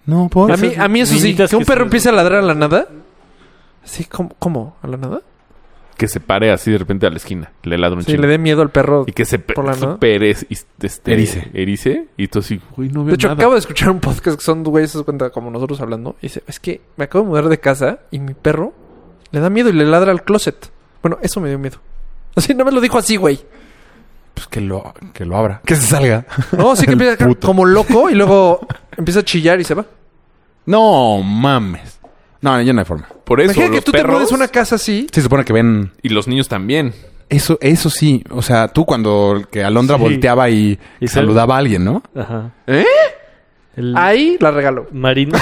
Speaker 1: No, por
Speaker 3: a, mí, a mí eso sí.
Speaker 2: niñitas
Speaker 3: Que un
Speaker 2: que se-
Speaker 3: perro empiece a ladrar a la nada... Sí, ¿cómo? cómo? ¿A la nada?
Speaker 4: Que se pare así de repente a la esquina. Le ladra un
Speaker 3: Sí,
Speaker 4: chingo.
Speaker 3: le dé miedo al perro.
Speaker 4: Y que se pe-
Speaker 3: por la nada.
Speaker 4: super es- is- este,
Speaker 1: Erice.
Speaker 4: erice, Y tú así, güey, no veo
Speaker 3: De hecho,
Speaker 4: nada.
Speaker 3: acabo de escuchar un podcast que son güeyes, se das cuenta, como nosotros hablando. Y dice, es que me acabo de mudar de casa y mi perro le da miedo y le ladra al closet. Bueno, eso me dio miedo. [LAUGHS] Así, no me lo dijo así, güey.
Speaker 1: Pues que lo, que lo abra. Que se salga. [LAUGHS]
Speaker 3: No, sí que
Speaker 1: El
Speaker 3: empieza a ca-
Speaker 1: puto.
Speaker 3: como loco y luego empieza a chillar y se va.
Speaker 1: No mames. No, ya no hay forma.
Speaker 4: Por eso,
Speaker 3: Imagina que
Speaker 4: los
Speaker 3: tú te
Speaker 4: perros
Speaker 3: mudes a una casa así.
Speaker 1: Se supone que ven
Speaker 4: y los niños también.
Speaker 1: Eso, eso sí. O sea, tú cuando el que Alondra
Speaker 2: Sí.
Speaker 1: volteaba y,
Speaker 2: Y se-
Speaker 1: saludaba a alguien, ¿no?
Speaker 2: Ajá.
Speaker 4: ¿Eh?
Speaker 2: El
Speaker 3: Ahí la regalo.
Speaker 1: [LAUGHS]
Speaker 2: marino.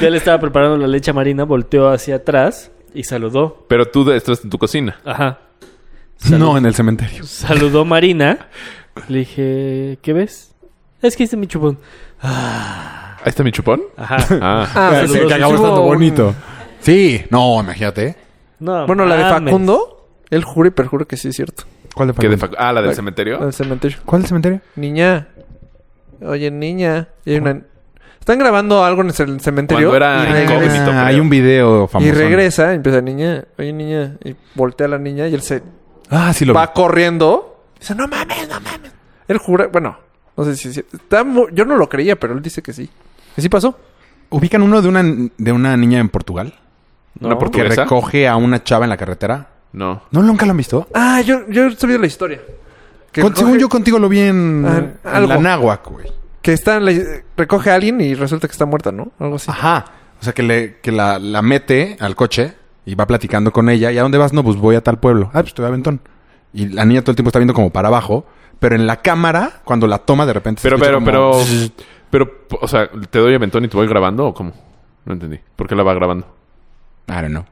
Speaker 2: ya le estaba preparando la leche marina, volteó hacia atrás y saludó.
Speaker 4: Pero tú estás en tu cocina.
Speaker 2: Ajá. Salud-
Speaker 1: No, en el cementerio.
Speaker 2: Saludó Marina. Le dije, ¿qué ves? Es que hice mi chupón.
Speaker 4: Ahí está mi chupón.
Speaker 2: Ajá.
Speaker 4: Ah.
Speaker 3: Ah,
Speaker 1: Sí,
Speaker 2: saludos.
Speaker 1: que acabó
Speaker 3: Hubo
Speaker 1: estando
Speaker 3: un-
Speaker 1: bonito. Sí. No, imagínate.
Speaker 2: [LAUGHS] No
Speaker 3: Bueno, la de
Speaker 2: mames.
Speaker 3: Facundo, él jura y perjura que sí es cierto.
Speaker 1: ¿Cuál de
Speaker 4: ¿Qué de facu- ah, la del cementerio.
Speaker 3: Al cementerio.
Speaker 1: ¿Cuál del cementerio?
Speaker 3: Niña. Oye, niña. Y hay una... Están grabando algo en el cementerio.
Speaker 4: Cuando era
Speaker 3: y
Speaker 4: Ah,
Speaker 3: regresa-
Speaker 4: incógnito. creo.
Speaker 1: hay un video famoso.
Speaker 3: Y regresa, y empieza niña, oye niña, y voltea a la niña y él se
Speaker 1: Ah, sí lo vi.
Speaker 3: va corriendo. Dice, no mames, no mames. Él jura, bueno, no sé si, si- está mu- yo no lo creía, pero él dice que sí. Que sí pasó.
Speaker 1: Ubican uno de una, de una niña en Portugal
Speaker 4: ¿Una
Speaker 1: que
Speaker 4: portuguesa?
Speaker 1: recoge a una chava en la carretera.
Speaker 4: No.
Speaker 1: ¿No nunca lo han visto?
Speaker 3: Ah, yo, yo he sabido la historia. Que,
Speaker 1: Con- Según
Speaker 3: recoge-
Speaker 1: yo contigo lo vi en,
Speaker 3: Ah,
Speaker 1: en
Speaker 3: algo.
Speaker 1: la náhuac, güey.
Speaker 3: que está en la- recoge a alguien y resulta que está muerta, ¿no? Algo así.
Speaker 1: Ajá. O sea, que, le, que la, la mete al coche y va platicando con ella. ¿Y a dónde vas? No, pues voy a tal pueblo. Ah, pues te voy a Ventón. Y la niña todo el tiempo está viendo como para abajo. Pero en la cámara, cuando la toma, de repente se
Speaker 4: Pero,
Speaker 1: escucha
Speaker 4: pero,
Speaker 1: como-
Speaker 4: pero,
Speaker 1: [LAUGHS]
Speaker 4: pero, o sea, ¿te doy aventón y te voy grabando o cómo? No entendí. ¿Por qué la va grabando?
Speaker 1: I don't know.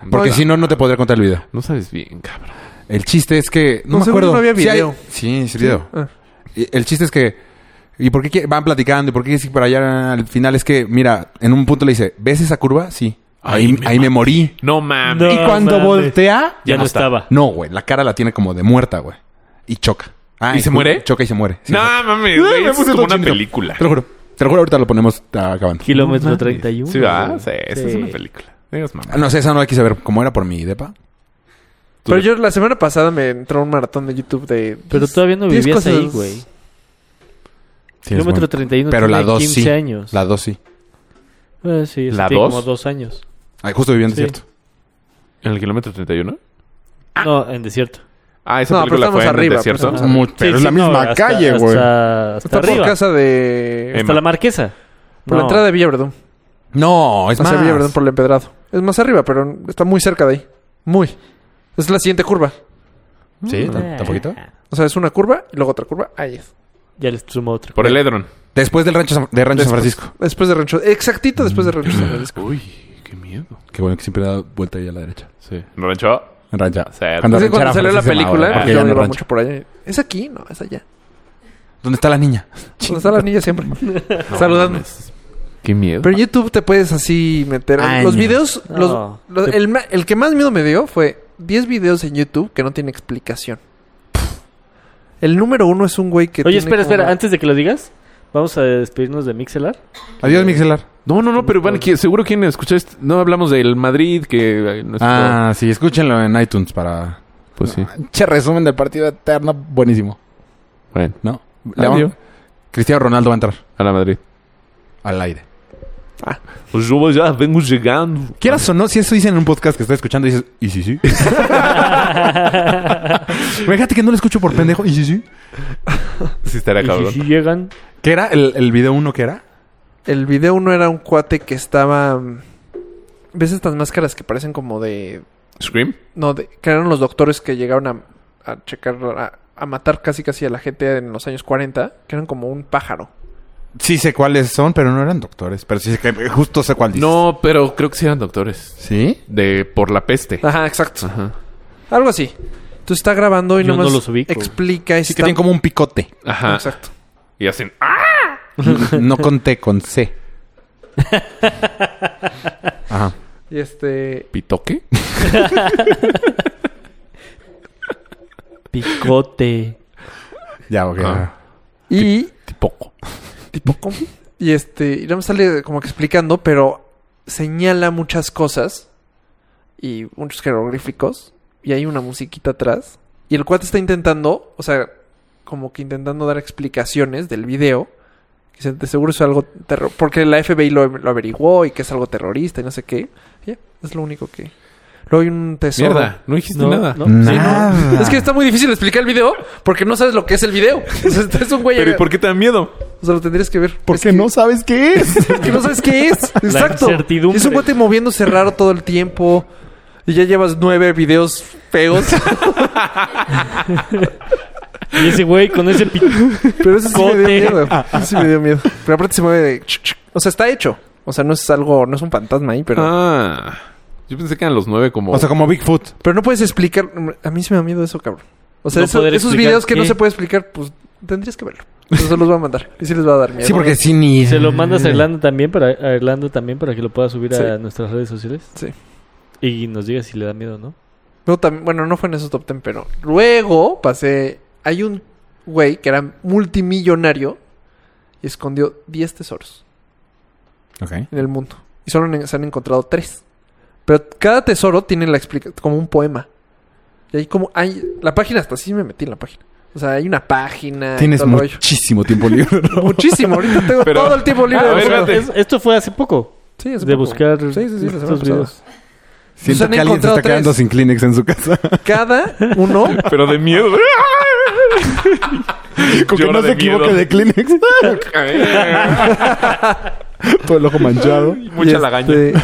Speaker 4: Pues
Speaker 1: Porque si no, no te podría contar el video.
Speaker 4: No sabes bien, cabrón.
Speaker 1: El chiste es que... No,
Speaker 3: No,
Speaker 1: me
Speaker 3: según
Speaker 1: acuerdo.
Speaker 3: yo no había
Speaker 1: Sí hay-
Speaker 3: video.
Speaker 1: Sí, es video.
Speaker 3: Ah.
Speaker 1: Y El chiste es que... ¿Y por qué quie- van platicando? ¿Y por qué quieres ir para allá? Al final es que, mira, en un punto le dice, ¿ves esa curva? Sí. Ahí, ahí, me, morí.
Speaker 4: No mames.
Speaker 2: No.
Speaker 1: y cuando
Speaker 2: mames.
Speaker 1: voltea,
Speaker 2: Ya no
Speaker 4: está.
Speaker 2: estaba.
Speaker 1: No, Mm. güey. La cara la tiene como de muerta, güey. Y choca. Ah,
Speaker 4: ¿Y se
Speaker 1: ju-
Speaker 4: muere?
Speaker 1: Choca y se muere. Sí,
Speaker 4: No
Speaker 1: güey.
Speaker 4: mames, güey.
Speaker 1: me puse
Speaker 4: eso Es como
Speaker 1: todo
Speaker 4: una
Speaker 1: chinito.
Speaker 4: película.
Speaker 1: Te lo juro. Te lo juro, ahorita lo ponemos ah, acabando.
Speaker 2: Kilómetro 31.
Speaker 4: Sí, ¿verdad?
Speaker 2: güey.
Speaker 4: Sí, esa es
Speaker 2: Sí.
Speaker 4: una película. Digas, mamá.
Speaker 1: Ah, No sé, esa no la quise ver. Como era por mi depa.
Speaker 3: Pero yo la semana pasada me entró un maratón de YouTube de...
Speaker 2: Pero todavía no
Speaker 3: diez
Speaker 2: vivías
Speaker 3: cosas-
Speaker 2: ahí, güey.
Speaker 1: Sí, es
Speaker 2: Kilómetro
Speaker 1: bueno.
Speaker 2: 31
Speaker 1: Pero la
Speaker 2: tenía
Speaker 1: 2
Speaker 2: 15
Speaker 1: sí.
Speaker 2: años.
Speaker 1: La 2 sí.
Speaker 2: Eh, sí,
Speaker 4: ¿La
Speaker 2: ¿La tiene
Speaker 4: dos?
Speaker 2: como dos años.
Speaker 1: Ay, Ah, justo viviendo,
Speaker 2: Sí.
Speaker 1: ¿cierto?
Speaker 4: ¿En el kilómetro 31?
Speaker 2: No, en desierto. Ah,
Speaker 4: Ah, esa
Speaker 3: No, pero
Speaker 4: película
Speaker 3: estamos
Speaker 4: fue en
Speaker 3: arriba,
Speaker 4: el desierto.
Speaker 3: pero estamos
Speaker 1: Mu-
Speaker 2: Sí,
Speaker 1: pero es
Speaker 2: sí,
Speaker 1: la
Speaker 2: no,
Speaker 1: misma
Speaker 2: hasta-
Speaker 1: calle, güey.
Speaker 2: Hasta, hasta
Speaker 3: Está por
Speaker 2: arriba.
Speaker 3: casa de...
Speaker 1: Eh,
Speaker 2: Hasta la marquesa.
Speaker 3: Por la
Speaker 2: No.
Speaker 3: entrada de Villaverdón.
Speaker 1: No, es
Speaker 3: Hacia
Speaker 1: más.
Speaker 3: Villaverdón por el empedrado. Es más arriba, pero está muy cerca de ahí. Muy. Es la siguiente curva.
Speaker 1: Sí,
Speaker 2: Eh.
Speaker 1: tan tan poquito.
Speaker 3: O sea, es una curva y luego otra curva. Ahí es.
Speaker 2: Ya les sumo otra.
Speaker 4: Por el Edron.
Speaker 1: Después del rancho, San- de rancho San Francisco.
Speaker 3: Después de Rancho. Exactito después de
Speaker 1: Mm.
Speaker 3: Rancho San Francisco.
Speaker 4: Uy, qué miedo.
Speaker 1: Qué bueno que siempre da vuelta ahí a la derecha.
Speaker 4: Sí. ¿Rancho?
Speaker 1: En rancha.
Speaker 4: Sí.
Speaker 3: Es que
Speaker 1: rancha
Speaker 3: cuando
Speaker 1: era
Speaker 3: salió
Speaker 1: famosísima,
Speaker 3: la película,
Speaker 1: ahora, porque ya
Speaker 3: yo
Speaker 1: no
Speaker 3: me
Speaker 1: es
Speaker 3: iba
Speaker 1: rancho.
Speaker 3: mucho por allá. Es aquí, no, es allá.
Speaker 1: ¿Dónde está la niña?
Speaker 3: Donde está la niña siempre. Saludando.
Speaker 4: Qué miedo.
Speaker 3: Pero en YouTube te puedes así meter.
Speaker 1: Ay,
Speaker 3: los
Speaker 1: no.
Speaker 3: videos. los-
Speaker 2: No.
Speaker 3: los-
Speaker 2: Te-
Speaker 3: el, ma- el que más miedo me dio fue 10 videos en YouTube que no tiene explicación. El número uno es un güey que.
Speaker 2: Oye,
Speaker 3: tiene
Speaker 2: espera,
Speaker 3: como-
Speaker 2: espera. Antes de que lo digas, vamos a despedirnos de Mixelar.
Speaker 1: Adiós, Mixelar.
Speaker 4: No, no, no, pero van, que- seguro quieren escuchar esto. No hablamos del Madrid, que... eh, nuestro-
Speaker 1: Ah, sí, escúchenlo en iTunes para.
Speaker 4: Pues sí.
Speaker 1: Che, resumen del partido eterno, buenísimo.
Speaker 4: Bueno,
Speaker 1: ¿No? Le vamos-
Speaker 4: Adiós.
Speaker 1: Cristiano Ronaldo va a entrar
Speaker 4: a la Madrid.
Speaker 1: al aire.
Speaker 4: Pues yo ya vengo llegando.
Speaker 1: Quieras o no, si eso dicen en un podcast que estás escuchando, dices, ¿y sí, [LAUGHS] sí?
Speaker 2: [LAUGHS]
Speaker 1: Fíjate que no lo escucho por pendejo, ¿y sí, sí?
Speaker 4: Sí, estaría
Speaker 2: Y
Speaker 4: cabrón.
Speaker 2: si, si llegan,
Speaker 1: ¿Qué era? ¿El, el video uno que era?
Speaker 3: El video uno era un cuate que estaba. mm, ¿Ves estas máscaras que parecen como de.
Speaker 4: ¿Scream?
Speaker 3: No, de, que eran los doctores que llegaron a, a checar, a, a matar casi casi a la gente en los años 40, que eran como un pájaro.
Speaker 1: Sí sé cuáles son, pero no eran doctores. Pero sí sé que justo sé cuál dices.
Speaker 4: No, pero creo que sí eran doctores.
Speaker 1: ¿Sí?
Speaker 4: De por la peste.
Speaker 3: Ajá, exacto.
Speaker 4: Ajá.
Speaker 3: Algo así. Tú está grabando y
Speaker 2: Yo
Speaker 3: nomás
Speaker 2: no los ubico.
Speaker 3: explica y
Speaker 1: Sí que
Speaker 3: está-
Speaker 1: tienen como un picote.
Speaker 4: Ajá.
Speaker 3: Exacto.
Speaker 4: Y hacen... ¡Ah!
Speaker 1: [LAUGHS] No con T, con
Speaker 3: [LAUGHS]
Speaker 1: C. Ajá.
Speaker 3: Y este.
Speaker 4: ¿Pitoque?
Speaker 2: picote.
Speaker 1: Ya, ok.
Speaker 4: Ah.
Speaker 3: Y. Ah.
Speaker 4: Tipoco.
Speaker 3: Tipo, ¿cómo? Y este, y nada más sale como que explicando, pero señala muchas cosas y muchos jeroglíficos. Y hay una musiquita atrás. Y el cuate está intentando, o sea, como que intentando dar explicaciones del video. Que se- de seguro es algo terror. Porque la FBI lo, lo averiguó y que es algo terrorista y no sé qué. Ya, es lo único que. Luego hay un tesoro.
Speaker 4: Mierda, no dijiste
Speaker 2: No,
Speaker 4: nada.
Speaker 2: no.
Speaker 1: Nada.
Speaker 3: Es que está muy difícil explicar el video porque no sabes lo que es el video. [LAUGHS] O sea, es un güey.
Speaker 4: Pero ¿y por qué te da miedo?
Speaker 3: O sea, lo tendrías que ver. Es
Speaker 6: Porque
Speaker 3: que-
Speaker 6: no sabes qué es.
Speaker 3: [LAUGHS] Es que no sabes qué es. Exacto.
Speaker 2: incertidumbre.
Speaker 3: Es un guate moviéndose raro todo el tiempo. Y ya llevas nueve videos feos.
Speaker 2: Y ese güey con ese
Speaker 3: [LAUGHS]
Speaker 2: pico.
Speaker 3: [LAUGHS] Pero eso sí me dio
Speaker 2: Cote. Ah,
Speaker 3: miedo. Eso sí me dio miedo. Pero aparte se mueve de... chuc, chuc. O sea, está hecho. O sea, no es algo... No es un fantasma ahí, pero...
Speaker 4: Ah, yo pensé que eran los nueve
Speaker 1: [LAUGHS]
Speaker 4: como...
Speaker 1: O sea, como Bigfoot.
Speaker 3: Pero no puedes explicar... A mí sí me da miedo eso, cabrón. O sea,
Speaker 2: No
Speaker 3: eso-
Speaker 2: poder
Speaker 3: esos
Speaker 2: explicar
Speaker 3: videos que no
Speaker 2: qué.
Speaker 3: se puede explicar, pues tendrías que verlo. Entonces los va a mandar. Y sí les va a dar miedo.
Speaker 1: Sí, porque sí ni...
Speaker 2: Se lo mandas a Irlanda también para, a Irlanda también para que lo pueda subir a
Speaker 3: Sí.
Speaker 2: nuestras redes sociales.
Speaker 3: Sí.
Speaker 2: Y nos diga si le da miedo, ¿no?
Speaker 3: Luego también- bueno, no fue en esos top ten, pero luego pasé. Hay un güey que era multimillonario y escondió 10 tesoros
Speaker 1: Ok.
Speaker 6: Ah,
Speaker 3: en el mundo. Y solo en- se han encontrado 3. Pero cada tesoro tiene la explica como un poema. Y ahí como hay. La página, hasta así me metí en la página. O sea, hay una página. y
Speaker 1: Tienes
Speaker 3: todo el rollo.
Speaker 1: muchísimo
Speaker 6: [LAUGHS]
Speaker 1: tiempo libre.
Speaker 6: Pues
Speaker 3: Muchísimo. Ahorita tengo
Speaker 4: [LAUGHS] Pero-
Speaker 3: todo el tiempo libre.
Speaker 4: A
Speaker 3: del
Speaker 4: ver,
Speaker 3: mundo.
Speaker 4: espérate.
Speaker 2: Es- esto fue hace poco.
Speaker 3: Sí, hace
Speaker 2: de
Speaker 3: poco.
Speaker 2: buscar
Speaker 3: Sí, sí, sí, la semana
Speaker 2: estos
Speaker 3: pasada.
Speaker 2: videos.
Speaker 3: Se
Speaker 1: Siento
Speaker 3: han
Speaker 1: que alguien se
Speaker 3: encontrado
Speaker 1: está quedando
Speaker 3: tres.
Speaker 1: sin Kleenex en su casa.
Speaker 3: Cada uno
Speaker 4: Pero de miedo.
Speaker 6: [LAUGHS] Con que
Speaker 4: Llora
Speaker 6: no
Speaker 4: de
Speaker 6: se equivoque
Speaker 4: miedo. [LAUGHS]
Speaker 6: de
Speaker 1: [LAUGHS]
Speaker 6: Kleenex. Todo el ojo manchado.
Speaker 4: [LAUGHS] Mucha
Speaker 3: y
Speaker 4: lagaña.
Speaker 2: [LAUGHS]
Speaker 3: este-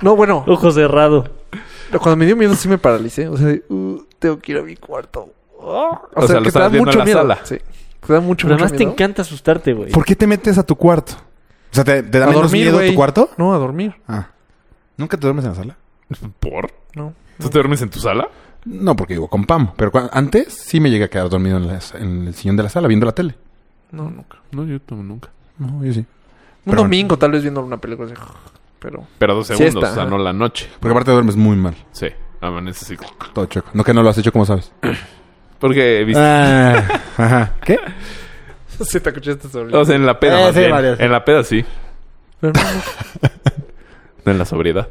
Speaker 3: No, bueno,
Speaker 2: Ojo cerrado.
Speaker 3: Pero Cuando me dio miedo sí me paralicé. O sea, de, "Uh, tengo que ir a mi cuarto. Ah.
Speaker 4: O sea, lo
Speaker 3: que te da
Speaker 4: estabas viendo en
Speaker 3: mucho
Speaker 4: la
Speaker 3: miedo.
Speaker 4: sala.
Speaker 3: Sí. Te da mucho,
Speaker 2: Pero
Speaker 3: mucho
Speaker 2: además te
Speaker 3: miedo.
Speaker 2: encanta asustarte, güey.
Speaker 1: ¿Por qué te metes a tu cuarto? O sea, ¿te, te da
Speaker 3: A
Speaker 1: menos
Speaker 3: dormir,
Speaker 1: miedo
Speaker 3: güey.
Speaker 1: tu cuarto?
Speaker 3: No, a dormir.
Speaker 1: Ah. ¿Nunca te duermes en la sala?
Speaker 4: ¿Por?
Speaker 3: No.
Speaker 4: ¿Tú te duermes en tu sala?
Speaker 1: No, porque vivo con Pam. Pero cua- antes sí me llegué a quedar dormido en, la- en el sillón de la sala viendo la tele.
Speaker 3: No, nunca.
Speaker 4: No, yo tomo nunca.
Speaker 1: No, yo sí.
Speaker 3: Un
Speaker 1: Pero-
Speaker 3: domingo tal vez viendo una película así.
Speaker 1: [LAUGHS]
Speaker 3: Pero...
Speaker 4: Pero dos
Speaker 3: Siesta,
Speaker 4: segundos, o sea,
Speaker 3: ajá.
Speaker 4: no la noche.
Speaker 1: Porque aparte duermes muy mal.
Speaker 4: Sí, amaneces así.
Speaker 1: Todo chueco. No que no lo has hecho, como sabes?
Speaker 4: Porque, viste,
Speaker 1: Ah, ajá. ¿Qué?
Speaker 3: sí, te escuchaste sobre
Speaker 4: o sea, en la peda
Speaker 6: Eh,
Speaker 4: más
Speaker 6: sí,
Speaker 4: bien.
Speaker 6: varias.
Speaker 4: En la peda sí,
Speaker 3: Pero no, no.
Speaker 4: en la sobriedad.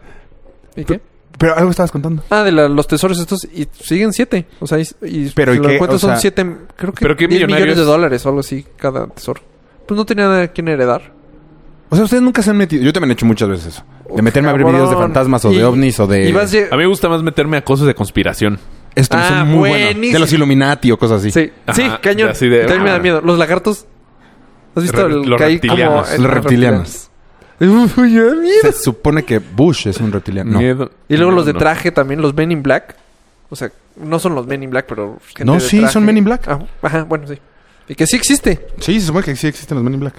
Speaker 3: ¿Y qué?
Speaker 1: Pero algo estabas contando.
Speaker 3: Ah, de la- los tesoros estos. Y siguen siete. O sea, y, y
Speaker 1: Pero,
Speaker 3: si
Speaker 1: ¿y
Speaker 3: lo
Speaker 1: qué?
Speaker 3: encuentras
Speaker 1: O sea,
Speaker 3: son siete... Creo que
Speaker 4: ¿pero qué
Speaker 3: 10 millones de
Speaker 4: millonarios?
Speaker 3: dólares o algo así cada tesoro. Pues no tenía nada quien heredar.
Speaker 1: O sea, ustedes nunca se han metido. Yo también he hecho muchas veces eso. De meterme a ver videos de
Speaker 3: Cabrón.
Speaker 1: fantasmas o de
Speaker 3: Y-
Speaker 1: ovnis o de.
Speaker 3: Y vas... lle-
Speaker 4: A mí me gusta más meterme a cosas de conspiración.
Speaker 1: Esto
Speaker 3: Ah,
Speaker 1: es muy bueno.
Speaker 3: buenísimo.
Speaker 1: De los Illuminati o cosas así.
Speaker 3: Sí,
Speaker 4: Ajá,
Speaker 3: sí, cañón.
Speaker 4: de así de-
Speaker 3: También me da
Speaker 4: Ajá.
Speaker 3: miedo. Los lagartos. ¿Has visto
Speaker 4: Re-
Speaker 3: el
Speaker 4: los
Speaker 3: que hay
Speaker 4: reptilianos,
Speaker 3: como-
Speaker 1: Los reptilianos.
Speaker 3: reptilianos. Uy, me da miedo.
Speaker 1: Se supone que Bush es un reptiliano. No.
Speaker 4: Miedo.
Speaker 3: Y luego
Speaker 4: No,
Speaker 3: los de
Speaker 4: no.
Speaker 3: traje también, los Men in Black. O sea, no son los Men in Black, pero. gente
Speaker 1: No,
Speaker 3: de
Speaker 1: sí, son Men in Black.
Speaker 3: Ajá, ajá, bueno, sí. Y que sí existe.
Speaker 1: Sí, se supone que sí existen los Men in Black.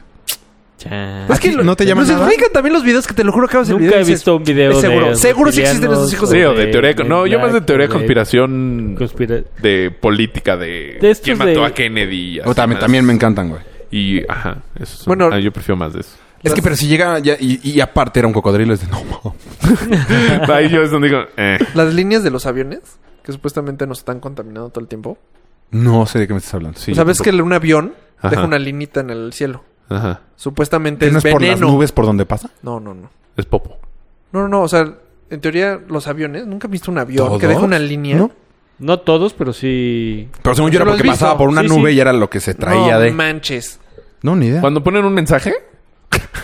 Speaker 2: Chan.
Speaker 1: Es que Ah, no te llaman
Speaker 3: Nos
Speaker 1: nada.
Speaker 3: explican también los videos que te lo juro acabas de
Speaker 2: Nunca he visto un video
Speaker 3: es seguro.
Speaker 2: de
Speaker 3: Seguro sí existen esos hijos
Speaker 4: Sí, o de
Speaker 2: de
Speaker 4: teoría... de- No, yo más de teoría de
Speaker 2: conspiración.
Speaker 4: conspiración... De política, de...
Speaker 2: De estos
Speaker 4: ¿Quién mató
Speaker 2: de-
Speaker 4: a Kennedy?
Speaker 1: O
Speaker 4: así
Speaker 1: también,
Speaker 4: más.
Speaker 1: también me encantan, güey.
Speaker 4: Y, ajá, eso son-
Speaker 3: Bueno-
Speaker 4: ah, yo prefiero más de eso. [LAUGHS]
Speaker 1: Es que, pero si llega ya- y, y aparte era un cocodrilo, es de no. mo.
Speaker 4: Ahí yo es donde digo, eh.
Speaker 3: Las líneas de los aviones, que supuestamente nos están contaminando todo el tiempo.
Speaker 1: No sé de qué me estás hablando. Sí.
Speaker 3: o sea, ves que un avión
Speaker 4: Ajá.
Speaker 3: deja una linita en el cielo.
Speaker 4: Ajá,
Speaker 3: Supuestamente
Speaker 1: ¿Que no es
Speaker 3: es
Speaker 1: por las
Speaker 3: veneno.
Speaker 1: nubes por donde pasa?
Speaker 3: No, no, no.
Speaker 4: es popo.
Speaker 3: No, no, no. O sea, en teoría, los aviones. Nunca he visto un avión
Speaker 1: ¿Todos?
Speaker 3: que deja una línea.
Speaker 1: No.
Speaker 2: No todos, pero sí.
Speaker 1: Pero según yo era
Speaker 3: ¿Lo has
Speaker 1: porque
Speaker 3: visto?
Speaker 1: pasaba por una
Speaker 2: Sí,
Speaker 1: nube
Speaker 2: sí.
Speaker 1: y era lo que se traía
Speaker 3: No
Speaker 1: de.
Speaker 3: manches.
Speaker 1: No, ni idea.
Speaker 4: Cuando ponen un mensaje,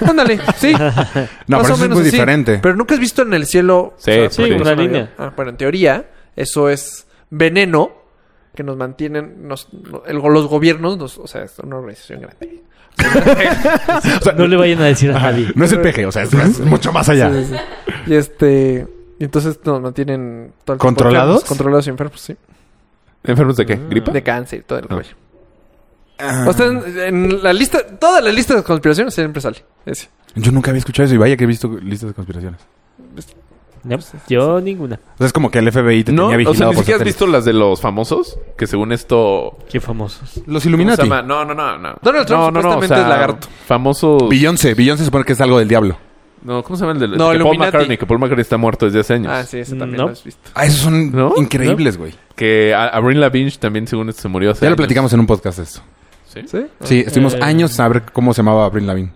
Speaker 3: Ándale, sí.
Speaker 1: [LAUGHS] No,
Speaker 3: Más
Speaker 1: pero
Speaker 3: o
Speaker 1: eso es
Speaker 3: menos
Speaker 1: muy
Speaker 3: así.
Speaker 1: diferente.
Speaker 3: Pero nunca has visto en el cielo.
Speaker 4: Sí, sí,
Speaker 3: por ejemplo,
Speaker 2: una
Speaker 3: un avión.
Speaker 2: línea.
Speaker 3: Ah, bueno, en teoría, eso es veneno que nos mantienen nos- no- el- los gobiernos. Nos, o sea, es una organización grande.
Speaker 2: no le vayan a decir a nadie.
Speaker 1: No es el peje, o sea, es, es mucho más allá.
Speaker 3: Sí, sí, sí. Y este. Y entonces nos mantienen. todo el tiempo
Speaker 1: ¿Controlados?
Speaker 3: enfermos, controlados y enfermos, sí.
Speaker 4: ¿enfermos de qué? ¿Gripa?
Speaker 3: Mm, De cáncer y todo el
Speaker 4: Ah.
Speaker 3: rollo. O sea, en, en la lista. Toda la lista de conspiraciones siempre sale. Ese.
Speaker 1: Yo nunca había escuchado eso y vaya que he visto listas de conspiraciones.
Speaker 2: No, yo ninguna.
Speaker 1: O sea, es como que el FBI te
Speaker 4: No,
Speaker 1: tenía
Speaker 4: o sea,
Speaker 1: vigilado
Speaker 4: ni
Speaker 1: por
Speaker 4: siquiera has
Speaker 1: satélite.
Speaker 4: visto las de los famosos, que según esto...
Speaker 2: Qué famosos.
Speaker 1: Los
Speaker 4: ¿cómo se
Speaker 1: Illuminati.
Speaker 4: llama? No, no, no, no.
Speaker 3: Donald Trump
Speaker 4: no, no, no,
Speaker 3: supuestamente es lagarto.
Speaker 4: Famosos...
Speaker 1: Beyoncé. Beyoncé se supone que es algo del diablo.
Speaker 4: No, ¿cómo se llama el del...
Speaker 3: No,
Speaker 4: que Paul
Speaker 3: Illuminati.
Speaker 4: McCartney, que Paul McCartney está muerto desde hace años.
Speaker 3: Ah, sí, ese también
Speaker 2: No.
Speaker 3: lo has visto.
Speaker 1: Ah, esos son
Speaker 4: ¿No?
Speaker 1: increíbles, güey.
Speaker 4: Que a- Avril Lavigne también según esto se murió hace
Speaker 1: Ya lo
Speaker 4: años.
Speaker 1: platicamos en un podcast esto.
Speaker 4: ¿Sí?
Speaker 3: ¿Sí?
Speaker 1: Sí, estuvimos
Speaker 2: Eh.
Speaker 1: años a saber cómo se llamaba Abril Lavigne.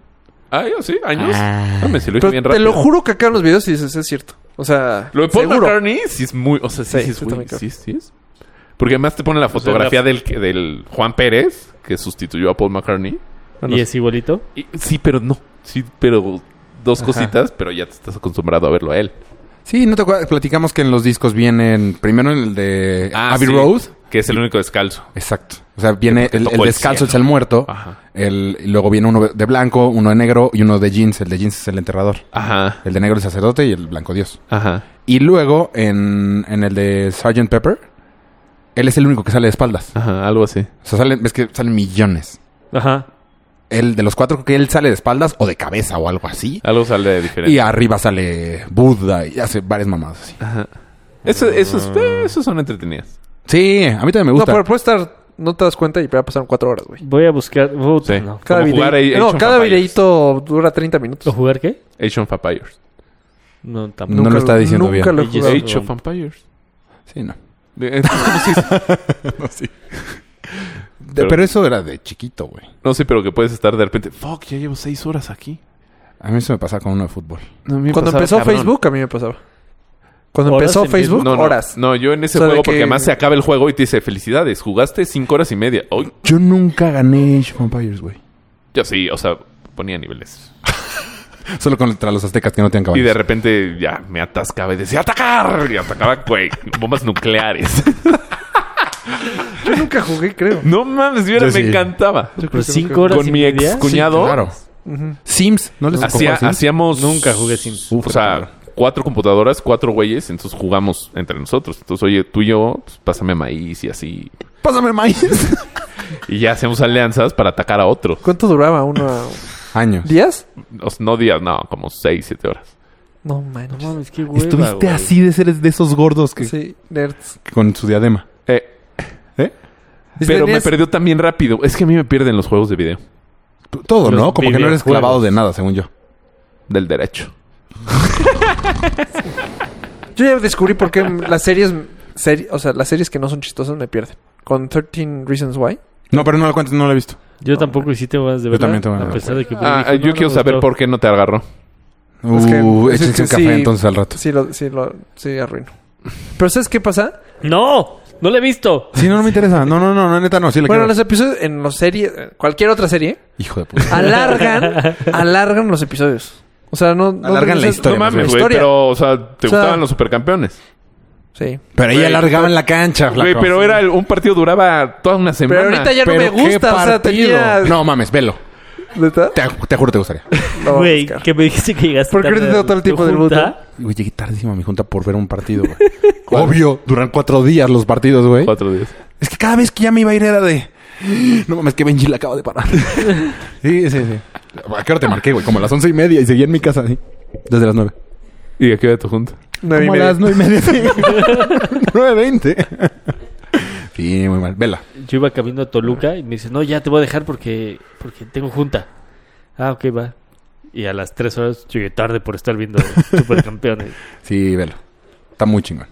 Speaker 4: Ah, yo sí, años.
Speaker 2: Ah.
Speaker 4: No, me si lo hice
Speaker 3: Pero
Speaker 4: bien
Speaker 3: te
Speaker 4: rápido.
Speaker 3: lo juro que acá en los videos y dices, es cierto. O sea,
Speaker 4: Lo de Paul
Speaker 3: seguro.
Speaker 4: McCartney sí es muy... O sea, sí,
Speaker 3: Sí,
Speaker 4: sí es
Speaker 3: yo
Speaker 4: güey,
Speaker 3: también creo.
Speaker 4: Sí, sí es. Porque además te pone la
Speaker 2: sea,
Speaker 4: fotografía
Speaker 2: la-
Speaker 4: del, que- del Juan Pérez, que sustituyó a Paul McCartney. Bueno,
Speaker 2: ¿Y es igualito?
Speaker 4: y- este, sí, pero no. Sí, pero dos cositas, pero ya te estás acostumbrado a verlo a él.
Speaker 1: Sí, no te acuerdas. Platicamos que en los discos vienen primero en el de Abbey
Speaker 4: sí,
Speaker 1: Road.
Speaker 4: Que es el único descalzo.
Speaker 1: Exacto. O sea, viene
Speaker 4: Porque
Speaker 1: el,
Speaker 4: tocó
Speaker 1: el
Speaker 4: el
Speaker 1: descalzo
Speaker 4: cielo.
Speaker 1: es el muerto.
Speaker 4: Ajá.
Speaker 1: El, y luego viene uno de blanco, uno de negro y uno de jeans. El de jeans es el enterrador.
Speaker 4: Ajá.
Speaker 1: El de negro el sacerdote y el blanco Dios.
Speaker 4: Ajá.
Speaker 1: Y luego en, en el de Sgt. Pepper, él es el único que sale de espaldas.
Speaker 4: Ajá. Algo así.
Speaker 1: O sea, salen, ves que salen millones.
Speaker 3: Ajá.
Speaker 1: Él, de los cuatro, creo que él sale de espaldas o de cabeza o algo así.
Speaker 4: Algo sale diferente.
Speaker 1: Y arriba sale Buda y hace varias mamadas así.
Speaker 4: Ajá. Eso, eso, es- eh, eso son entretenidas.
Speaker 1: Sí, a mí también me
Speaker 3: No,
Speaker 1: gusta.
Speaker 3: pero puede estar... No te das cuenta y ya pasaron cuatro horas, güey.
Speaker 2: Voy a buscar... Puta,
Speaker 4: Sí.
Speaker 2: no.
Speaker 3: Cada
Speaker 4: Como
Speaker 3: video...
Speaker 4: jugar ahí- Age
Speaker 3: No,
Speaker 4: of
Speaker 3: cada
Speaker 4: Empires.
Speaker 3: videito dura 30 minutos.
Speaker 2: ¿O jugar qué?
Speaker 4: Age of Vampires.
Speaker 2: No, tampoco.
Speaker 1: No lo está diciendo
Speaker 3: nunca
Speaker 1: bien.
Speaker 3: Lo he
Speaker 2: Ellos-
Speaker 3: jugado.
Speaker 4: Age of Vampires.
Speaker 1: Sí, no.
Speaker 4: De- eh, es como si-
Speaker 1: De- pero... eso era de chiquito, güey.
Speaker 4: [LAUGHS] no sé, pero que puedes estar de repente. Fuck, ya llevo seis horas aquí.
Speaker 1: A mí eso me pasa con uno de fútbol.
Speaker 4: No, a mí me
Speaker 3: Cuando
Speaker 4: pasaba,
Speaker 3: empezó
Speaker 4: cabrón.
Speaker 3: Facebook, a mí me pasaba. Cuando
Speaker 2: Horas
Speaker 3: empezó
Speaker 2: en Facebook.
Speaker 3: Facebook,
Speaker 4: No, no,
Speaker 3: horas.
Speaker 4: No, yo en ese
Speaker 3: O sea, de
Speaker 4: juego, porque
Speaker 3: que-
Speaker 4: además se acaba el juego y te dice felicidades, jugaste cinco horas y media. Hoy,
Speaker 1: Yo nunca gané Age of Empires, güey.
Speaker 4: yo sí, o sea, ponía niveles.
Speaker 1: Solo contra los aztecas que no tenían
Speaker 4: Y
Speaker 1: caballos.
Speaker 4: de repente ya me atascaba y decía atacar. Y atacaba, güey, bombas nucleares. [LAUGHS]
Speaker 3: Yo nunca jugué, creo.
Speaker 4: no mames, vieras,
Speaker 1: Yo sí.
Speaker 4: me encantaba.
Speaker 2: Pero cinco horas
Speaker 4: Con
Speaker 2: y
Speaker 4: mi
Speaker 2: media.
Speaker 4: ex cuñado.
Speaker 1: Claro.
Speaker 3: Ujú.
Speaker 1: Sims, ¿no les tocó
Speaker 4: Hacía-
Speaker 1: jugar Sims?
Speaker 4: hacíamos.
Speaker 2: Nunca jugué Sims.
Speaker 4: o sea, cuatro computadoras, cuatro güeyes, entonces jugamos entre nosotros. Entonces, oye, tú y yo, pues, pásame maíz y así.
Speaker 1: Pásame maíz.
Speaker 4: Y ya hacemos alianzas para atacar a otro.
Speaker 3: ¿Cuánto duraba? ¿Uno a-
Speaker 1: [LAUGHS] Años.
Speaker 3: días?
Speaker 4: O sea, no días, no, como seis, siete horas.
Speaker 3: No,
Speaker 2: No
Speaker 3: man.
Speaker 2: mames, qué hueva,
Speaker 1: Estuviste
Speaker 2: güey.
Speaker 1: así de seres de esos gordos que
Speaker 3: Sí, nerds.
Speaker 1: con su diadema.
Speaker 4: Eh,
Speaker 1: ¿Eh?
Speaker 4: pero me
Speaker 3: Tenías-
Speaker 4: perdió también rápido. Es que a mí me pierden los juegos de video.
Speaker 1: Tú- Todo,
Speaker 2: Los
Speaker 1: ¿no? Como que no eres
Speaker 2: videojuegos.
Speaker 1: clavado de nada, según yo.
Speaker 4: Del derecho.
Speaker 3: Yo ya descubrí por qué las series... seri- o sea, las series que no son chistosas me pierden. Con 13 Reasons Why.
Speaker 1: No, pero no lo cuentes, no lo he visto.
Speaker 2: Yo tampoco hiciste buenas de
Speaker 1: Yo
Speaker 2: verdad.
Speaker 1: también tengo
Speaker 2: A
Speaker 1: ganas.
Speaker 2: pesar de que...
Speaker 4: Ah,
Speaker 2: dije,
Speaker 4: yo
Speaker 2: no, no
Speaker 4: quiero
Speaker 2: me
Speaker 4: saber
Speaker 2: gustó.
Speaker 4: por qué no te agarró.
Speaker 3: Es que-
Speaker 1: Uh,
Speaker 3: es
Speaker 1: échense
Speaker 3: que
Speaker 1: un café
Speaker 3: sí.
Speaker 1: entonces al rato.
Speaker 3: Sí, lo, sí, lo, sí, arruino. Pero ¿sabes qué pasa?
Speaker 2: ¡No! ¡No lo he visto!
Speaker 1: Sí, no, no me interesa. No, no, no, no, neta no. Sí, le
Speaker 3: Bueno,
Speaker 1: quiero.
Speaker 3: los episodios en los series... eh, Cualquier otra serie,
Speaker 1: Hijo de puta. [LAUGHS]
Speaker 3: alargan... alargan los episodios. O sea, no... no
Speaker 1: Alargan la
Speaker 3: dices-
Speaker 1: historia,
Speaker 4: No
Speaker 1: más
Speaker 4: mames,
Speaker 1: bien.
Speaker 4: güey.
Speaker 3: Historia.
Speaker 4: Pero, o sea, te
Speaker 3: O sea-
Speaker 4: gustaban los supercampeones.
Speaker 3: Sí.
Speaker 1: [LAUGHS] Pero ahí
Speaker 4: Güey,
Speaker 1: alargaban la cancha, flaco.
Speaker 4: Güey, pero era el- un partido duraba toda una semana.
Speaker 3: Pero ahorita ya no me
Speaker 1: Pero qué
Speaker 3: gusta. O sea,
Speaker 1: partido.
Speaker 3: tenía...
Speaker 1: No mames, velo.
Speaker 3: ¿Neta?
Speaker 1: Te, te juro te gustaría.
Speaker 3: Lo voy a
Speaker 2: Güey,
Speaker 3: buscar.
Speaker 2: que me dijiste que llegaste
Speaker 3: ¿Por qué
Speaker 2: tarde
Speaker 3: ahorita tengo
Speaker 2: a
Speaker 3: todo el
Speaker 2: tu
Speaker 3: tiempo del mundo?
Speaker 2: junta.
Speaker 1: Güey, llegué tardísimo a mi junta por ver un partido,
Speaker 3: [LAUGHS]
Speaker 1: güey. Obvio, duran cuatro días los partidos, güey.
Speaker 4: Cuatro días.
Speaker 1: Es que cada vez que ya me iba a ir era de... No mames, que Benji la acaba de
Speaker 3: [LAUGHS]
Speaker 1: parar. sí, sí, sí. ¿A qué hora te marqué, güey? Como a las once y media y seguía en mi casa, sí. Desde las nueve.
Speaker 4: ¿Y a qué hora te juntas?
Speaker 3: Nueve y media.
Speaker 1: nueve y media.
Speaker 3: [LAUGHS]
Speaker 1: Nueve veinte. [LAUGHS] Sí, muy mal. Vela.
Speaker 2: Yo iba camino a Toluca y me dice, no, ya te voy a dejar porque, porque tengo junta. Ah, ok, va. Y a las tres horas llegué tarde por estar viendo Supercampeones.
Speaker 1: Sí, velo. Está muy chingón.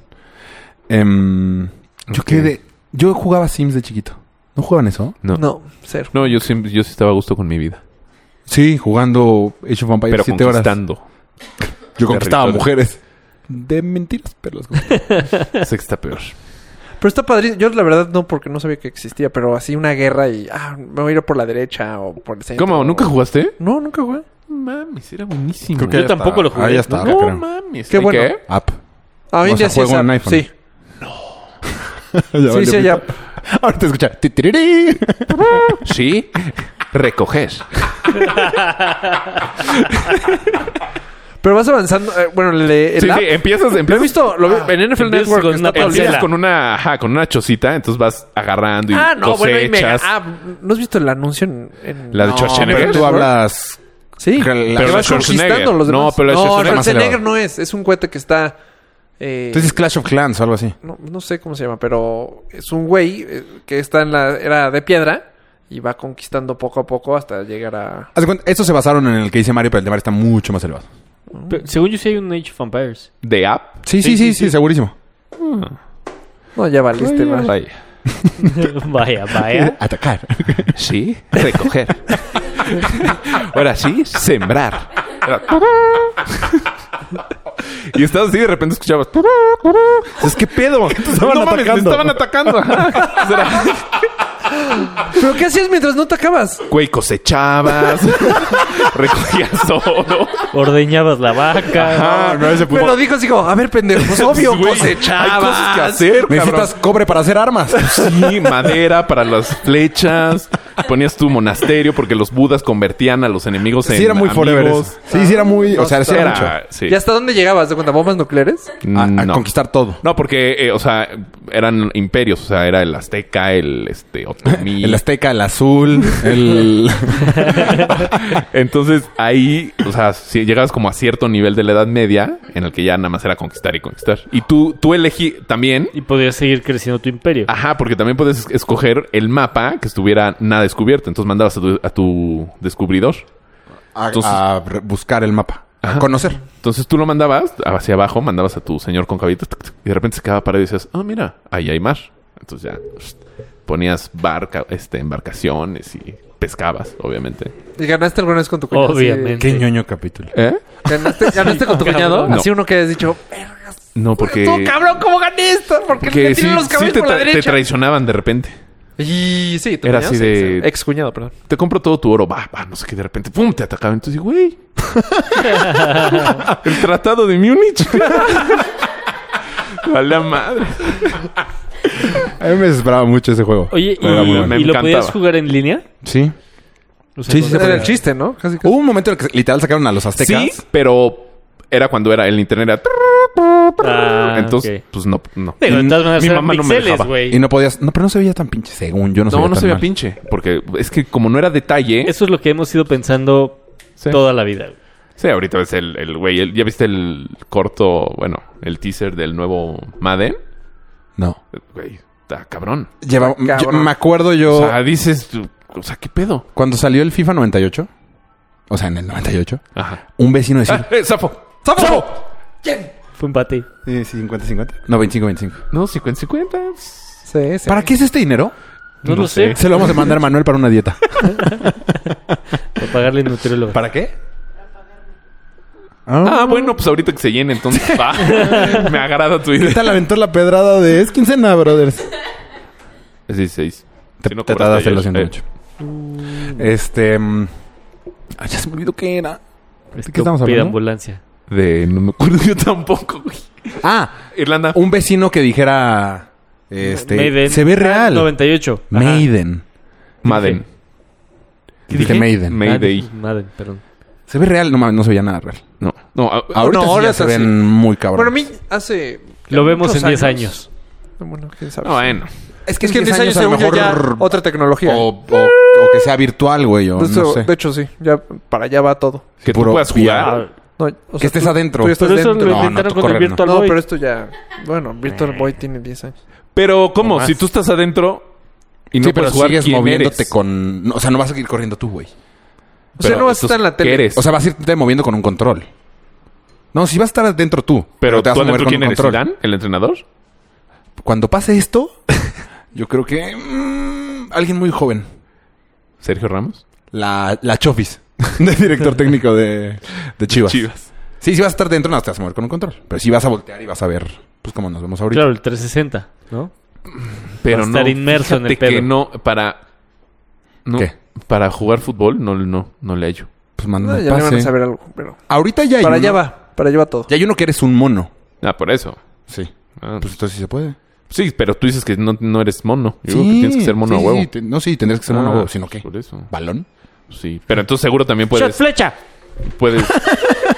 Speaker 1: Em, Yo quedé... Yo jugaba Sims de chiquito. ¿No jugaban eso?
Speaker 4: No. No,
Speaker 3: No, cero.
Speaker 4: yo, siempre, yo sí estaba a gusto con mi vida.
Speaker 1: Sí, jugando Age of Empires
Speaker 4: Pero
Speaker 1: siete horas.
Speaker 4: conquistando.
Speaker 1: Yo conquistaba
Speaker 4: territorio.
Speaker 1: mujeres. De mentiras, pero las conquistaba.
Speaker 4: Sexta peor.
Speaker 3: Pero está padrísimo. Yo la verdad no, porque no sabía que existía, pero así una guerra y ah, me voy a ir por la derecha o por
Speaker 1: Eh,
Speaker 3: el centro.
Speaker 4: ¿Cómo? ¿Nunca
Speaker 3: jugué?
Speaker 4: jugaste?
Speaker 3: No, nunca jugué.
Speaker 4: Mames, era buenísimo.
Speaker 1: Creo que
Speaker 2: Yo
Speaker 1: ya
Speaker 2: tampoco
Speaker 1: está.
Speaker 2: lo jugué.
Speaker 1: Ah, ya está,
Speaker 4: no
Speaker 1: creo.
Speaker 4: mames.
Speaker 3: Qué
Speaker 4: ¿De
Speaker 3: bueno.
Speaker 4: [LAUGHS]
Speaker 1: App.
Speaker 3: A mí
Speaker 1: O sea,
Speaker 3: ya sí es
Speaker 1: juego en
Speaker 3: app,
Speaker 1: iPhone.
Speaker 3: Sí, sí, sí, ya.
Speaker 1: Ahora te escucha. ti, tirirí.
Speaker 4: Sí. Recoger.
Speaker 3: Pero vas avanzando. eh, bueno, el, de- el
Speaker 4: Sí,
Speaker 3: app.
Speaker 4: sí, empiezas,
Speaker 3: Lo he
Speaker 4: empiezas,
Speaker 3: visto lo vi- en NFL
Speaker 2: empiezas
Speaker 3: Network.
Speaker 2: con
Speaker 3: está
Speaker 2: una
Speaker 3: todo el día.
Speaker 4: empiezas con una, ajá, con una chocita, entonces vas agarrando y
Speaker 3: Ah, no, bueno, y mega.
Speaker 4: cosechas.
Speaker 3: Ah, ¿no has visto el anuncio en. en-
Speaker 4: La de Schwarzenegger.
Speaker 1: Pero tú hablas...
Speaker 3: Sí,
Speaker 1: que la-
Speaker 3: que
Speaker 1: la
Speaker 3: vas
Speaker 4: Schwarzenegger.
Speaker 3: conquistando los
Speaker 4: No,
Speaker 3: demás.
Speaker 4: pero la Schwarzenegger
Speaker 3: no,
Speaker 1: más
Speaker 3: Schwarzenegger
Speaker 1: elevado.
Speaker 3: no es. Es un cohete que está. eh,
Speaker 1: Entonces Clash of Clans o algo así.
Speaker 3: no, no sé cómo se llama, pero es un güey eh, que está en la era de piedra y va conquistando poco a poco hasta llegar a...
Speaker 1: Haz de cuenta, estos se basaron en el que dice Mario, pero el de Mario está mucho más elevado.
Speaker 2: Pero según yo sí hay un Age of Empires.
Speaker 4: De app.
Speaker 1: Sí, sí, sí, sí, segurísimo.
Speaker 3: No, ya valiste, va.
Speaker 4: Vaya.
Speaker 2: [LAUGHS] Vaya, vaya.
Speaker 1: Atacar.
Speaker 4: Sí, recoger. Ahora sí, sembrar. Era- Y estabas así y de repente escuchabas. [LAUGHS] Es
Speaker 1: [LAUGHS]
Speaker 4: que pedo.
Speaker 6: estaban
Speaker 4: no mames, me
Speaker 6: atacando.
Speaker 4: estaban [LAUGHS] atacando. Ajá. Entonces era,
Speaker 3: ¿Pero qué hacías mientras no te acabas?
Speaker 4: Güey, cosechabas. [LAUGHS] Recogías todo.
Speaker 2: Ordeñabas la vaca.
Speaker 4: Ajá.
Speaker 6: no, ese
Speaker 3: Pero dijo así como, a ver, pendejo, pues obvio
Speaker 4: Pues, Güey,
Speaker 3: cosechabas.
Speaker 4: Hay cosas que hacer, cabrón. Pues
Speaker 1: Necesitas cobre para hacer armas.
Speaker 4: Sí, madera para las flechas. Ponías tu monasterio porque los budas convertían a los enemigos en
Speaker 1: Sí, era muy forever.
Speaker 4: amigos.
Speaker 1: eso. Sí, sí, era muy. O sea, sí era mucho.
Speaker 4: Era, sí.
Speaker 3: ¿Y hasta dónde llegabas? ¿De cuenta bombas nucleares?
Speaker 1: A, a
Speaker 4: No.
Speaker 1: conquistar todo.
Speaker 4: No, porque, eh, o sea, eran imperios. O sea, era el azteca, el este, otomí.
Speaker 1: [LAUGHS] El azteca, el
Speaker 4: [LAUGHS]
Speaker 1: azul, el.
Speaker 4: Entonces, ahí, o sea, si llegabas como a cierto nivel de la Edad Media, en el que ya nada más era conquistar y conquistar. Y tú, tú elegí también...
Speaker 2: Y podías seguir creciendo tu imperio.
Speaker 4: Ajá, porque también puedes es- escoger el mapa que estuviera nada descubierto. Entonces mandabas a tu, a tu descubridor.
Speaker 1: A,
Speaker 4: Entonces-
Speaker 1: [LAUGHS] a re- buscar el mapa. A
Speaker 4: Ajá.
Speaker 1: conocer.
Speaker 4: Entonces tú lo mandabas hacia abajo, mandabas a tu señor con caballitos tuc, tuc, y de repente se quedaba parado y decías, ah, mira, ahí hay mar. Entonces ya pst, ponías barca, este, embarcaciones y pescabas, obviamente.
Speaker 3: ¿Y ganaste alguna vez con tu cuñado?
Speaker 2: Obviamente. Qué
Speaker 1: ñoño capítulo.
Speaker 4: ¿Eh?
Speaker 3: Así, ¿Ganaste, ganaste con tu
Speaker 2: Cabrón.
Speaker 3: cuñado?
Speaker 4: No.
Speaker 3: Así uno que has dicho,
Speaker 4: No, porque...
Speaker 3: tú cabrón, ¿cómo gané esto? ¿Por qué
Speaker 4: porque
Speaker 3: le
Speaker 4: sí,
Speaker 3: tiran los
Speaker 4: sí
Speaker 3: cabellos
Speaker 4: te,
Speaker 3: por la
Speaker 4: tra- te
Speaker 3: derecha?
Speaker 4: traicionaban de repente.
Speaker 3: Y sí, tu
Speaker 4: Era
Speaker 3: cuñado,
Speaker 4: así
Speaker 3: sí,
Speaker 4: de-
Speaker 3: sí. Ex cuñado, perdón.
Speaker 4: Te compro todo tu oro, va, va, no sé qué, de repente, pum, te atacaban. Entonces, güey, el tratado de Múnich. A la madre.
Speaker 1: A mí me desesperaba mucho ese juego.
Speaker 2: Oye, ¿y,
Speaker 4: Era muy bueno.
Speaker 2: y
Speaker 4: Me
Speaker 2: lo
Speaker 4: encantaba.
Speaker 2: podías jugar en línea?
Speaker 1: Sí.
Speaker 2: O sea,
Speaker 1: Sí, sí,
Speaker 2: con-
Speaker 1: se
Speaker 3: Era
Speaker 1: podía.
Speaker 3: el chiste, ¿no? Casi, casi.
Speaker 1: Hubo un momento en el que literal sacaron a los aztecas.
Speaker 4: Sí, pero era cuando era el internet era...
Speaker 2: Ah,
Speaker 4: Entonces,
Speaker 2: ok.
Speaker 4: pues no, no.
Speaker 2: Digo, de todas maneras
Speaker 4: Mi
Speaker 2: eran
Speaker 4: mamá no me
Speaker 2: pixeles,
Speaker 4: dejaba.
Speaker 2: güey.
Speaker 1: Y no podías. No, pero no se veía tan pinche, según yo. No, se
Speaker 4: No,
Speaker 1: veía
Speaker 4: no
Speaker 1: tan
Speaker 4: se veía
Speaker 1: mal.
Speaker 4: pinche. Porque es que como no era detalle...
Speaker 2: Eso es lo que hemos ido pensando
Speaker 4: Sí.
Speaker 2: toda la vida. güey.
Speaker 4: Sí, ahorita ves el el güey. el- ¿Ya viste el corto, bueno, el teaser del nuevo Madden?
Speaker 1: No.
Speaker 4: Güey, está cabrón.
Speaker 1: Lleva-
Speaker 3: Ah,
Speaker 1: yo-
Speaker 3: cabrón.
Speaker 1: me acuerdo yo.
Speaker 4: O sea, dices... tú, O sea, ¿qué pedo?
Speaker 1: cuando salió el FIFA 98. O sea, en el 98.
Speaker 4: Ajá.
Speaker 1: Un vecino decía.
Speaker 4: Ah, eh, ¡Zafo!
Speaker 3: ¡Zafo!
Speaker 2: Fue un bate.
Speaker 1: Sí, sí, 50-50. No, 25-25.
Speaker 4: No, 50-50.
Speaker 3: Sí, sí.
Speaker 1: ¿Para qué es este dinero?
Speaker 2: No, lo sé.
Speaker 1: Se lo vamos a mandar a Manuel para una dieta.
Speaker 2: Para pagarle nutriólogo.
Speaker 1: ¿Para qué?
Speaker 4: Ah, bueno, pues ahorita que se llene, entonces
Speaker 1: [LAUGHS]
Speaker 4: va. Me agrada tu
Speaker 1: ¿Qué
Speaker 4: idea.
Speaker 1: tal aventó la pedrada de es quincena, brothers?
Speaker 4: Es 16.
Speaker 1: Te,
Speaker 4: Si no
Speaker 1: te tardaste
Speaker 4: cobraste ayer. eh,
Speaker 1: lo siento mucho. Este. mm, Ay, ya se me olvidó qué era.
Speaker 2: ¿De
Speaker 1: qué estamos hablando?
Speaker 2: ambulancia.
Speaker 4: Eh, De... No me acuerdo yo tampoco, güey.
Speaker 1: Ah,
Speaker 4: Irlanda.
Speaker 1: un vecino que dijera. Este.
Speaker 2: Maiden.
Speaker 1: Se ve
Speaker 2: Ah,
Speaker 1: real.
Speaker 2: 98. Ajá.
Speaker 1: Maiden.
Speaker 4: Madden.
Speaker 1: Dije,
Speaker 2: dije?
Speaker 1: Maiden.
Speaker 2: Ah,
Speaker 4: Mayday.
Speaker 2: dije Madden, perdón.
Speaker 1: Se ve real. No mames, no se veía nada real.
Speaker 4: No. No, a-
Speaker 1: Ahorita
Speaker 3: No,
Speaker 1: sí ya
Speaker 3: ahora
Speaker 1: se
Speaker 3: está
Speaker 1: ven
Speaker 3: así.
Speaker 1: muy cabrón.
Speaker 3: Bueno, a mí hace...
Speaker 2: Lo vemos en
Speaker 3: muchos
Speaker 2: 10 años.
Speaker 3: Bueno, quién sabe.
Speaker 4: no, eh. bueno.
Speaker 1: es
Speaker 3: es que en 10 años, según yo, ya otra tecnología.
Speaker 1: o, o- o que sea virtual, güey. O
Speaker 3: de, hecho,
Speaker 1: no sé.
Speaker 3: de hecho, sí. Ya para allá va todo.
Speaker 4: Que tú
Speaker 1: Puro
Speaker 4: puedas
Speaker 1: VR.
Speaker 4: jugar.
Speaker 2: Ah,
Speaker 3: No, o
Speaker 1: Que estés
Speaker 3: tú-
Speaker 1: adentro.
Speaker 3: tú ya estás
Speaker 2: Pero eso
Speaker 3: dentro.
Speaker 2: lo
Speaker 1: No, no,
Speaker 2: intentaron
Speaker 1: tú
Speaker 2: con
Speaker 1: correr,
Speaker 2: el
Speaker 1: no.
Speaker 2: Virtual
Speaker 3: No,
Speaker 2: Boy.
Speaker 3: pero esto ya... Bueno, Virtual Boy tiene 10 años.
Speaker 4: Pero, ¿cómo? Si tú estás adentro y no
Speaker 1: sí, pero
Speaker 4: puedes jugar,
Speaker 1: pues sigues
Speaker 4: ¿quién
Speaker 1: moviéndote
Speaker 4: eres?
Speaker 1: con. no, o sea, no vas a seguir corriendo tú, güey.
Speaker 3: O sea,
Speaker 4: Pero
Speaker 3: no vas a estar en la
Speaker 4: entonces,
Speaker 3: tele.
Speaker 4: ¿qué eres?
Speaker 1: O sea, vas a irte moviendo con un control. No, si vas a estar adentro tú.
Speaker 4: pero
Speaker 1: te vas
Speaker 4: tú
Speaker 1: a mover
Speaker 4: adentro,
Speaker 1: con
Speaker 4: ¿quién
Speaker 1: un
Speaker 4: eres?
Speaker 1: control.
Speaker 4: ¿Zidane? ¿El entrenador?
Speaker 1: Cuando pase esto, [LAUGHS] yo creo que. mm, alguien muy joven.
Speaker 4: ¿Sergio Ramos?
Speaker 1: La, la Chofis. [LAUGHS] De director técnico de, de Chivas.
Speaker 4: Chivas.
Speaker 1: Sí, si vas a estar dentro, no te vas a mover con un control. Pero sí vas a voltear y vas a ver, pues, cómo nos vemos ahorita.
Speaker 2: Claro, el 360, ¿no?
Speaker 4: Pero
Speaker 2: Vas a
Speaker 4: no.
Speaker 2: estar inmerso en el
Speaker 4: fíjate que
Speaker 2: pedo.
Speaker 4: no, para. No,
Speaker 1: ¿Qué?
Speaker 4: Para jugar fútbol, no, no, no le hallo.
Speaker 1: Pues manda
Speaker 3: No,
Speaker 1: un
Speaker 3: Ah, ya le van a
Speaker 1: pase.
Speaker 3: saber algo, pero...
Speaker 1: Ahorita ya hay
Speaker 3: Para
Speaker 1: uno-
Speaker 3: allá va. Para allá va todo.
Speaker 1: Ya hay uno que eres un mono.
Speaker 4: Ah, por eso.
Speaker 1: Sí.
Speaker 4: Ah,
Speaker 1: Pues entonces sí se puede.
Speaker 4: sí, pero tú dices que no, no eres mono. Yo
Speaker 1: sí.
Speaker 4: creo que tienes que ser mono
Speaker 1: Sí,
Speaker 4: a huevo.
Speaker 1: sí, te- no, sí, tendrías que ser mono a
Speaker 4: Ah,
Speaker 1: huevo, sino
Speaker 4: pues
Speaker 1: que.
Speaker 4: Por eso.
Speaker 1: ¿Balón?
Speaker 4: Sí. Pero entonces seguro también
Speaker 2: ¡Shot
Speaker 4: puedes.
Speaker 2: flecha!
Speaker 4: Puedes. [LAUGHS]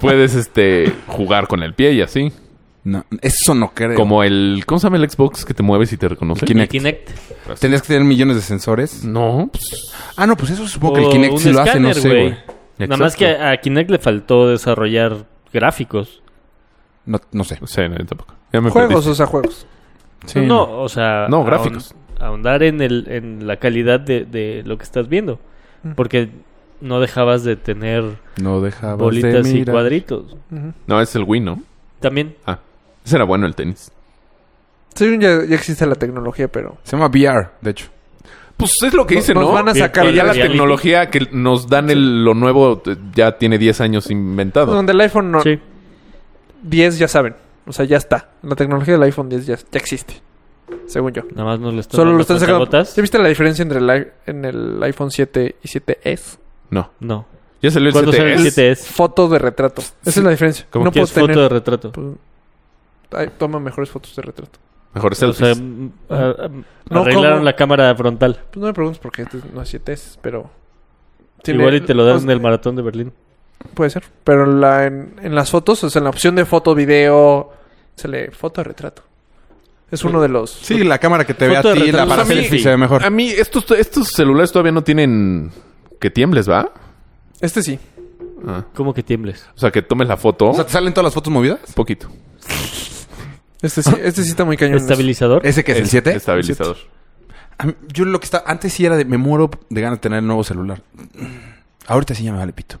Speaker 4: puedes, este. Jugar con el pie y así.
Speaker 1: No, eso no creo.
Speaker 4: Como el. ¿Cómo se llama el Xbox que te mueves y te reconoce?
Speaker 1: El Kinect.
Speaker 2: Y Kinect.
Speaker 1: Tendrías que tener millones de sensores.
Speaker 4: No, pues.
Speaker 1: Ah, no, pues eso supongo que
Speaker 2: O
Speaker 1: el Kinect
Speaker 2: un
Speaker 1: sí lo hace, no
Speaker 2: escáner,
Speaker 1: sé, güey.
Speaker 2: Nada más que
Speaker 4: Exacto.
Speaker 2: a a Kinect le faltó desarrollar gráficos.
Speaker 1: No, no sé.
Speaker 4: O sea, no, yo tampoco. Ya me
Speaker 3: Juegos,
Speaker 4: perdiste.
Speaker 3: o sea, juegos.
Speaker 1: Sí,
Speaker 2: no, o sea...
Speaker 4: No,
Speaker 2: ahon-
Speaker 4: gráficos.
Speaker 2: Ahondar en, el, en la calidad de, de lo que estás viendo.
Speaker 1: Mm.
Speaker 2: Porque no dejabas de tener
Speaker 1: No dejaba
Speaker 2: bolitas y cuadritos.
Speaker 4: No, es el Wii, ¿no?
Speaker 2: También.
Speaker 4: Ah, ese era bueno el tenis.
Speaker 3: Según ya, ya existe la tecnología, pero.
Speaker 1: Se llama VR, de hecho.
Speaker 4: Pues es lo que
Speaker 3: Nos-
Speaker 4: dicen,
Speaker 3: nos
Speaker 4: ¿no?
Speaker 3: van a
Speaker 4: Que-
Speaker 3: sacar
Speaker 4: que ya
Speaker 2: el
Speaker 4: la
Speaker 2: reality.
Speaker 4: tecnología que nos dan el- lo nuevo eh, ya tiene 10 años inventado.
Speaker 3: Donde el iPhone no-
Speaker 2: Sí.
Speaker 3: 10 ya saben. O sea, ya está. La tecnología del iPhone 10 ya, ya existe. Según yo.
Speaker 2: Nada más nos lo están
Speaker 3: Solo
Speaker 2: dando
Speaker 3: lo están
Speaker 2: a
Speaker 3: sacando.
Speaker 2: cuentagotas.
Speaker 3: ¿Ya viste la diferencia entre el, i- en el iPhone 7 y 7S?
Speaker 4: No.
Speaker 2: No.
Speaker 4: Ya salió el
Speaker 2: ¿Cuándo sale el
Speaker 4: 7S.
Speaker 2: 7S?
Speaker 3: Fotos de retrato. Esa es la diferencia.
Speaker 4: ¿Cómo
Speaker 3: no
Speaker 2: que
Speaker 3: puedo
Speaker 2: es foto
Speaker 3: tener.
Speaker 2: de retrato.
Speaker 3: pues, ay, toma mejores fotos de retrato.
Speaker 4: Mejor
Speaker 2: O sea,
Speaker 4: selfies.
Speaker 2: mm, ah, ah,
Speaker 3: No,
Speaker 2: arreglaron
Speaker 3: ¿cómo?
Speaker 2: la cámara frontal.
Speaker 3: Pues no me preguntes por qué este no es 7S, pero. tiene-
Speaker 2: Igual y te lo dan
Speaker 3: o sea,
Speaker 2: en el maratón de Berlín.
Speaker 3: Puede ser. Pero la, en, en las fotos, o sea, en la opción de foto, video, se le foto de retrato. Es uno de los.
Speaker 1: Sí, la cámara que te ve a
Speaker 2: Foto de
Speaker 1: ti, la
Speaker 2: retrato.
Speaker 1: para
Speaker 4: Pues a mí-
Speaker 1: selfie se ve mejor.
Speaker 4: A mí estos, estos celulares todavía no tienen que tiembles, ¿va?
Speaker 3: Este sí.
Speaker 4: Ah.
Speaker 2: ¿Cómo que tiembles?
Speaker 4: O sea, que tomes la foto
Speaker 1: O sea, ¿te salen todas las fotos movidas?
Speaker 4: un poquito.
Speaker 1: [LAUGHS]
Speaker 3: Este sí. Este sí está muy cañón.
Speaker 2: ¿Estabilizador?
Speaker 1: ¿Ese que es el 7?
Speaker 4: Estabilizador.
Speaker 1: A mí- Yo lo que estaba... Antes sí era de... Me muero de ganas de tener el nuevo celular. Ahorita sí ya me vale pito.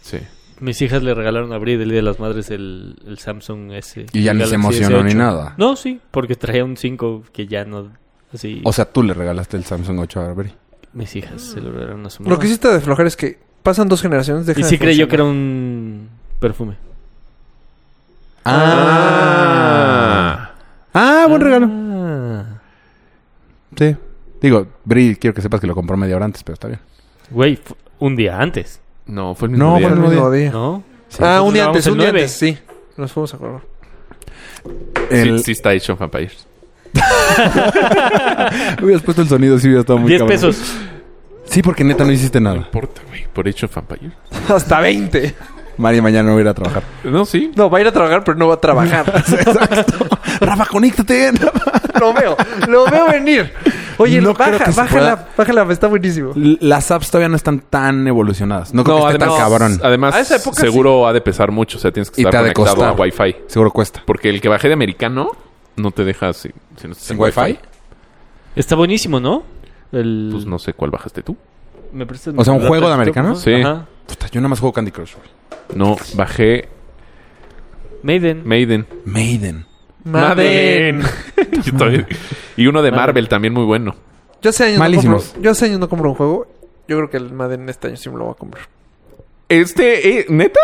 Speaker 4: Sí.
Speaker 2: Mis hijas le regalaron a Bri del Día de las Madres el, el Samsung S.
Speaker 1: Y ya
Speaker 2: el
Speaker 1: ni se
Speaker 2: Galaxy
Speaker 1: emocionó ni
Speaker 2: S8.
Speaker 1: nada.
Speaker 2: No, sí, porque traía un 5 que ya no... Así,
Speaker 1: O sea, tú le regalaste el Samsung 8 a Barbary.
Speaker 2: mis hijas se lo regalaron a su mamá.
Speaker 3: Lo que sí está de flojar es que pasan dos generaciones.
Speaker 2: y sí creyó que era un perfume.
Speaker 4: Ah.
Speaker 1: Ah, buen regalo.
Speaker 2: Ah.
Speaker 1: Sí. Digo, Bri, quiero que sepas que lo compró media hora antes, pero está bien.
Speaker 2: Güey, fu- un día antes,
Speaker 4: No, fue el mismo
Speaker 1: No,
Speaker 4: día.
Speaker 1: fue el
Speaker 3: un
Speaker 1: mismo
Speaker 3: mismo día.
Speaker 2: ¿no?
Speaker 3: Ah,
Speaker 2: Nosotros
Speaker 3: un día
Speaker 2: grabamos
Speaker 3: antes,
Speaker 2: el
Speaker 3: un día
Speaker 2: 9.
Speaker 3: antes, sí. Nos fuimos a acordar.
Speaker 4: Sí,
Speaker 1: El- [LAUGHS]
Speaker 4: sí está hecho en Vampires.
Speaker 1: Hubieras puesto el sonido, sí hubiera estado muy
Speaker 2: 10
Speaker 1: cabrón.
Speaker 2: pesos.
Speaker 1: Sí, porque neta no hiciste nada.
Speaker 4: importa, güey. Por hecho en Vampires.
Speaker 3: [LAUGHS] Hasta 20.
Speaker 1: Mari mañana no va a ir a trabajar.
Speaker 4: No, sí.
Speaker 3: No, va a ir a trabajar, pero no va a
Speaker 2: [LAUGHS]
Speaker 3: trabajar.
Speaker 1: Exacto. Rafa, conéctate.
Speaker 3: lo veo. Lo veo venir. Oye,
Speaker 1: No creo
Speaker 3: baja,
Speaker 1: que se
Speaker 3: bájala, bájala. Está buenísimo.
Speaker 1: Las apps todavía no están tan evolucionadas. No creo que esté tan cabrón.
Speaker 4: además,
Speaker 3: A esa época
Speaker 4: seguro ha de pesar mucho. O sea, tienes que
Speaker 1: Y
Speaker 4: estar
Speaker 1: te ha de
Speaker 4: conectado a
Speaker 1: costar.
Speaker 4: Wi-Fi.
Speaker 1: Seguro cuesta.
Speaker 4: Porque el que bajé de americano no te deja si, si no estás
Speaker 1: ¿Sin Wi-Fi?
Speaker 2: Está buenísimo, ¿no? El...
Speaker 4: Pues no sé cuál bajaste tú.
Speaker 2: ¿Me prestas
Speaker 1: O sea,
Speaker 2: mi
Speaker 1: ¿un juego de
Speaker 2: laptop,
Speaker 1: americano?
Speaker 2: ¿no?
Speaker 4: Sí.
Speaker 2: Ajá.
Speaker 1: Puta, yo nada más juego Candy Crush. güey.
Speaker 4: No, bajé
Speaker 2: Maiden.
Speaker 4: Maiden.
Speaker 1: Maiden.
Speaker 3: Madden.
Speaker 2: [LAUGHS]
Speaker 4: Yo todavía- y uno de
Speaker 2: Madden.
Speaker 4: Marvel también muy bueno.
Speaker 3: Yo hace años
Speaker 1: Malísimos.
Speaker 3: no compro. Yo hace años no compro un juego. Yo creo que el Madden este año sí me lo voy a comprar.
Speaker 4: Este, eh, ¿neta?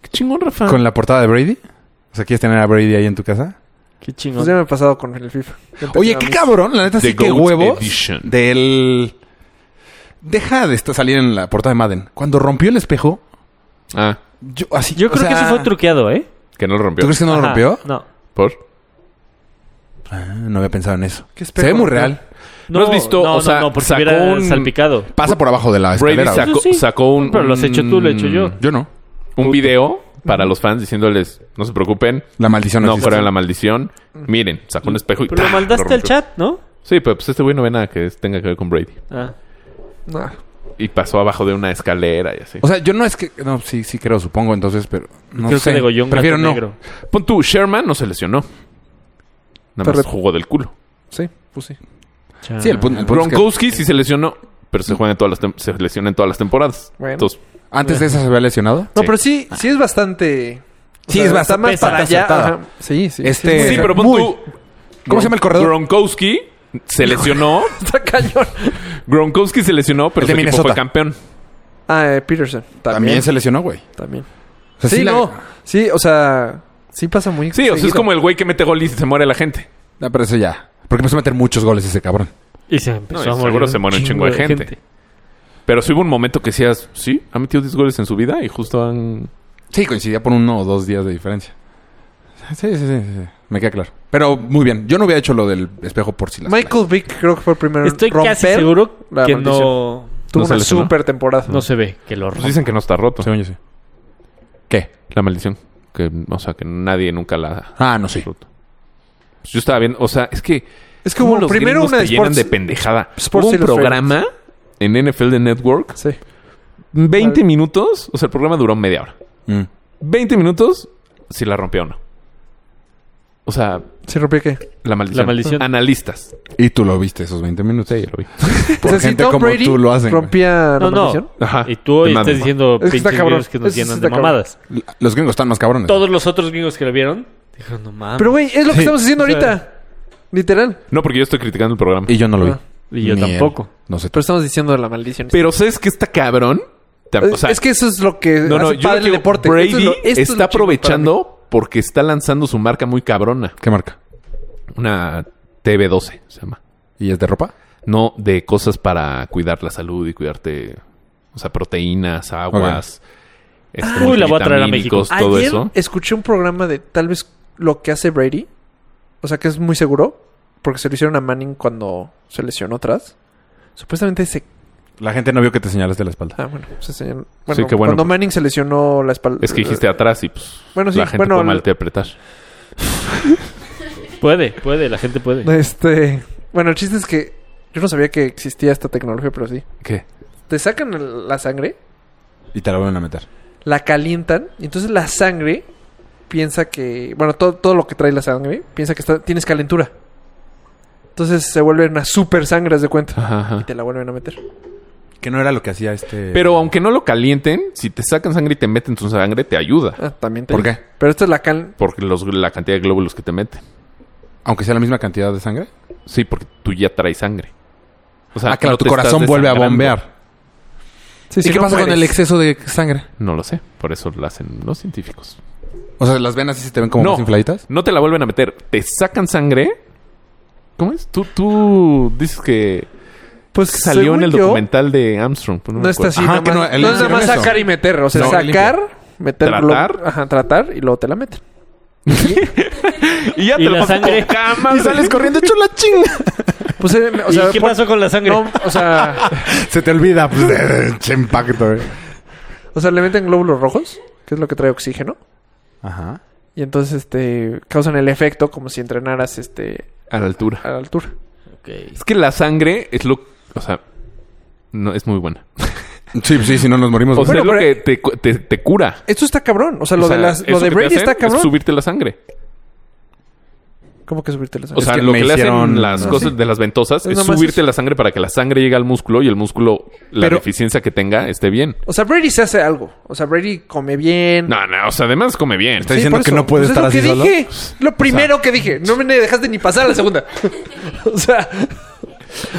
Speaker 4: Qué chingón, Rafa.
Speaker 1: Ah. ¿Con la portada de Brady? O sea, ¿quieres tener a Brady ahí en tu casa?
Speaker 2: Qué
Speaker 3: Pues
Speaker 2: chingón.
Speaker 3: ya me he pasado con el FIFA. Ya
Speaker 1: Oye,
Speaker 3: tenía
Speaker 1: qué
Speaker 3: mis-
Speaker 1: cabrón. La neta
Speaker 4: The
Speaker 1: sí que
Speaker 4: Goat
Speaker 1: huevos
Speaker 4: Edition.
Speaker 1: del... Deja de esta- salir en la portada de Madden. Cuando rompió el espejo,
Speaker 4: Ah,
Speaker 1: yo así...
Speaker 2: Yo
Speaker 1: o
Speaker 2: creo que
Speaker 1: sea,
Speaker 2: eso fue truqueado, ¿eh?
Speaker 4: que no lo
Speaker 1: ¿Tú
Speaker 4: rompió.
Speaker 1: crees que no lo
Speaker 2: Ajá,
Speaker 1: rompió?
Speaker 2: No.
Speaker 4: ¿Por?
Speaker 1: Ah, no había pensado en eso.
Speaker 3: ¿Qué
Speaker 1: Se ve
Speaker 3: espejo?
Speaker 1: muy real.
Speaker 4: ¿No has visto?
Speaker 2: No,
Speaker 4: O
Speaker 2: no,
Speaker 4: sea,
Speaker 2: no, porque
Speaker 4: sacó
Speaker 2: hubiera
Speaker 4: un-
Speaker 2: salpicado.
Speaker 1: Pasa por abajo de la
Speaker 4: Brady
Speaker 1: escalera. güey.
Speaker 4: sacó,
Speaker 2: sí.
Speaker 4: sacó un...
Speaker 2: Pero lo has hecho tú, lo he hecho yo.
Speaker 1: Yo no.
Speaker 4: Un video para los fans diciéndoles, no se preocupen,
Speaker 1: La maldición
Speaker 4: no
Speaker 1: existe.
Speaker 4: fuera la maldición. Miren, sacó un espejo y...
Speaker 2: Pero lo
Speaker 4: ¡tah!
Speaker 2: mandaste al
Speaker 4: rompió.
Speaker 2: chat, ¿no?
Speaker 4: Sí, pero pues este güey no ve nada que tenga que ver con Brady.
Speaker 2: Ah.
Speaker 3: Nah.
Speaker 4: Y pasó abajo de una escalera y así.
Speaker 1: O sea, yo no es que... No, sí, sí creo, supongo, entonces, pero... No
Speaker 2: creo
Speaker 1: sé.
Speaker 2: que de Goyón
Speaker 1: Prefiero
Speaker 2: gato
Speaker 1: no.
Speaker 2: negro.
Speaker 4: Pon tú, Sherman no se lesionó. Nada más
Speaker 3: Pero-
Speaker 4: jugó del culo.
Speaker 3: Sí, pues sí.
Speaker 2: Ah.
Speaker 1: Sí, el punto, el punto es que
Speaker 4: Gronkowski sí se lesionó, pero se, juega en todas las tem- se lesiona en todas las temporadas.
Speaker 3: Bueno.
Speaker 4: Entonces,
Speaker 1: antes de esa se había lesionado.
Speaker 3: No,
Speaker 4: Sí.
Speaker 3: pero sí, sí es bastante.
Speaker 1: Sí, es
Speaker 3: está
Speaker 1: bastante
Speaker 3: más para allá.
Speaker 1: acertada.
Speaker 3: ajá. Sí, sí.
Speaker 1: Este-
Speaker 3: es muy
Speaker 4: sí,
Speaker 1: Exacto.
Speaker 4: pero pon
Speaker 1: Muy.
Speaker 4: tú,
Speaker 1: ¿Cómo se llama el corredor?
Speaker 4: Gronkowski
Speaker 1: [LAUGHS]
Speaker 4: se lesionó.
Speaker 3: Está cañón.
Speaker 4: Gronkowski se lesionó, pero
Speaker 1: El de
Speaker 4: su equipo
Speaker 1: Minnesota.
Speaker 4: fue campeón.
Speaker 3: Ah, eh, Peterson. También.
Speaker 1: También se lesionó, güey.
Speaker 3: También.
Speaker 1: O sea,
Speaker 3: sí,
Speaker 1: la-
Speaker 3: no. Sí, o sea, sí pasa muy.
Speaker 4: Sí, o sea, es
Speaker 3: seguido.
Speaker 4: como el güey que mete gol y se muere la gente.
Speaker 1: No, pero eso ya. Porque empezó a meter muchos goles ese cabrón.
Speaker 2: Y se empezó
Speaker 4: No, y
Speaker 2: a morir.
Speaker 4: seguro se muere un chingo de gente. Pero sí hubo un momento que decías, sí, ha metido 10 goles en su vida y justo han...
Speaker 1: Sí, coincidía por uno o dos días de diferencia. Sí, sí, sí, sí, sí. Me queda claro. Pero muy bien. Yo no hubiera hecho lo del espejo por si las
Speaker 3: Michael Vick creo que fue el primero en
Speaker 2: Estoy casi
Speaker 3: romper.
Speaker 2: seguro
Speaker 3: la
Speaker 2: que
Speaker 3: maldición.
Speaker 2: no,
Speaker 3: Tuvo
Speaker 4: ¿No se
Speaker 3: una
Speaker 4: lesionó?
Speaker 3: super temporada.
Speaker 2: no se ve que lo
Speaker 4: Pues
Speaker 2: rompa.
Speaker 4: dicen que no está roto.
Speaker 1: Según yo sí. ¿Qué?
Speaker 4: La maldición. Que, o sea, que nadie nunca la
Speaker 1: Ah, no
Speaker 4: ha
Speaker 1: sé.
Speaker 4: roto. Pues yo estaba viendo, o sea, es que...
Speaker 3: Es que hubo
Speaker 4: ¿Cómo los
Speaker 3: primero
Speaker 4: gringos
Speaker 3: una de
Speaker 4: te llenan
Speaker 3: Sports.
Speaker 4: de pendejada.
Speaker 3: Sports
Speaker 4: Hubo un
Speaker 3: Illustrated.
Speaker 4: programa en NFL de Network,
Speaker 3: Sí.
Speaker 4: 20 minutos, o sea, el programa duró media hora.
Speaker 1: Mm.
Speaker 4: 20 minutos si la rompió o no. O sea,
Speaker 3: ¿Se rompió qué?
Speaker 4: la
Speaker 2: La
Speaker 4: maldición.
Speaker 2: maldición.
Speaker 4: Analistas.
Speaker 1: Y tú lo viste esos 20 minutos.
Speaker 4: lo vi.
Speaker 1: Por
Speaker 3: O sea, si
Speaker 1: gente
Speaker 3: Tom
Speaker 1: como
Speaker 3: Brady
Speaker 1: tú lo hacen. güey.
Speaker 3: ¿Rompía la
Speaker 2: No, no.
Speaker 3: maldición?
Speaker 4: Ajá.
Speaker 2: Y tú hoy
Speaker 4: Te mando.
Speaker 2: estás diciendo
Speaker 3: Es que está
Speaker 2: pinches
Speaker 3: cabrón.
Speaker 2: gringos que nos
Speaker 3: Eso sí
Speaker 2: llenan
Speaker 3: está
Speaker 2: de
Speaker 3: cabrón.
Speaker 2: mamadas.
Speaker 1: Los gringos están más cabrones.
Speaker 2: Todos los otros gringos que lo vieron Dijo, no mames.
Speaker 3: Pero, güey, es lo que
Speaker 1: Sí.
Speaker 3: estamos haciendo
Speaker 2: O sea-
Speaker 3: ahorita. Literal.
Speaker 4: [LAUGHS] No, porque yo estoy criticando el programa.
Speaker 1: Y yo no lo vi.
Speaker 3: Ah.
Speaker 2: y yo
Speaker 1: Ni él.
Speaker 2: tampoco.
Speaker 1: No sé.
Speaker 3: Pero estamos diciendo la maldición.
Speaker 4: Pero ¿sabes qué está cabrón? Ta- o sea,
Speaker 3: es que eso es lo que
Speaker 4: no, no,
Speaker 3: hace
Speaker 4: yo
Speaker 3: padre
Speaker 4: creo
Speaker 3: el
Speaker 4: que
Speaker 3: deporte.
Speaker 4: Brady
Speaker 3: Esto es lo- esto es lo
Speaker 4: está
Speaker 3: chido para mí.
Speaker 4: aprovechando porque está lanzando su marca muy cabrona.
Speaker 1: ¿Qué marca?
Speaker 4: Una TV12 se llama.
Speaker 1: ¿Y es de ropa?
Speaker 4: No de cosas para cuidar la salud y cuidarte, o sea, proteínas, aguas. este,
Speaker 2: Uy, la voy a traer a
Speaker 4: multivitamínicos, Todo
Speaker 3: Ayer
Speaker 4: eso.
Speaker 3: escuché un programa de tal vez lo que hace Brady. O sea, que es muy seguro. Porque se lo hicieron a Manning cuando se lesionó atrás. Supuestamente se...
Speaker 1: La gente no vio que te señalaste la espalda.
Speaker 3: Ah, bueno. Se señaló-
Speaker 4: Sí,
Speaker 3: bueno,
Speaker 4: qué bueno. pues.
Speaker 3: Cuando Manning se lesionó la espalda.
Speaker 4: Es que dijiste atrás y pues
Speaker 3: Bueno, sí.
Speaker 4: la gente
Speaker 3: bueno,
Speaker 4: puede malinterpretar.
Speaker 2: Puede, puede, la gente puede.
Speaker 3: este... Bueno, el chiste es que... Yo no sabía que existía esta tecnología, pero sí.
Speaker 4: ¿Qué?
Speaker 3: Te sacan el- la sangre,
Speaker 1: Y te la vuelven a meter.
Speaker 3: la calientan. Y entonces la sangre piensa que... Bueno, todo, todo lo que trae la sangre piensa que está, tienes calentura. Entonces se vuelve una super sangre, haz de cuenta.
Speaker 4: Ajá, ajá.
Speaker 3: Y te la vuelven a meter.
Speaker 1: Que no era lo que hacía este...
Speaker 4: Pero aunque no lo calienten, si te sacan sangre y te meten tu sangre, te ayuda.
Speaker 3: Ah, también te
Speaker 1: ¿Por
Speaker 3: digo.
Speaker 1: qué?
Speaker 3: Pero esta es la cal...
Speaker 4: Porque los, la cantidad de glóbulos que te meten.
Speaker 1: Aunque sea la misma cantidad de sangre.
Speaker 4: Sí, porque tú ya traes sangre. O
Speaker 1: ah, claro,
Speaker 4: no
Speaker 1: tu
Speaker 4: te estás
Speaker 1: corazón vuelve a
Speaker 4: desangrando.
Speaker 1: bombear.
Speaker 3: Sí,
Speaker 1: ¿Y qué pasa con el exceso de sangre?
Speaker 4: No lo sé. Por eso lo hacen los científicos.
Speaker 1: O sea, las venas sí se te ven como
Speaker 4: No.
Speaker 1: más infladitas.
Speaker 4: No te la vuelven a meter. Te sacan sangre. ¿Cómo es? Tú, tú dices que
Speaker 3: Pues
Speaker 4: salió en
Speaker 3: según
Speaker 4: el
Speaker 3: yo,
Speaker 4: documental de Armstrong. pero
Speaker 3: No,
Speaker 4: me
Speaker 3: está
Speaker 4: acuerdo.
Speaker 3: así.
Speaker 1: Ajá,
Speaker 3: nada
Speaker 1: que no,
Speaker 3: más- no,
Speaker 1: el-
Speaker 3: es nada más
Speaker 1: eso.
Speaker 3: sacar y meter. O sea,
Speaker 1: No,
Speaker 3: sacar, meter...
Speaker 4: Tratar.
Speaker 3: glo- Ajá, tratar y luego te la meten.
Speaker 4: Y ya te
Speaker 2: Y
Speaker 4: lo
Speaker 2: la [LAUGHS]
Speaker 4: pasan
Speaker 2: sangre.
Speaker 4: con
Speaker 1: Ah,
Speaker 4: cama, sales
Speaker 1: corriendo hecho la chinga.
Speaker 3: Pues, eh, o sea,
Speaker 2: ¿Y qué
Speaker 3: por-
Speaker 2: pasó con la sangre?
Speaker 3: no, o sea...
Speaker 1: [LAUGHS] Se te olvida. Pues, che impacto, eh.
Speaker 3: O sea, le meten glóbulos rojos, que es lo que trae oxígeno.
Speaker 1: Ajá.
Speaker 3: Y entonces, este... Causan el efecto como si entrenaras, este...
Speaker 4: a la altura.
Speaker 3: A la altura.
Speaker 2: Ok.
Speaker 4: Es que la sangre es lo... O sea, no, es muy buena.
Speaker 1: Sí, sí, si no nos morimos.
Speaker 4: O
Speaker 1: güey.
Speaker 4: sea, es lo
Speaker 3: Pues, pero-
Speaker 4: que te, cu- te- te cura.
Speaker 3: Esto está cabrón. O sea, lo
Speaker 4: O sea,
Speaker 3: de, las, lo
Speaker 4: eso
Speaker 3: de
Speaker 4: que te
Speaker 3: Brady
Speaker 4: hacen
Speaker 3: está
Speaker 4: es
Speaker 3: cabrón.
Speaker 4: subirte la sangre.
Speaker 3: ¿Cómo que subirte la sangre?
Speaker 4: O sea,
Speaker 1: que
Speaker 4: lo
Speaker 1: me
Speaker 4: que le
Speaker 1: hicieron-
Speaker 4: hacen las
Speaker 1: no,
Speaker 4: cosas
Speaker 1: sí.
Speaker 4: de las ventosas
Speaker 3: Es
Speaker 4: es,
Speaker 3: nomás
Speaker 4: subirte
Speaker 3: eso.
Speaker 4: la sangre para que la sangre llegue al músculo y el músculo, la
Speaker 1: Pero-
Speaker 4: deficiencia que tenga, esté bien.
Speaker 3: O sea, Brady se hace algo. O sea, Brady come bien.
Speaker 4: No, no, o sea, además come bien.
Speaker 1: Está diciendo
Speaker 3: por
Speaker 1: que
Speaker 3: eso.
Speaker 1: no puede
Speaker 3: Pues es
Speaker 1: estar así
Speaker 3: lo
Speaker 1: solo.
Speaker 3: que dije. Lo primero que dije. No me dejaste ni pasar a la segunda. [LAUGHS] o sea,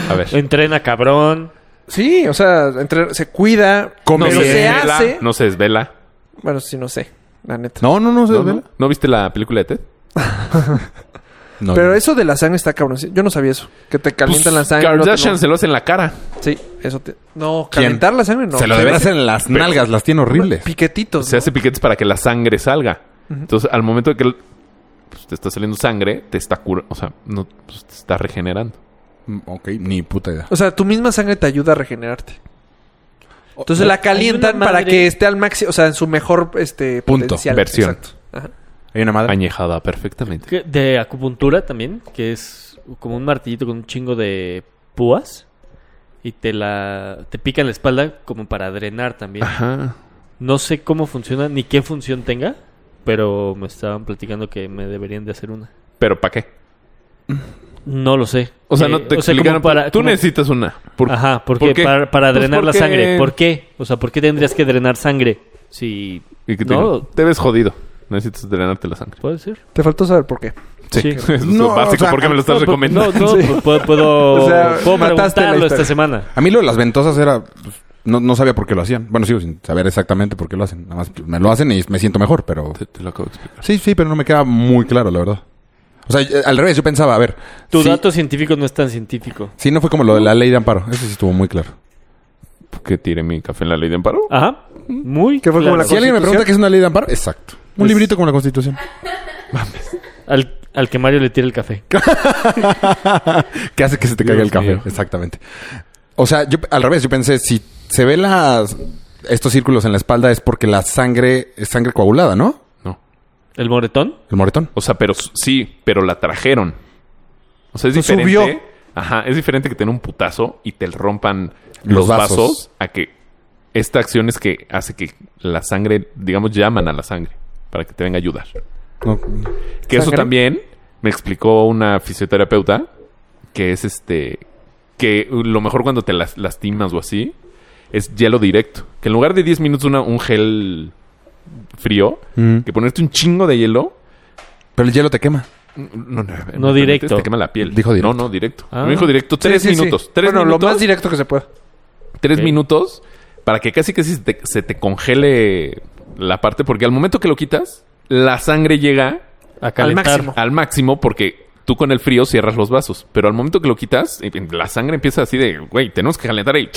Speaker 4: A ver.
Speaker 2: Entrena, cabrón.
Speaker 3: sí, o sea, entre- se cuida.
Speaker 1: Come
Speaker 3: pero
Speaker 1: bien.
Speaker 3: se
Speaker 4: desvela,
Speaker 3: hace.
Speaker 4: No se desvela.
Speaker 3: Bueno, sí, no sé. La neta.
Speaker 1: pues, No, no, no. se
Speaker 4: ¿No,
Speaker 1: ve.
Speaker 4: no? ¿No viste la película de Ted?
Speaker 1: No,
Speaker 3: Pero
Speaker 1: no. Pues
Speaker 3: eso de la sangre está cabrón. Sí, Yo no sabía eso. Que te calientan la sangre. no te
Speaker 4: Pues Kardashian
Speaker 3: lo-
Speaker 4: se lo hace en la cara.
Speaker 3: Sí, eso te. No,
Speaker 1: ¿Quién?
Speaker 3: calentar la sangre no.
Speaker 1: se lo
Speaker 3: Se
Speaker 1: debería
Speaker 3: hace
Speaker 1: hacer en las nalgas. Las tiene horribles.
Speaker 3: Piquetitos.
Speaker 4: Se
Speaker 3: Pues ¿no?
Speaker 4: hace piquetes para que la sangre salga. Entonces, al momento de que pues, te está saliendo sangre, te está curando. O sea, no, pues, te está regenerando.
Speaker 1: Mm, Ok, ni puta idea.
Speaker 3: O sea, tu misma sangre te ayuda a regenerarte. Entonces la calientan
Speaker 2: una
Speaker 3: para
Speaker 2: madre-
Speaker 3: que esté al máximo, o sea, en su mejor este,
Speaker 1: Punto,
Speaker 3: potencial.
Speaker 4: versión.
Speaker 3: Exacto. Ajá.
Speaker 1: Hay una madre.
Speaker 4: Añejada perfectamente.
Speaker 2: Este, Que- De acupuntura también, que es como un martillito con un chingo de púas. Y te la... Te pica en la espalda como para drenar también.
Speaker 4: Ajá.
Speaker 2: No sé cómo funciona ni qué función tenga. Pero me estaban platicando que me deberían de hacer una.
Speaker 4: ¿Pero para qué?
Speaker 2: No lo sé.
Speaker 4: O sea,
Speaker 2: Eh,
Speaker 4: no te
Speaker 2: como
Speaker 4: explicaron.
Speaker 2: para-
Speaker 4: Tú
Speaker 2: como-
Speaker 4: necesitas una. ¿Por-
Speaker 2: Ajá, ¿por qué?
Speaker 4: por qué?
Speaker 2: Para, para
Speaker 4: Pues
Speaker 2: drenar
Speaker 4: porque-
Speaker 2: la sangre. ¿Por qué? O sea, ¿por qué tendrías que drenar sangre? Si...
Speaker 4: Y que te,
Speaker 2: No.
Speaker 4: digan, te ves jodido. Necesitas drenarte la sangre. [LAUGHS]
Speaker 2: Puede ser.
Speaker 3: Te faltó saber por qué.
Speaker 2: Sí.
Speaker 4: Eso es
Speaker 1: No,
Speaker 4: lo básico.
Speaker 1: o sea,
Speaker 4: ¿Por qué me lo estás
Speaker 2: No, pu-
Speaker 4: recomendando? [LAUGHS]
Speaker 2: No, no, pu- puedo, puedo,
Speaker 3: O sea,
Speaker 2: puedo
Speaker 3: mataste la
Speaker 2: preguntarlo esta
Speaker 3: historia.
Speaker 2: semana.
Speaker 1: A mí lo de las ventosas era... pues, No, no sabía por qué lo hacían. Bueno, sigo sin saber exactamente por qué lo hacen. Nada más pues, me lo hacen y me siento mejor, pero...
Speaker 4: Te, te lo acabo de explicar.
Speaker 1: Sí, sí, pero no me queda muy claro, la verdad. O sea, eh, al revés, yo pensaba, a ver...
Speaker 2: Tu
Speaker 1: sí,
Speaker 2: dato científico no es tan científico.
Speaker 1: sí, no fue como lo de la ley de amparo. Eso sí estuvo muy claro.
Speaker 4: Que tiré mi café en la ley de amparo.
Speaker 2: Ajá. Muy
Speaker 3: Que fue como
Speaker 2: claro.
Speaker 1: Si alguien me pregunta
Speaker 3: Constitución.
Speaker 1: qué es una ley de amparo, exacto. Un
Speaker 2: Pues-
Speaker 1: librito como la
Speaker 4: [LAUGHS]
Speaker 1: Constitución.
Speaker 2: al, al que Mario le tira el café.
Speaker 1: que hace que se te caiga
Speaker 4: Dios
Speaker 1: el café.
Speaker 4: mío.
Speaker 1: Exactamente. O sea, yo al revés, yo pensé, si se ve las estos círculos en la espalda es porque la sangre es sangre coagulada, ¿no?
Speaker 4: No.
Speaker 2: ¿El moretón?
Speaker 1: El moretón.
Speaker 4: O sea, pero s- sí, pero la trajeron. O sea, es
Speaker 3: Pues
Speaker 4: diferente.
Speaker 3: subió.
Speaker 4: Ajá, es diferente que tener un putazo y te rompan
Speaker 1: Los
Speaker 4: los,
Speaker 1: vasos.
Speaker 4: vasos. a que esta acción es que hace que la sangre, digamos, llaman a la sangre para que te venga a ayudar.
Speaker 1: No.
Speaker 4: Que eso
Speaker 3: ¿Sangre?
Speaker 4: también me explicó una fisioterapeuta que es este que lo mejor cuando te las- lastimas o así es hielo directo, que en lugar de 10 minutos una- un gel frío,
Speaker 1: Mm.
Speaker 4: que ponerte un chingo de hielo
Speaker 1: Pero el hielo te quema.
Speaker 4: No, no, no,
Speaker 2: directo.
Speaker 4: Te quema la piel.
Speaker 1: Dijo directo.
Speaker 4: No, no, directo.
Speaker 2: Ah.
Speaker 4: Me dijo directo tres
Speaker 3: Sí, sí, sí.
Speaker 4: minutos. Tres
Speaker 3: bueno,
Speaker 4: minutos.
Speaker 3: lo más directo que se pueda.
Speaker 4: tres
Speaker 2: Ok.
Speaker 4: minutos para que casi casi se te, se te congele la parte, porque al momento que lo quitas, la sangre llega
Speaker 2: A calentar.
Speaker 3: máximo.
Speaker 4: al máximo porque tú con el frío cierras los vasos, pero al momento que lo quitas, eh, la sangre empieza así de, güey, tenemos que calentar ahí.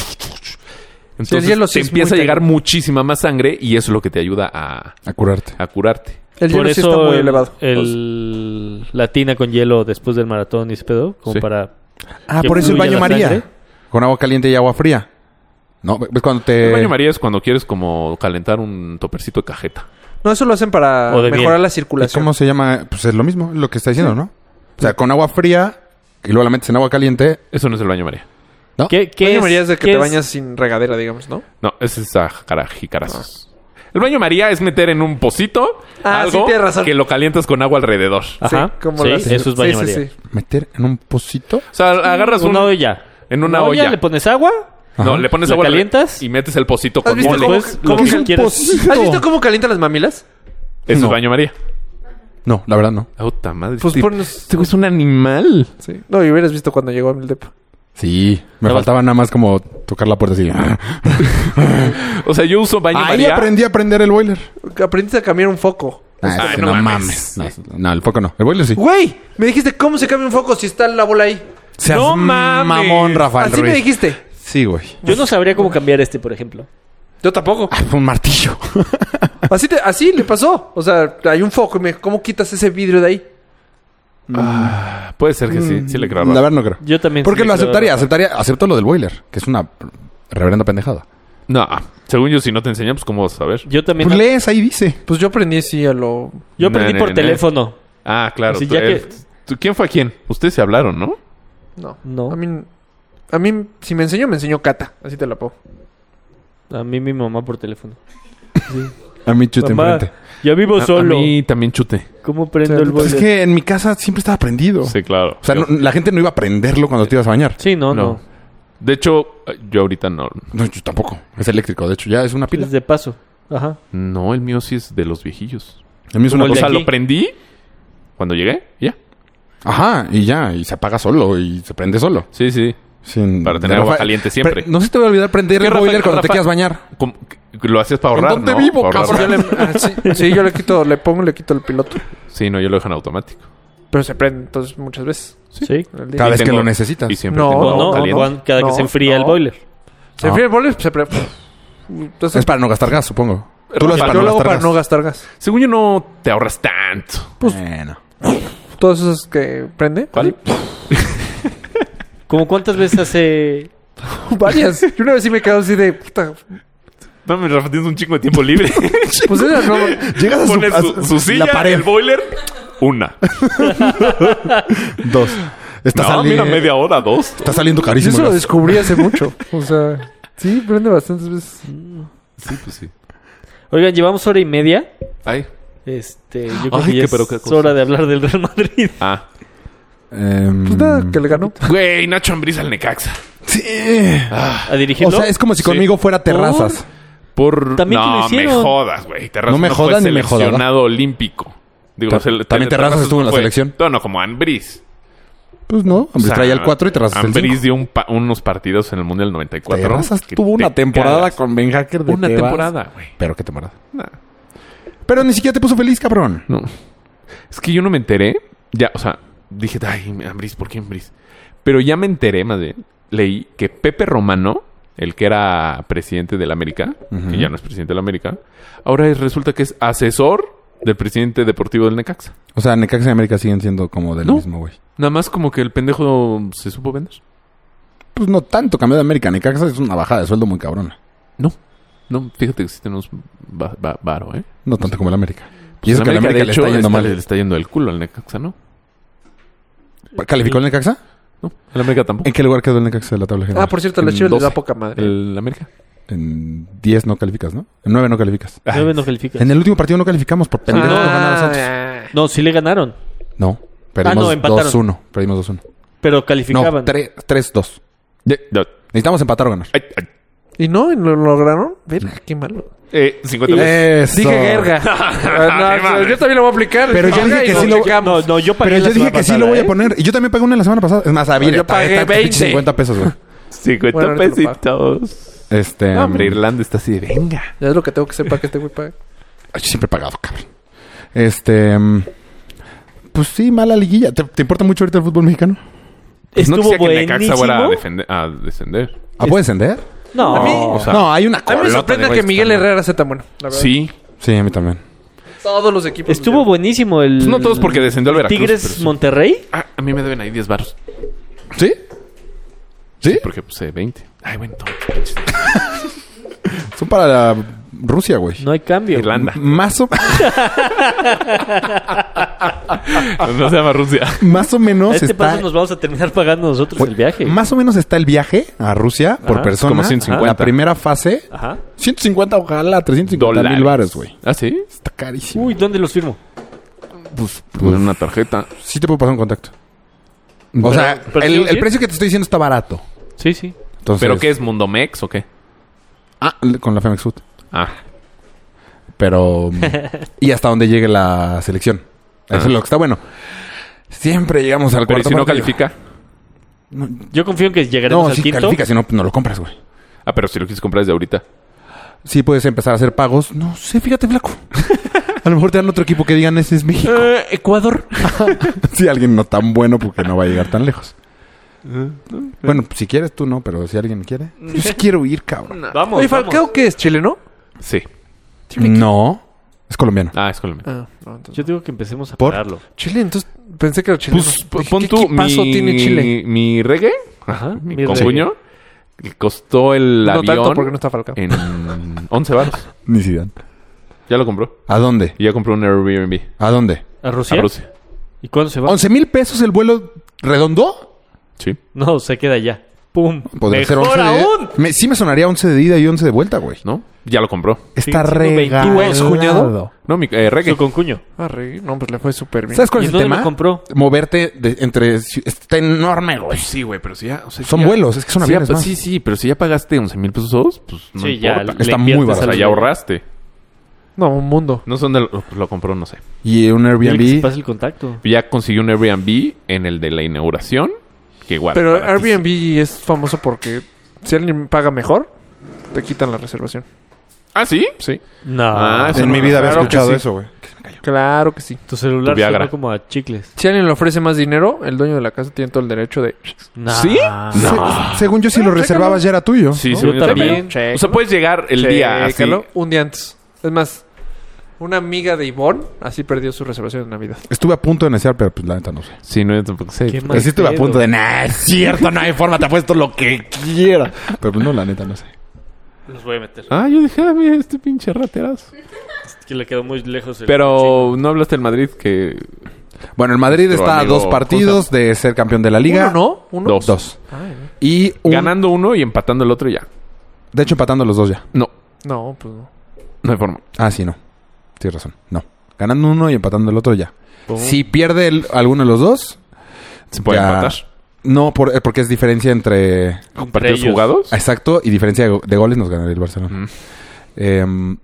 Speaker 4: Entonces
Speaker 3: hielo sí
Speaker 4: te
Speaker 3: es
Speaker 4: empieza a
Speaker 3: muy
Speaker 4: llegar
Speaker 3: cañón.
Speaker 4: muchísima más sangre y eso es lo que te ayuda a,
Speaker 1: A curarte.
Speaker 4: a curarte.
Speaker 2: Por
Speaker 3: El hielo
Speaker 2: eso
Speaker 3: sí está muy
Speaker 2: el-
Speaker 3: elevado.
Speaker 2: el- la tina con hielo después del maratón y ese pedo, como
Speaker 4: Sí.
Speaker 2: para...
Speaker 1: Ah,
Speaker 2: que
Speaker 1: por eso el
Speaker 2: fluya
Speaker 1: baño
Speaker 2: la
Speaker 1: María.
Speaker 2: sangre.
Speaker 1: Con agua caliente y agua fría. No, ves cuando te.
Speaker 3: Eh.
Speaker 4: El baño María es cuando quieres como calentar un topercito de cajeta.
Speaker 3: No, eso lo hacen para
Speaker 2: O de
Speaker 3: mejorar
Speaker 2: miel.
Speaker 3: la
Speaker 1: ¿Y
Speaker 3: circulación.
Speaker 1: ¿Cómo se llama? Pues es lo mismo, es lo que está diciendo, ¿no? O sea, con agua fría y luego la metes en agua caliente.
Speaker 4: Eso no es el baño María.
Speaker 1: ¿no?
Speaker 2: ¿Qué, qué
Speaker 3: ¿Qué
Speaker 2: es-
Speaker 3: es de que
Speaker 2: qué
Speaker 3: te
Speaker 2: es-
Speaker 3: bañas sin regadera, digamos, ¿no?
Speaker 4: No, ese es a jacara- jicarazos. El baño María es meter en un pocito
Speaker 3: Ah, sí,
Speaker 4: algo
Speaker 3: tienes razón. Ah.
Speaker 4: que lo calientas con agua alrededor.
Speaker 2: Ajá. Sí,
Speaker 3: como las-
Speaker 2: eso es baño
Speaker 3: sí, sí,
Speaker 2: María.
Speaker 3: sí.
Speaker 1: Meter en un pocito.
Speaker 4: O sea, agarras
Speaker 2: Una
Speaker 4: un-
Speaker 2: olla.
Speaker 4: en una olla.
Speaker 2: Le pones agua.
Speaker 4: No,
Speaker 1: Ajá.
Speaker 4: le pones
Speaker 2: ¿La
Speaker 4: agua alre-
Speaker 2: calientas?
Speaker 4: y metes el pocito
Speaker 3: ¿Has
Speaker 4: con
Speaker 3: visto
Speaker 4: mole.
Speaker 3: cómo,
Speaker 2: Después,
Speaker 3: cómo-
Speaker 2: lo que
Speaker 3: ¿Has
Speaker 2: quieras.
Speaker 3: ¿Has visto cómo calientan las mamilas?
Speaker 4: Eso
Speaker 1: No.
Speaker 4: es baño María.
Speaker 1: No, la verdad no.
Speaker 4: Puta madre.
Speaker 3: Pues
Speaker 4: este-
Speaker 3: pones...
Speaker 4: este güey es un animal.
Speaker 3: Sí. No, y hubieras visto cuando llegó a mi depa.
Speaker 1: Sí, me
Speaker 2: No,
Speaker 1: faltaba nada más como tocar la puerta así.
Speaker 4: O sea, yo uso
Speaker 1: [LAUGHS]
Speaker 4: baño
Speaker 1: Ahí
Speaker 4: María. Pues,
Speaker 1: aprendí a prender el boiler.
Speaker 3: Aprendiste a cambiar un foco.
Speaker 1: Ah,
Speaker 4: Ay,
Speaker 1: ese
Speaker 4: no
Speaker 1: no
Speaker 4: mames.
Speaker 1: mames. No, no, el foco no. El boiler sí.
Speaker 3: Güey, me dijiste cómo se cambia un foco si está la bola ahí.
Speaker 1: Seas
Speaker 4: ¡No mames!
Speaker 1: mamón, Rafael
Speaker 3: Así me
Speaker 1: Ruiz.
Speaker 3: dijiste.
Speaker 1: Sí, güey.
Speaker 2: Yo no sabría cómo cambiar este, por ejemplo.
Speaker 3: Yo tampoco.
Speaker 1: Ah, un martillo.
Speaker 3: [LAUGHS] Así, te- así le pasó. O sea, hay un foco. y me dijo, ¿Cómo quitas ese vidrio de ahí?
Speaker 4: Puede ser que sí.
Speaker 3: Mm,
Speaker 4: Sí le creo.
Speaker 1: La verdad no creo.
Speaker 2: Yo también.
Speaker 1: Porque
Speaker 2: sí
Speaker 1: lo
Speaker 2: creo-
Speaker 1: aceptaría, aceptaría, acepto lo del boiler, que es una reverenda pendejada.
Speaker 4: No. Según yo, si no te enseñan, pues cómo vas a saber.
Speaker 2: Yo también.
Speaker 1: Pues lees, ahí dice.
Speaker 3: Pues yo aprendí así a lo...
Speaker 2: Yo
Speaker 4: Na,
Speaker 2: aprendí
Speaker 4: na,
Speaker 2: por
Speaker 4: na.
Speaker 2: teléfono.
Speaker 4: Ah, claro.
Speaker 2: Así,
Speaker 4: tú
Speaker 2: ya
Speaker 4: eres- tú- ¿Quién fue a quién? Ustedes se hablaron, ¿no?
Speaker 3: No.
Speaker 2: No.
Speaker 3: A mí... A mí, si me enseñó, me enseñó Cata. Así te la pongo.
Speaker 2: A mí mi mamá por teléfono.
Speaker 1: A mí chute
Speaker 2: Mamá,
Speaker 1: enfrente.
Speaker 2: ya vivo
Speaker 4: Ah, A-
Speaker 2: solo.
Speaker 4: A, mí también chute.
Speaker 2: ¿Cómo prendo el
Speaker 1: Pues es
Speaker 2: boiler?
Speaker 1: que en mi casa siempre estaba prendido.
Speaker 4: Sí, claro.
Speaker 1: O sea, no- la gente no iba a prenderlo cuando te ibas a bañar.
Speaker 2: Sí, no,
Speaker 4: No.
Speaker 2: no.
Speaker 4: De hecho, yo ahorita no.
Speaker 1: No, yo tampoco. Es eléctrico, de hecho, ya es una pila.
Speaker 2: Es de paso. Ajá.
Speaker 4: No, el mío sí es de los viejillos.
Speaker 1: A mí es una
Speaker 2: como el
Speaker 4: O
Speaker 2: de
Speaker 4: sea,
Speaker 1: cosa.
Speaker 2: aquí.
Speaker 4: lo prendí cuando llegué. Ya.
Speaker 1: Ajá, y ya, y se apaga solo y se prende solo.
Speaker 4: Sí, sí.
Speaker 1: Sin-
Speaker 4: Para tener
Speaker 1: de
Speaker 4: agua
Speaker 1: Rafa-
Speaker 4: caliente siempre.
Speaker 1: Pre- no se te va a olvidar prender
Speaker 4: ¿Qué,
Speaker 1: el
Speaker 4: Rafa-
Speaker 1: boiler cuando te
Speaker 4: Rafa-
Speaker 1: quieras bañar.
Speaker 4: Como que Lo hacías para ahorrar,
Speaker 1: dónde
Speaker 4: ¿no?
Speaker 1: vivo,
Speaker 4: Para ahorrar.
Speaker 1: cabrón?
Speaker 3: [LAUGHS] Yo le- [LAUGHS] ah, sí, sí, yo le quito, le pongo y le quito el piloto.
Speaker 4: Sí, no, yo lo dejo en automático.
Speaker 3: Pero se prende entonces muchas veces.
Speaker 2: Sí.
Speaker 3: en el día.
Speaker 1: Cada
Speaker 4: Y
Speaker 1: vez que
Speaker 4: tengo-
Speaker 1: lo necesitas.
Speaker 4: Y siempre
Speaker 3: No,
Speaker 4: tengo
Speaker 2: O
Speaker 4: agua
Speaker 2: no,
Speaker 4: caliente.
Speaker 2: cuando- cada que
Speaker 3: No,
Speaker 2: se enfría
Speaker 3: no.
Speaker 2: el boiler.
Speaker 3: Se enfría el boiler, se pre... Entonces,
Speaker 1: Es para no gastar gas, supongo. Tú lo haces
Speaker 4: Rafa,
Speaker 1: para
Speaker 3: yo
Speaker 1: no
Speaker 3: lo hago
Speaker 1: gastar
Speaker 3: para
Speaker 1: gas.
Speaker 3: no gastar gas.
Speaker 4: Según yo no te ahorras tanto.
Speaker 1: Bueno.
Speaker 3: Todos esos que prende.
Speaker 4: ¿Cuál?
Speaker 2: ¿Cómo cuántas veces hace...?
Speaker 3: [LAUGHS] Varias. Yo una vez sí me quedo así de puta.
Speaker 4: No, mi Rafa, tienes un chingo de tiempo libre.
Speaker 3: Pues era [LAUGHS] no.
Speaker 1: Llegas a su,
Speaker 4: Pones
Speaker 1: a
Speaker 4: su, su
Speaker 1: la
Speaker 4: silla,
Speaker 1: pared.
Speaker 4: el boiler, una.
Speaker 1: Dos. Está,
Speaker 4: No,
Speaker 1: sali-
Speaker 4: mira, media hora, dos.
Speaker 1: está saliendo
Speaker 3: Yo
Speaker 1: carísimo.
Speaker 3: eso lo
Speaker 1: el gas.
Speaker 3: descubrí hace mucho. O sea, sí, prende bastantes veces.
Speaker 4: Sí, pues sí.
Speaker 2: Oigan, llevamos hora y media.
Speaker 4: Ay.
Speaker 2: Este, yo creo
Speaker 4: Ay,
Speaker 2: que ya
Speaker 4: qué
Speaker 2: es
Speaker 4: pero qué cosa.
Speaker 2: hora de hablar del Real Madrid.
Speaker 4: Ah.
Speaker 1: Em,
Speaker 3: Pues nada, que le ganó.
Speaker 4: Güey, Nacho Ambriz al Necaxa.
Speaker 1: Sí.
Speaker 2: A
Speaker 1: O
Speaker 2: dirigirlo.
Speaker 1: sea, es como si conmigo fuera terrazas.
Speaker 4: Por...
Speaker 2: También que lo
Speaker 4: no, me
Speaker 2: hicieron.
Speaker 4: jodas, güey. Terrazas
Speaker 1: No me
Speaker 4: fue
Speaker 1: jodan ni me jodan.
Speaker 4: seleccionado olímpico. Digo,
Speaker 1: Ta- también Terrazas estuvo en la
Speaker 4: no fue-
Speaker 1: selección.
Speaker 4: No, no, como Ambriz.
Speaker 1: Pues no,
Speaker 4: O
Speaker 1: hombre,
Speaker 4: sea,
Speaker 1: traía el 4 y terrazas el
Speaker 4: Ambriz
Speaker 1: 5.
Speaker 4: dio un pa- unos partidos en el Mundial 94.
Speaker 1: Terrazas
Speaker 4: que
Speaker 1: tuvo
Speaker 4: te
Speaker 1: una temporada
Speaker 4: cagas.
Speaker 1: con Ben Hacker de
Speaker 4: Una
Speaker 1: Tebas.
Speaker 4: temporada, güey.
Speaker 1: Pero qué temporada.
Speaker 4: Nah.
Speaker 1: Pero ni siquiera te puso feliz, cabrón.
Speaker 4: No. Es que yo no me enteré. Ya, o sea, dije, ay, Ambris, ¿por qué Ambris? Pero ya me enteré, más bien. Leí que Pepe Romano, el que era presidente del América,
Speaker 1: Ujú.
Speaker 4: que ya no es presidente del América, ahora es- resulta que es asesor del presidente deportivo del Necaxa.
Speaker 1: O sea, Necaxa y América siguen siendo como del
Speaker 4: No.
Speaker 1: mismo, güey.
Speaker 4: Nada más como que el pendejo se supo vender.
Speaker 1: Pues no tanto, cambió de América. Necaxa es una bajada de sueldo muy cabrona.
Speaker 4: No. No, fíjate que sí tenemos va- va- varo, ¿eh?
Speaker 1: No tanto como el América.
Speaker 4: Pues
Speaker 1: y eso que el América
Speaker 4: de
Speaker 1: le
Speaker 4: hecho,
Speaker 1: está yendo
Speaker 4: Le
Speaker 1: mal.
Speaker 4: está yendo el culo al Necaxa, ¿no?
Speaker 1: ¿Calificó el Necaxa?
Speaker 4: No, el América tampoco.
Speaker 1: ¿En qué lugar quedó el Necaxa de la tabla general?
Speaker 3: Ah, por cierto, la
Speaker 4: En
Speaker 3: Chivas le da
Speaker 4: 12.
Speaker 3: poca madre.
Speaker 4: El América.
Speaker 1: En 10 no calificas, ¿no? En 9 no calificas.
Speaker 2: Nueve no califica.
Speaker 1: En el último partido no calificamos por pendejo.
Speaker 3: Ah,
Speaker 1: no ganaron los Santos.
Speaker 2: No, sí le ganaron.
Speaker 1: No,
Speaker 2: Ah, no,
Speaker 1: perdimos
Speaker 2: empataron.
Speaker 1: 2-1. Perdimos 2-1.
Speaker 2: Pero
Speaker 1: No,
Speaker 2: calificaban.
Speaker 1: 3-2.
Speaker 4: De- de-
Speaker 1: Necesitamos empatar o ganar.
Speaker 4: ay, ay.
Speaker 3: Y no, y lo lograron. Verga, qué malo.
Speaker 4: Eh, 50
Speaker 1: Eso.
Speaker 4: pesos.
Speaker 3: Dije jerga. Ah, no, yo también lo voy a aplicar. Ah,
Speaker 1: Pero yo dije que sí lo-
Speaker 2: No, no, yo pagué
Speaker 1: Pero
Speaker 2: la
Speaker 1: yo dije
Speaker 2: semana
Speaker 1: que sí
Speaker 2: pasada,
Speaker 1: lo voy
Speaker 2: ¿eh?
Speaker 1: a poner. Y yo también pagué una la semana pasada. Es más, a ver,
Speaker 3: Yo
Speaker 1: está-
Speaker 3: pagué
Speaker 1: está- está-
Speaker 3: 20.
Speaker 1: 50 pesos, güey.
Speaker 4: 50
Speaker 3: Bueno, ahorita lo
Speaker 4: pesitos.
Speaker 1: Este.
Speaker 4: No, hombre,
Speaker 1: um,
Speaker 4: Irlanda está así de venga.
Speaker 3: Ya es lo que tengo que hacer para que este güey pague.
Speaker 1: Ay, Siempre he pagado, cabrón. Este. mm, Pues sí, mala liguilla. ¿Te, te importa mucho ahorita el fútbol mexicano?
Speaker 4: no
Speaker 2: Estuvo
Speaker 4: quisiera que el Necaxa fuera a,
Speaker 2: buenísimo.
Speaker 4: defender- a descender.
Speaker 1: ¿Ah, puede descender?
Speaker 2: No,
Speaker 3: A mí-
Speaker 4: O sea,
Speaker 1: no, hay una
Speaker 3: A mí me
Speaker 1: colota
Speaker 3: sorprende
Speaker 1: de
Speaker 3: que
Speaker 1: güeyes
Speaker 3: Miguel
Speaker 1: están-
Speaker 3: Herrera sea tan bueno. La verdad.
Speaker 4: sí.
Speaker 1: Sí, a mí también.
Speaker 3: Todos los equipos.
Speaker 2: estuvo buenísimo el...
Speaker 4: Pues no todos porque descendió el Veracruz, pero
Speaker 2: Tigres
Speaker 4: sí.
Speaker 2: Monterrey.
Speaker 4: Ah, a mí me deben ahí 10 baros.
Speaker 1: ¿Sí? ¿Sí?
Speaker 4: Porque pues eh, 20. Ay, bueno, todo.
Speaker 1: Son para la Rusia, güey.
Speaker 2: No hay cambio.
Speaker 4: Irlanda.
Speaker 1: Más o,
Speaker 4: [LAUGHS] No se llama Rusia.
Speaker 1: más o
Speaker 2: A
Speaker 1: menos
Speaker 2: este
Speaker 1: está...
Speaker 2: paso nos vamos a terminar pagando nosotros
Speaker 1: Güey,
Speaker 2: el viaje.
Speaker 1: Más o menos está el viaje a Rusia por
Speaker 2: Ajá.
Speaker 1: persona.
Speaker 4: Como 150.
Speaker 1: La primera fase.
Speaker 2: Ajá.
Speaker 1: 150, ojalá. 350
Speaker 4: Dólares.
Speaker 1: mil bares, güey.
Speaker 4: ¿Ah, sí?
Speaker 1: Está carísimo.
Speaker 2: Uy, ¿dónde los firmo?
Speaker 4: Pues poner una tarjeta.
Speaker 1: Sí te puedo pasar un contacto. O sea,
Speaker 2: pero
Speaker 1: el,
Speaker 2: sí,
Speaker 1: el
Speaker 2: sí.
Speaker 1: precio que te estoy diciendo está barato.
Speaker 2: Sí, sí.
Speaker 1: Entonces,
Speaker 4: ¿Pero qué es? ¿Mundomex o qué?
Speaker 1: Ah, con la Femex Food.
Speaker 4: Ah,
Speaker 1: Pero...
Speaker 4: [LAUGHS]
Speaker 1: mm, y hasta donde llegue la selección. Eso
Speaker 4: Ajá.
Speaker 1: es lo que está bueno. Siempre llegamos al
Speaker 4: pero ¿y
Speaker 1: cuarto
Speaker 4: si no
Speaker 1: partido.
Speaker 4: califica?
Speaker 1: No,
Speaker 2: Yo confío en que llegaremos
Speaker 1: no
Speaker 2: al
Speaker 1: si
Speaker 2: quinto.
Speaker 1: califica, si no, pues no lo compras, güey.
Speaker 4: Ah, pero si lo quieres comprar desde ahorita.
Speaker 1: Sí puedes empezar a hacer pagos. No sé, fíjate,
Speaker 4: [LAUGHS]
Speaker 1: flaco. A lo mejor te dan otro equipo que digan ese es México.
Speaker 2: Eh, Ecuador.
Speaker 1: [LAUGHS] Si alguien no tan bueno, porque no va a llegar tan lejos. Bueno, pues, si quieres tú no, pero si alguien quiere. Yo sí quiero ir, cabrón.
Speaker 2: Vamos,
Speaker 3: Oye,
Speaker 2: vamos.
Speaker 3: Falcao, ¿qué es? ¿Chileno?
Speaker 4: Sí.
Speaker 1: No, es colombiano.
Speaker 4: Ah, es Colombia.
Speaker 3: Ah, no, entonces.
Speaker 2: Yo digo que empecemos a
Speaker 1: ¿Por?
Speaker 2: pararlo.
Speaker 3: Chile, entonces pensé que era chileno.
Speaker 4: Pues p-
Speaker 3: Dije,
Speaker 4: pon
Speaker 3: ¿qué
Speaker 4: tú
Speaker 3: equipazo
Speaker 4: mi,
Speaker 3: tiene Chile?
Speaker 4: mi reggae,
Speaker 2: Ajá.
Speaker 4: mi
Speaker 2: mi rey.
Speaker 4: concuño, que costó el
Speaker 3: No
Speaker 4: avión Eh,
Speaker 3: tanto porque no está Falcao.
Speaker 4: en 11 baros.
Speaker 1: Ni Zidane.
Speaker 4: Ya lo compró.
Speaker 1: ¿A dónde?
Speaker 4: Y ya compró un Airbnb
Speaker 1: ¿A dónde?
Speaker 2: ¿A Rusia?
Speaker 4: a Rusia.
Speaker 2: ¿Y cuándo se va?
Speaker 1: ¿11 mil pesos el vuelo redondo?
Speaker 4: Sí.
Speaker 2: No, se queda ya. ¡Pum!
Speaker 1: Podría ser ¿eh?
Speaker 2: ¡Mejor
Speaker 1: 11 de...
Speaker 2: aún!
Speaker 1: Me- sí me sonaría 11 de ida y 11 de vuelta, güey.
Speaker 4: ¿No? Ya lo compró.
Speaker 1: Está
Speaker 2: siendo 22,
Speaker 1: regalado.
Speaker 3: cuñado.
Speaker 4: No, mi eh, reggae.
Speaker 2: Su concuño.
Speaker 3: Ah, re- No, pues le fue súper bien.
Speaker 1: ¿Sabes cuál
Speaker 2: ¿Y
Speaker 1: es el
Speaker 2: dónde
Speaker 1: tema?
Speaker 2: lo compró?
Speaker 1: Moverte de- entre... ci- Está enorme, güey.
Speaker 4: Sí, güey, pero si ya... o sea,
Speaker 1: Son
Speaker 4: si ya-
Speaker 1: vuelos, es que son
Speaker 4: si ya-
Speaker 1: aviones más.
Speaker 4: Sí, sí, pero si ya pagaste 11 mil pesos, pues no
Speaker 2: sí, ya.
Speaker 4: importa.
Speaker 2: le
Speaker 1: Está muy
Speaker 2: inviertes
Speaker 1: barato.
Speaker 4: O
Speaker 2: al-
Speaker 4: sea, ya ahorraste.
Speaker 3: No, un mundo.
Speaker 4: No son de lo, lo compró, no sé.
Speaker 1: Y un
Speaker 2: Dile que se
Speaker 1: Airbnb...
Speaker 2: pase el contacto.
Speaker 4: Ya consiguió un Airbnb en el de la inauguración, que igual.
Speaker 3: Pero
Speaker 4: baratísimo.
Speaker 3: Airbnb es famoso porque si alguien paga mejor, te quitan la reservación.
Speaker 4: Ah, sí, sí.
Speaker 2: No.
Speaker 4: Ah, eso
Speaker 1: En
Speaker 4: no-
Speaker 1: mi vida había
Speaker 4: claro que
Speaker 1: escuchado
Speaker 4: sí.
Speaker 1: eso, güey.
Speaker 3: Claro que sí.
Speaker 2: tu
Speaker 4: tu
Speaker 2: celular
Speaker 4: Viagra.
Speaker 2: suena como a chicles.
Speaker 3: Si alguien le ofrece más dinero, el dueño de la casa tiene todo el derecho de...
Speaker 2: Nah.
Speaker 4: ¿Sí?
Speaker 1: Se- según yo, si lo reservabas ya era tuyo.
Speaker 4: Sí,
Speaker 2: ¿No?
Speaker 4: según
Speaker 2: Yo
Speaker 4: yo también.
Speaker 2: también.
Speaker 3: Chécalo.
Speaker 4: O sea, puedes llegar el día así.
Speaker 3: Chécalo un día antes. Es más, una amiga de Ivonne así perdió su reservación de Navidad.
Speaker 1: Estuve a punto de neciar, pero pues la neta no sé.
Speaker 4: Sí, no, yo tampoco sé.
Speaker 2: Qué mal
Speaker 1: Así estuve a
Speaker 2: pedo.
Speaker 1: punto de, nah, es cierto, no hay forma, te apuesto lo que quiera. Pero pues no, la neta no sé.
Speaker 2: Los voy a meter.
Speaker 4: Ah, yo dije, ah, mira, este pinche raterazo.
Speaker 2: Es que le quedó muy lejos el
Speaker 4: Pero no hablaste del Madrid que...
Speaker 1: Bueno, el Madrid
Speaker 4: Nuestro
Speaker 1: está a
Speaker 4: amigo
Speaker 1: dos partidos de ser campeón de la liga.
Speaker 3: ¿Uno no? ¿Uno?
Speaker 4: Dos.
Speaker 1: Dos.
Speaker 3: Ay, no.
Speaker 1: Y un-
Speaker 4: Ganando uno y empatando el otro ya.
Speaker 1: De hecho, empatando los dos ya.
Speaker 4: No,
Speaker 3: no, pues no.
Speaker 4: no hay forma.
Speaker 1: Ah, sí, no. Tienes razón. No. Ganando uno y empatando el otro ya. Si pierde el- alguno de los dos.
Speaker 4: Se puede
Speaker 1: ya-
Speaker 4: empatar.
Speaker 1: No, por- eh, porque es diferencia entre.
Speaker 2: Entre
Speaker 4: Partidos
Speaker 2: ellos.
Speaker 4: jugados.
Speaker 1: Exacto, y diferencia de, go- de goles nos ganaría el Barcelona.
Speaker 4: Mm.
Speaker 1: Em,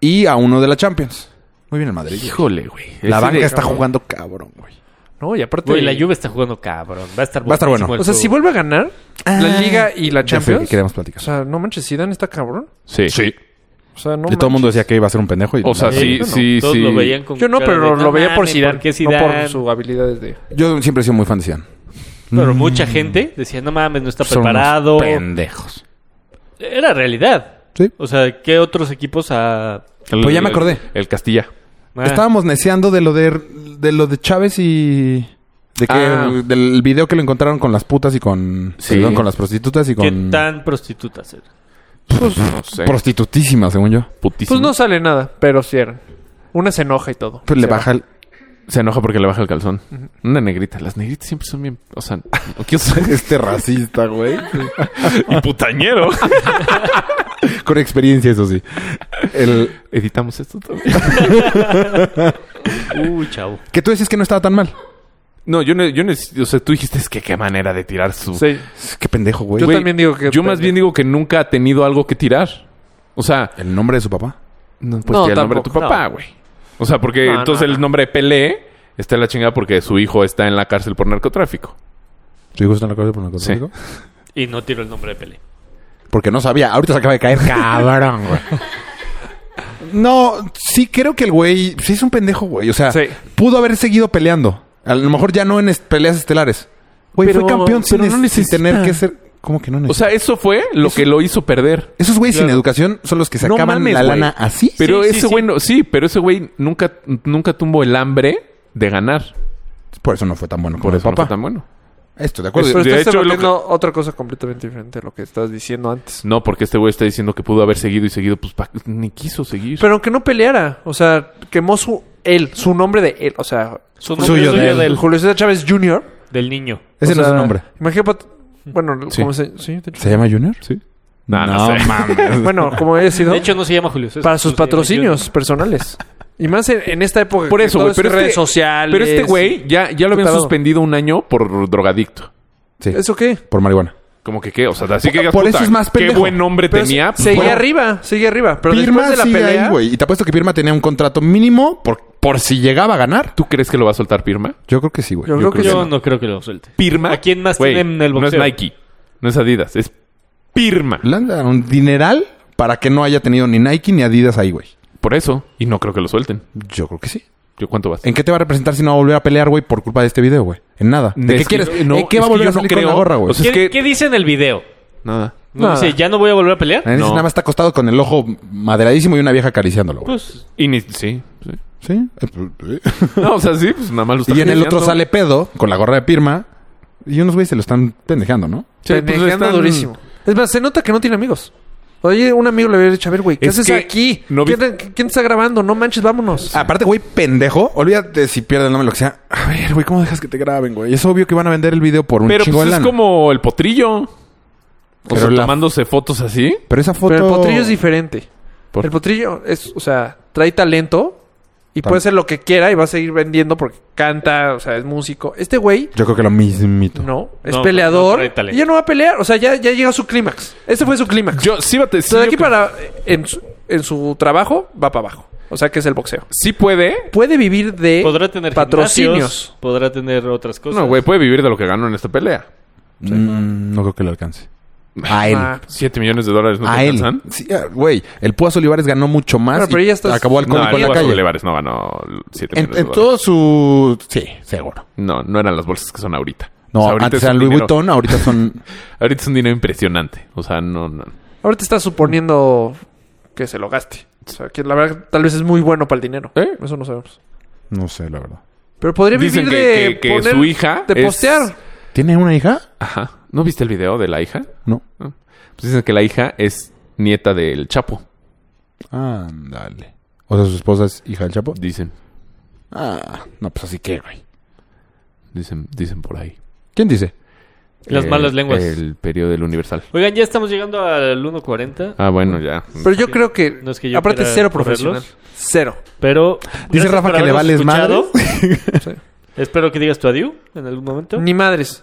Speaker 1: y a uno de la Champions. Muy bien el Madrid.
Speaker 4: Híjole, güey.
Speaker 1: La
Speaker 4: Ese
Speaker 1: banca
Speaker 4: de-
Speaker 1: está jugando cabrón, güey.
Speaker 3: No, y aparte...
Speaker 2: Güey, la Juve está jugando cabrón. Va a estar
Speaker 1: Va a estar bueno.
Speaker 2: buenísimo el
Speaker 3: O sea, si
Speaker 2: juego.
Speaker 3: vuelve a ganar
Speaker 1: Ah.
Speaker 3: la Liga y la
Speaker 1: Ya sé que
Speaker 3: Champions...
Speaker 1: queríamos
Speaker 3: O
Speaker 1: platicar.
Speaker 3: sea, no manches, Zidane está cabrón.
Speaker 4: Sí.
Speaker 3: O
Speaker 1: y todo
Speaker 3: sea, no
Speaker 1: el
Speaker 3: manches.
Speaker 1: mundo decía que iba a ser un pendejo. Y
Speaker 4: O sea,
Speaker 1: nadie-
Speaker 4: sí,
Speaker 2: bueno,
Speaker 4: sí,
Speaker 2: Todos
Speaker 4: sí.
Speaker 2: lo veían con
Speaker 3: Yo no,
Speaker 2: cara
Speaker 3: pero
Speaker 2: de,
Speaker 3: lo veía por
Speaker 2: mames,
Speaker 3: Zidane,
Speaker 2: qué
Speaker 3: no
Speaker 2: Zidane?"
Speaker 3: por sus habilidades de...
Speaker 1: Yo siempre he sido muy fan de Zidane.
Speaker 2: Pues Pero mucha gente decía, no mames, no está
Speaker 1: Pues Son unos
Speaker 2: preparado.
Speaker 1: pendejos.
Speaker 2: Era realidad.
Speaker 1: Sí.
Speaker 2: O sea, ¿qué otros equipos a...?
Speaker 4: El-
Speaker 1: Pues ya me
Speaker 4: el-
Speaker 1: acordé.
Speaker 4: El Castilla.
Speaker 2: Ah,
Speaker 1: Estábamos neceando de lo de, de lo de Chávez y de que
Speaker 4: Ah.
Speaker 1: del video que lo encontraron con las putas y con
Speaker 4: Sí.
Speaker 1: perdón, con las prostitutas y
Speaker 2: ¿Qué
Speaker 1: con
Speaker 2: tan prostitutas eran?
Speaker 4: No sé.
Speaker 1: prostitutísimas, según yo.
Speaker 4: Putísimo.
Speaker 3: Pues no sale nada, pero sí eran. Una se enoja y todo.
Speaker 1: Pues le
Speaker 3: Se va.
Speaker 1: baja el- [LAUGHS]
Speaker 4: Se enoja porque le baja el calzón. Una negrita. Las negritas siempre son bien... O [LAUGHS] sea, no quiero ser-
Speaker 1: este racista, güey.
Speaker 4: y putañero.
Speaker 1: con experiencia, eso sí. El
Speaker 4: [LAUGHS] Editamos esto también.
Speaker 2: Uy, chavo.
Speaker 1: que tú decías que no estaba tan mal.
Speaker 4: [LAUGHS] No, yo no, yo no, o sea, tú dijiste es que qué manera de tirar su...
Speaker 3: Sí.
Speaker 1: Es- Qué pendejo, güey.
Speaker 3: Yo
Speaker 4: Güey,
Speaker 3: también digo que...
Speaker 4: Yo más bien digo que nunca ha tenido algo que tirar. O sea,
Speaker 1: ¿El nombre de su papá?
Speaker 4: no, pues
Speaker 3: No,
Speaker 4: que el nombre de tu
Speaker 3: tampoco,
Speaker 4: papá, güey. O sea, porque
Speaker 2: No, no,
Speaker 4: entonces
Speaker 2: no.
Speaker 4: el nombre de Pelé está en la chingada porque su hijo está en la cárcel por narcotráfico.
Speaker 1: ¿Tu hijo está en la cárcel por narcotráfico?
Speaker 2: Y no tiro el nombre de Pelé.
Speaker 1: Porque no sabía. Ahorita se acaba de
Speaker 4: [LAUGHS]
Speaker 1: caer. Cabrón, güey. No, sí creo que el güey... Sí es un pendejo, güey. O sea,
Speaker 3: Sí.
Speaker 1: pudo haber seguido peleando. A lo mejor ya no en est- peleas estelares. Güey, fue
Speaker 4: Pero-
Speaker 1: campeón sin,
Speaker 4: pero
Speaker 1: es-
Speaker 4: no
Speaker 1: sin
Speaker 4: necesita.
Speaker 1: tener que ser... ¿Cómo que no
Speaker 4: O
Speaker 1: necesita?
Speaker 4: sea, eso fue lo que lo hizo perder.
Speaker 1: Esos güeyes sin educación son los que se
Speaker 4: No
Speaker 1: acaban
Speaker 4: mames,
Speaker 1: la
Speaker 4: güey.
Speaker 1: lana así.
Speaker 4: Pero
Speaker 2: Sí, sí,
Speaker 4: ese
Speaker 2: sí.
Speaker 4: güey no- sí, pero ese güey nunca, nunca tuvo el hambre de ganar.
Speaker 1: Por eso no fue tan bueno como
Speaker 4: Por eso
Speaker 1: el
Speaker 4: no fue
Speaker 1: papá.
Speaker 4: tan bueno.
Speaker 1: Esto, ¿de acuerdo?
Speaker 3: Pero
Speaker 4: de
Speaker 3: estás
Speaker 4: hecho, lo
Speaker 3: debatiendo otra cosa completamente diferente a lo que estás diciendo antes.
Speaker 4: No, porque este güey está diciendo que pudo haber seguido y seguido, pues pa- ni quiso seguir.
Speaker 3: Pero aunque no peleara, o sea, quemó su él, su nombre de él, o sea,
Speaker 2: Su
Speaker 1: nombre Suyo suyo de él.
Speaker 3: el Julio César Chávez Jr.
Speaker 2: Del niño.
Speaker 1: Ese
Speaker 3: o
Speaker 1: no es su
Speaker 3: sea,
Speaker 1: nombre.
Speaker 3: Imagínate, pues, bueno,
Speaker 4: Sí.
Speaker 3: ¿cómo se, sí, de
Speaker 1: [LAUGHS]
Speaker 3: hecho.
Speaker 1: ¿Se llama Junior?
Speaker 4: sí. No, no sé.
Speaker 1: mames.
Speaker 3: Bueno, como he sido
Speaker 2: De hecho, no se llama Julio César.
Speaker 3: para sus
Speaker 2: Se llama
Speaker 3: patrocinios personales. Y más en, en esta época
Speaker 4: Por
Speaker 3: que
Speaker 4: eso,
Speaker 3: todo
Speaker 4: güey.
Speaker 3: es
Speaker 4: Pero,
Speaker 3: redes
Speaker 4: este-
Speaker 3: sociales.
Speaker 4: pero [LAUGHS] este güey ya, ya lo habían
Speaker 3: Tarado.
Speaker 4: suspendido un año por drogadicto.
Speaker 1: Sí.
Speaker 3: ¿Eso qué?
Speaker 1: Por marihuana.
Speaker 4: Como que qué, o sea, así
Speaker 1: Por-
Speaker 4: que digas,
Speaker 1: por eso
Speaker 4: puta,
Speaker 1: es más pendejo.
Speaker 4: Qué buen nombre
Speaker 3: Pero
Speaker 4: tenía. pues,
Speaker 3: se- sigue
Speaker 4: bueno,
Speaker 3: arriba, sigue arriba, pero
Speaker 1: Pirma
Speaker 3: después de la
Speaker 1: sigue
Speaker 3: pelea
Speaker 1: ahí, güey. Y te apuesto que Pirma tenía un contrato mínimo por, por si llegaba a ganar.
Speaker 4: ¿Tú crees que lo va a soltar Pirma?
Speaker 1: Yo creo que sí, güey.
Speaker 3: Pues Yo creo que
Speaker 2: Junior. Yo
Speaker 3: sí.
Speaker 2: no creo que lo suelte.
Speaker 4: Pirma.
Speaker 2: ¿A quién más
Speaker 4: Güey,
Speaker 2: tiene Este en el boxeo?
Speaker 4: No es Nike, no es Adidas, es Pirma.
Speaker 1: Le han dado un dineral para que no haya tenido ni Nike ni Adidas ahí, güey.
Speaker 4: Por eso, y no creo que lo suelten.
Speaker 1: Yo creo que sí.
Speaker 4: ¿Yo cuánto vas?
Speaker 1: ¿En qué te va a representar si no va a volver a pelear, güey, por culpa de este video, güey? En nada. ¿De
Speaker 4: Es
Speaker 1: qué
Speaker 4: que-
Speaker 1: quieres?
Speaker 4: no,
Speaker 1: ¿En qué va a
Speaker 4: es que
Speaker 1: volver
Speaker 4: yo
Speaker 1: a
Speaker 4: no
Speaker 1: salir con
Speaker 4: creo.
Speaker 1: la gorra, güey?
Speaker 4: O sea,
Speaker 2: ¿Qué,
Speaker 4: Es que-
Speaker 2: qué dice en el video?
Speaker 4: Nada.
Speaker 2: No
Speaker 3: Nada.
Speaker 2: dice, ¿ya no voy a volver a pelear?
Speaker 1: En ese
Speaker 4: no.
Speaker 1: Nada más está acostado con el ojo maderadísimo y una vieja acariciándolo, güey.
Speaker 2: Pues,
Speaker 4: Y ni, sí, sí.
Speaker 1: Sí.
Speaker 4: [LAUGHS] No, o sea, sí, pues nada más [LAUGHS] lo está
Speaker 1: Y en el otro
Speaker 4: acariciando.
Speaker 1: sale pedo con la gorra de Pirma. Y unos güeyes se lo están pendejando, ¿no?
Speaker 4: Sí, pues,
Speaker 3: Pendejeando
Speaker 4: están-
Speaker 3: durísimo. Es más, se nota que no tiene amigos. Oye, un amigo le había dicho, a ver, güey, ¿qué
Speaker 4: Es
Speaker 3: haces
Speaker 4: que
Speaker 3: aquí?
Speaker 4: no vi- Ah,
Speaker 3: ¿Quién, quién te está grabando? No manches, vámonos.
Speaker 1: Aparte, güey, pendejo. Olvídate si pierde el nombre lo que sea. A ver, güey, ¿cómo dejas que te graben, güey? Es obvio que van a vender el video por un
Speaker 4: Pero
Speaker 1: chingo
Speaker 4: pues
Speaker 1: de
Speaker 4: es
Speaker 1: lana.
Speaker 4: como el potrillo. O
Speaker 1: Pero
Speaker 4: sea,
Speaker 1: la-
Speaker 4: tomándose fotos así.
Speaker 1: Pero esa foto...
Speaker 3: Pero el potrillo es diferente.
Speaker 4: ¿Por?
Speaker 3: El potrillo es, o sea, trae talento y
Speaker 1: Tal-
Speaker 3: puede ser lo que quiera y va a seguir vendiendo porque canta, o sea, es músico. Este güey,
Speaker 1: Yo creo que lo mismito.
Speaker 3: no, es
Speaker 2: No, no
Speaker 3: peleador
Speaker 2: trae talento.
Speaker 3: y ya no va a pelear. O sea, ya, ya llegó a su clímax. Este fue su clímax.
Speaker 4: Yo sí, bate, sí,
Speaker 3: O sea, de
Speaker 4: yo
Speaker 3: aquí
Speaker 4: creo-
Speaker 3: para, en su, en su trabajo, va para abajo. O sea, que es el boxeo.
Speaker 4: sí puede.
Speaker 3: Puede vivir de
Speaker 2: podrá tener
Speaker 3: patrocinios.
Speaker 2: gimnasios, podrá tener otras cosas.
Speaker 4: No, güey, puede vivir de lo que ganó en esta pelea.
Speaker 1: Mm, no creo que lo alcance. A él.
Speaker 3: Ah,
Speaker 4: Siete millones de dólares no te
Speaker 1: a él.
Speaker 4: alcanzan.
Speaker 1: Sí, ah, güey. el Púas Olivares ganó mucho más.
Speaker 3: Pero- pero
Speaker 1: y
Speaker 3: ya estás-
Speaker 1: Acabó alcohólico
Speaker 4: No,
Speaker 1: en la
Speaker 4: el
Speaker 1: calle.
Speaker 4: Olivares no ganó siete
Speaker 1: En,
Speaker 4: millones
Speaker 1: en
Speaker 4: de dólares.
Speaker 1: todo su... Sí, seguro.
Speaker 4: No, no eran las bolsas que son ahorita.
Speaker 1: No,
Speaker 4: O sea, ahorita
Speaker 1: antes
Speaker 4: es un
Speaker 1: eran Louis
Speaker 4: dinero-
Speaker 1: Vuitton, ahorita son...
Speaker 4: Ahorita es un dinero impresionante. O sea, no, no.
Speaker 3: Ahorita está suponiendo que se lo gaste. O sea, que la verdad tal vez es muy bueno para el dinero.
Speaker 4: ¿Eh?
Speaker 3: Eso no sabemos.
Speaker 1: No sé, la verdad.
Speaker 3: Pero podría
Speaker 4: Dicen
Speaker 3: vivir
Speaker 4: que-
Speaker 3: de
Speaker 4: que- que su hija
Speaker 3: de
Speaker 4: es-
Speaker 3: postear.
Speaker 1: ¿Tiene una hija?
Speaker 4: Ajá. ¿No viste el video de la hija?
Speaker 1: No.
Speaker 4: Pues dicen que la hija es nieta del Chapo.
Speaker 1: Ándale. O sea, su esposa es hija del Chapo.
Speaker 4: Dicen,
Speaker 1: Ah, no, pues así que, güey.
Speaker 4: dicen, dicen por ahí.
Speaker 1: ¿Quién dice?
Speaker 2: Las
Speaker 1: Eh,
Speaker 4: El-
Speaker 2: malas lenguas.
Speaker 4: Eh, El periodo del Universal.
Speaker 2: Oigan, ya estamos llegando al 1.40,
Speaker 4: Ah, bueno, ya.
Speaker 3: Pero yo creo que
Speaker 2: No es que yo
Speaker 3: aparte
Speaker 2: quiera
Speaker 3: cero
Speaker 2: correrlos.
Speaker 3: profesional. Cero.
Speaker 2: pero...
Speaker 1: Dice
Speaker 2: gracias
Speaker 1: Rafa
Speaker 2: por
Speaker 1: que le
Speaker 2: habernos
Speaker 1: vales
Speaker 2: escuchado.
Speaker 1: [LAUGHS]
Speaker 3: Sí.
Speaker 2: Espero que digas tu adiós en algún momento.
Speaker 3: Ni madres.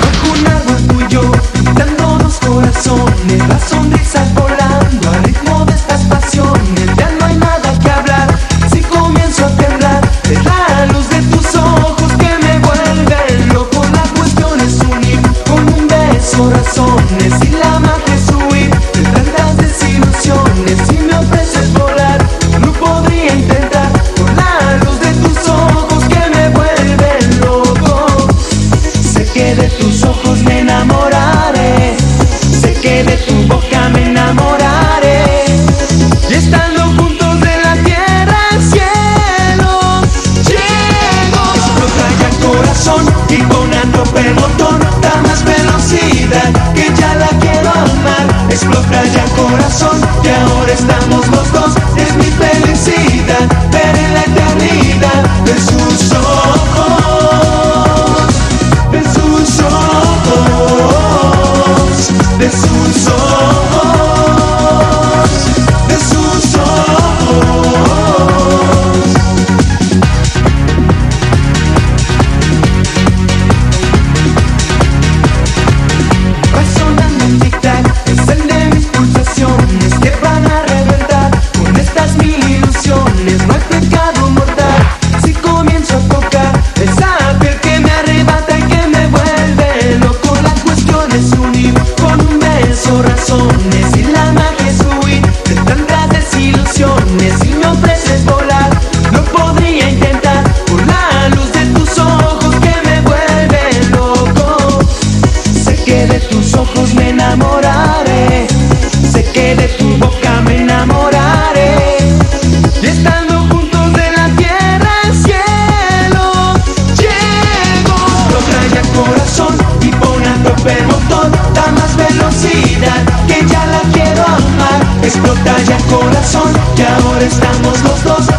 Speaker 7: Bajo un árbol tú y yo, dando dos corazones, las sonrisas volando al ritmo de estas pasiones. Ya no hay nada que hablar, si comienzo a temblar, es la luz de tus ojos que me vuelve loco. La cuestión es unir con un beso razones y la magia es huir de tantas desilusiones. Si me ofreces volar, no podría intentar con la luz de tus ojos que me vuelve loco. Sé que de tus ojos me enamoraré, sé que de tu boca me enamoraré. explota ya el corazón, que ahora estamos los dos